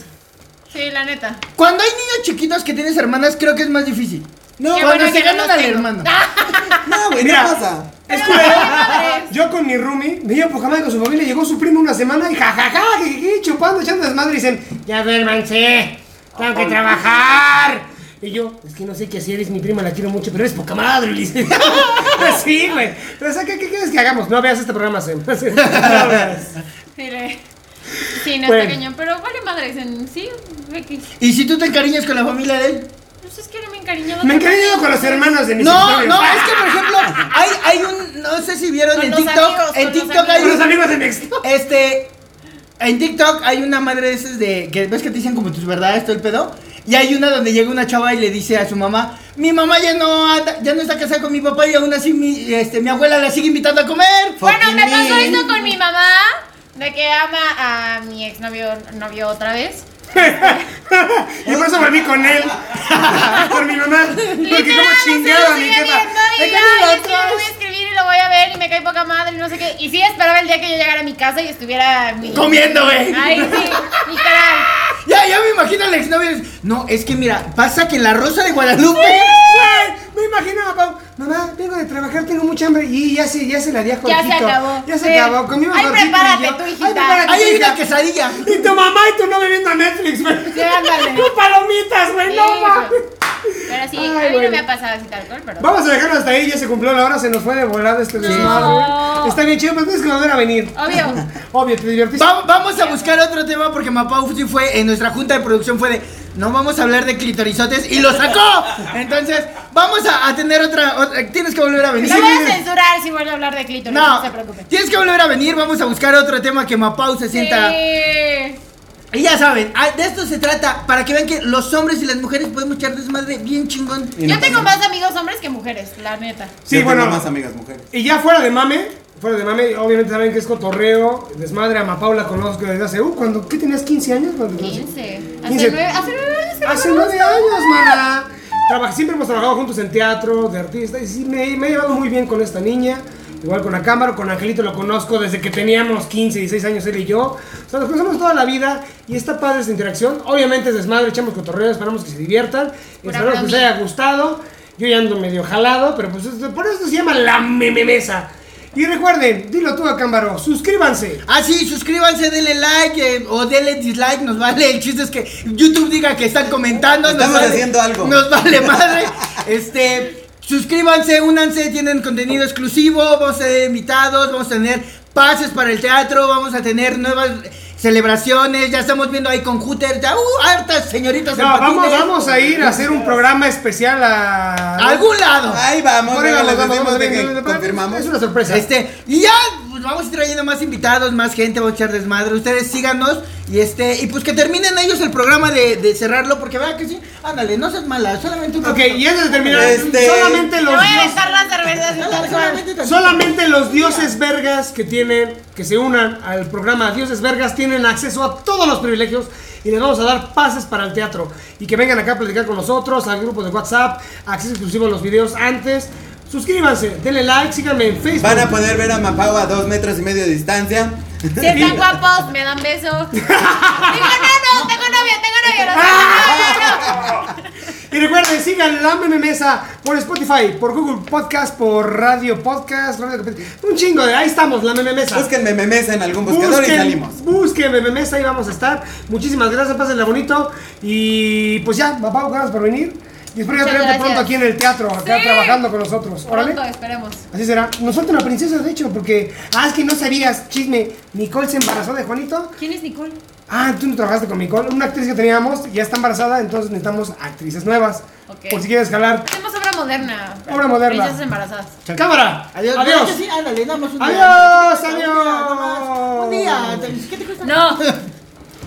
Speaker 4: Sí, la neta.
Speaker 2: Cuando hay niños chiquitos que tienes hermanas, creo que es más difícil.
Speaker 3: No,
Speaker 4: Qué
Speaker 2: Cuando
Speaker 4: bueno
Speaker 2: se
Speaker 4: que no
Speaker 2: ganan
Speaker 4: los
Speaker 2: al
Speaker 4: tengo.
Speaker 2: hermano.
Speaker 3: no, güey, no
Speaker 1: Mira.
Speaker 3: pasa.
Speaker 1: Es
Speaker 4: Pero
Speaker 1: culero.
Speaker 4: vale madres.
Speaker 1: Yo con mi roomie, me iba por Jamaica con su familia, llegó su primo una semana y jajaja, jijiji, chupando, echando desmadre y dicen, ya vermanse, tengo que trabajar. Y yo, es que no sé qué hacer, es mi prima, la quiero mucho, pero es poca madre, Ulises. sí, güey. Pero, o sea, ¿qué, ¿qué quieres que hagamos? No veas este programa, Sam. No veas.
Speaker 4: Sí, le- sí, no
Speaker 1: Bueno.
Speaker 4: está cañón, pero vale madres en sí, X.
Speaker 2: Y si tú te encariñas con la familia de él.
Speaker 4: Pues es que no me he encariñado.
Speaker 1: Me he
Speaker 4: tanto.
Speaker 1: encariñado con los hermanos de mis
Speaker 2: No,
Speaker 1: exnovios.
Speaker 2: no, es que por ejemplo, hay, hay un, no sé si vieron
Speaker 4: Con
Speaker 2: en
Speaker 4: los
Speaker 2: TikTok,
Speaker 4: amigos,
Speaker 2: en
Speaker 4: con los
Speaker 2: TikTok hay
Speaker 1: Con los
Speaker 2: un,
Speaker 1: amigos de mi ex.
Speaker 2: este, en TikTok hay una madre de esas de, que ves que te dicen como tus verdades, todo el pedo, y hay una donde llega una chava y le dice a su mamá, mi mamá ya no, anda- ya no está casada con mi papá y aún así mi, este, mi abuela la sigue invitando a comer.
Speaker 4: Bueno, me
Speaker 3: Fucking
Speaker 4: pasó
Speaker 3: me.
Speaker 4: esto con mi mamá, de que ama a mi exnovio novio otra vez.
Speaker 1: Y por eso volví con él. Con mi mamá. Porque
Speaker 4: Literal,
Speaker 1: como
Speaker 4: o sea,
Speaker 1: chingado, mi
Speaker 4: sigue
Speaker 1: jefa.
Speaker 4: viendo y
Speaker 1: Ay,
Speaker 4: ya,
Speaker 1: ¿cuándo
Speaker 4: y
Speaker 1: la
Speaker 4: es
Speaker 1: otra
Speaker 4: que yo lo voy
Speaker 1: vez?
Speaker 4: a escribir y lo voy a ver y me cae poca madre y no sé qué. Y sí esperaba el día que yo llegara a mi casa y estuviera mi...
Speaker 2: Comiendo, güey.
Speaker 4: Ay, sí, literal.
Speaker 2: Ya, ya me imagino al exnovio. No, es que mira, pasa que en la Rosa de Guadalupe...
Speaker 1: Güey, me imaginaba, Pau, mamá, vengo de trabajar, tengo mucha hambre. Y ya se, ya se la di a
Speaker 4: Ya se
Speaker 1: Jorgito.
Speaker 4: acabó.
Speaker 1: Ya se
Speaker 4: Sí.
Speaker 1: acabó. Comimos
Speaker 4: Ay,
Speaker 1: Jorgito y
Speaker 4: prepárate
Speaker 1: yo.
Speaker 4: tú,
Speaker 1: Ay,
Speaker 4: hijita.
Speaker 1: prepárate,
Speaker 2: Ahí hay
Speaker 1: hija.
Speaker 2: una quesadilla.
Speaker 1: Y tu mamá y tu novio viendo a Netflix, güey.
Speaker 4: Sí, ándale.
Speaker 1: Tú palomitas, güey,
Speaker 4: Sí,
Speaker 1: no mames.
Speaker 4: Pero sí,
Speaker 1: Ay,
Speaker 4: a mí
Speaker 1: bueno.
Speaker 4: no me ha pasado así tal cual, pero...
Speaker 1: Vamos a dejarlo hasta ahí, ya se cumplió la hora, se nos fue de volada este desmadre. Está bien chido, pero tienes que volver a venir.
Speaker 4: Obvio.
Speaker 1: Obvio, te divertiste.
Speaker 2: Va- vamos a buscar otro tema porque Mapau sí fue en nuestra junta de producción fue de no vamos a hablar de clitorizotes y lo sacó. Entonces, vamos a, a tener otra, otra- Tienes que volver a venir.
Speaker 4: No voy a censurar si vuelvo a hablar de clítoris, no,
Speaker 2: No,
Speaker 4: se preocupen.
Speaker 2: tienes que volver a venir. Vamos a buscar otro tema que Mapau se sienta.
Speaker 4: Sí.
Speaker 2: Y ya saben, ah, de esto se trata para que vean que los hombres y las mujeres podemos echar desmadre bien chingón.
Speaker 3: Y
Speaker 4: Yo
Speaker 3: no
Speaker 4: tengo
Speaker 3: pasa
Speaker 4: más amigos hombres que mujeres, la neta.
Speaker 1: Sí,
Speaker 3: Yo tengo
Speaker 1: bueno.
Speaker 3: más amigas mujeres.
Speaker 1: Y ya fuera de mame, fuera de mame, obviamente saben que es cotorreo, desmadre, a Mapau la conozco desde hace, uh, cuando, ¿qué tenías? ¿15 años? Cuando te conocí.
Speaker 4: 15.
Speaker 1: Quince.
Speaker 4: Hace nueve hace nueve años que no
Speaker 1: Hace
Speaker 4: me
Speaker 1: nueve
Speaker 4: gusta.
Speaker 1: años, mana. Traba- siempre hemos trabajado juntos en teatro, de artista, y sí, me, me he llevado muy bien con esta niña. Igual con la cámara, con Angelito lo conozco desde que teníamos 15, 16 años él y yo. O sea, nos conocemos toda la vida y está padre esta interacción. Obviamente es desmadre, echamos cotorreo, esperamos que se diviertan,
Speaker 4: Pura
Speaker 1: esperamos que les
Speaker 4: bromi.
Speaker 1: haya gustado. Yo ya ando medio jalado, pero pues esto- por eso se llama la mememesa. Y recuerden, dilo tú a Cámbaro, suscríbanse.
Speaker 2: Ah, sí, suscríbanse, denle like eh, o denle dislike, nos vale. El chiste es que YouTube diga que están comentando.
Speaker 3: Estamos
Speaker 2: nos vale-
Speaker 3: haciendo algo.
Speaker 2: Nos vale madre. este, suscríbanse, únanse, tienen contenido exclusivo, vamos a tener invitados, vamos a tener pases para el teatro, vamos a tener nuevas celebraciones, ya estamos viendo ahí con Hooters, ya, uh, hartas señoritas en
Speaker 1: No, vamos,
Speaker 2: patines.
Speaker 1: vamos a ir a hacer un programa especial a...
Speaker 2: A algún lado.
Speaker 3: Ahí vamos,
Speaker 1: Ahora
Speaker 3: luego
Speaker 1: vamos,
Speaker 3: les
Speaker 1: vamos,
Speaker 3: decimos
Speaker 1: vamos,
Speaker 3: de que
Speaker 1: vamos, vamos,
Speaker 3: confirmamos.
Speaker 1: Es una sorpresa.
Speaker 2: Este, y ya, pues vamos a ir trayendo más invitados, más gente, vamos a echar desmadre. Ustedes síganos y este, y pues que terminen ellos el programa de, de cerrarlo, porque vea que sí, ándale, no seas mala, solamente un
Speaker 1: ok,
Speaker 2: ratito.
Speaker 1: y antes de terminar,
Speaker 3: Este-
Speaker 1: solamente
Speaker 4: Me
Speaker 1: los
Speaker 4: voy a
Speaker 1: dioses,
Speaker 4: aventar las cervezas y tal
Speaker 2: Ándale,
Speaker 4: cual.
Speaker 2: solamente tantito.
Speaker 1: solamente los dioses vergas que tienen, que se unan al programa Dioses Vergas tienen acceso a todos los privilegios y les vamos a dar pases para el teatro y que vengan acá a platicar con nosotros, al grupo de WhatsApp, acceso exclusivo a los videos antes. Suscríbanse, denle like, síganme en Facebook.
Speaker 3: Van a poder ver a Mapau a dos metros y medio de distancia.
Speaker 4: Si están guapos, me dan besos. Digo, no, no, tengo novio, tengo novio. No,
Speaker 1: Ah,
Speaker 4: no, no, no, no.
Speaker 1: Y recuerden, sigan la meme mesa por Spotify, por Google Podcast, por Radio Podcast, Radio Capital. Un chingo de ahí estamos, la meme mesa.
Speaker 3: Búsquenme memesa en algún buscador y salimos.
Speaker 1: Busquen, busquen Meme Mesa, ahí vamos a estar. Muchísimas gracias, pásenla bonito. Y pues ya, papá, gracias por venir. Y espero ya
Speaker 4: Muchas
Speaker 1: tenerte
Speaker 4: gracias.
Speaker 1: pronto aquí en el teatro, acá
Speaker 4: Sí.
Speaker 1: trabajando con nosotros. Órale.
Speaker 4: Pronto, esperemos.
Speaker 1: Así será. Nos falta una princesa, de hecho, porque. Ah, es que no sabías, chisme. Nicole se embarazó de Juanito.
Speaker 4: ¿Quién es Nicole?
Speaker 1: Ah, tú no trabajaste con Nicole. Una actriz que teníamos ya está embarazada, entonces necesitamos actrices nuevas.
Speaker 4: Ok.
Speaker 1: Por si quieres jalar.
Speaker 4: Hacemos obra moderna.
Speaker 1: Obra moderna.
Speaker 4: Princesas embarazadas.
Speaker 1: Cámara.
Speaker 2: Adiós,
Speaker 1: Adiós.
Speaker 2: bueno, que sí, ándale, nada más un
Speaker 1: Adiós,
Speaker 2: día. Un día, nomás,
Speaker 1: adiós.
Speaker 2: Un día, ¿qué te cuesta?
Speaker 4: No,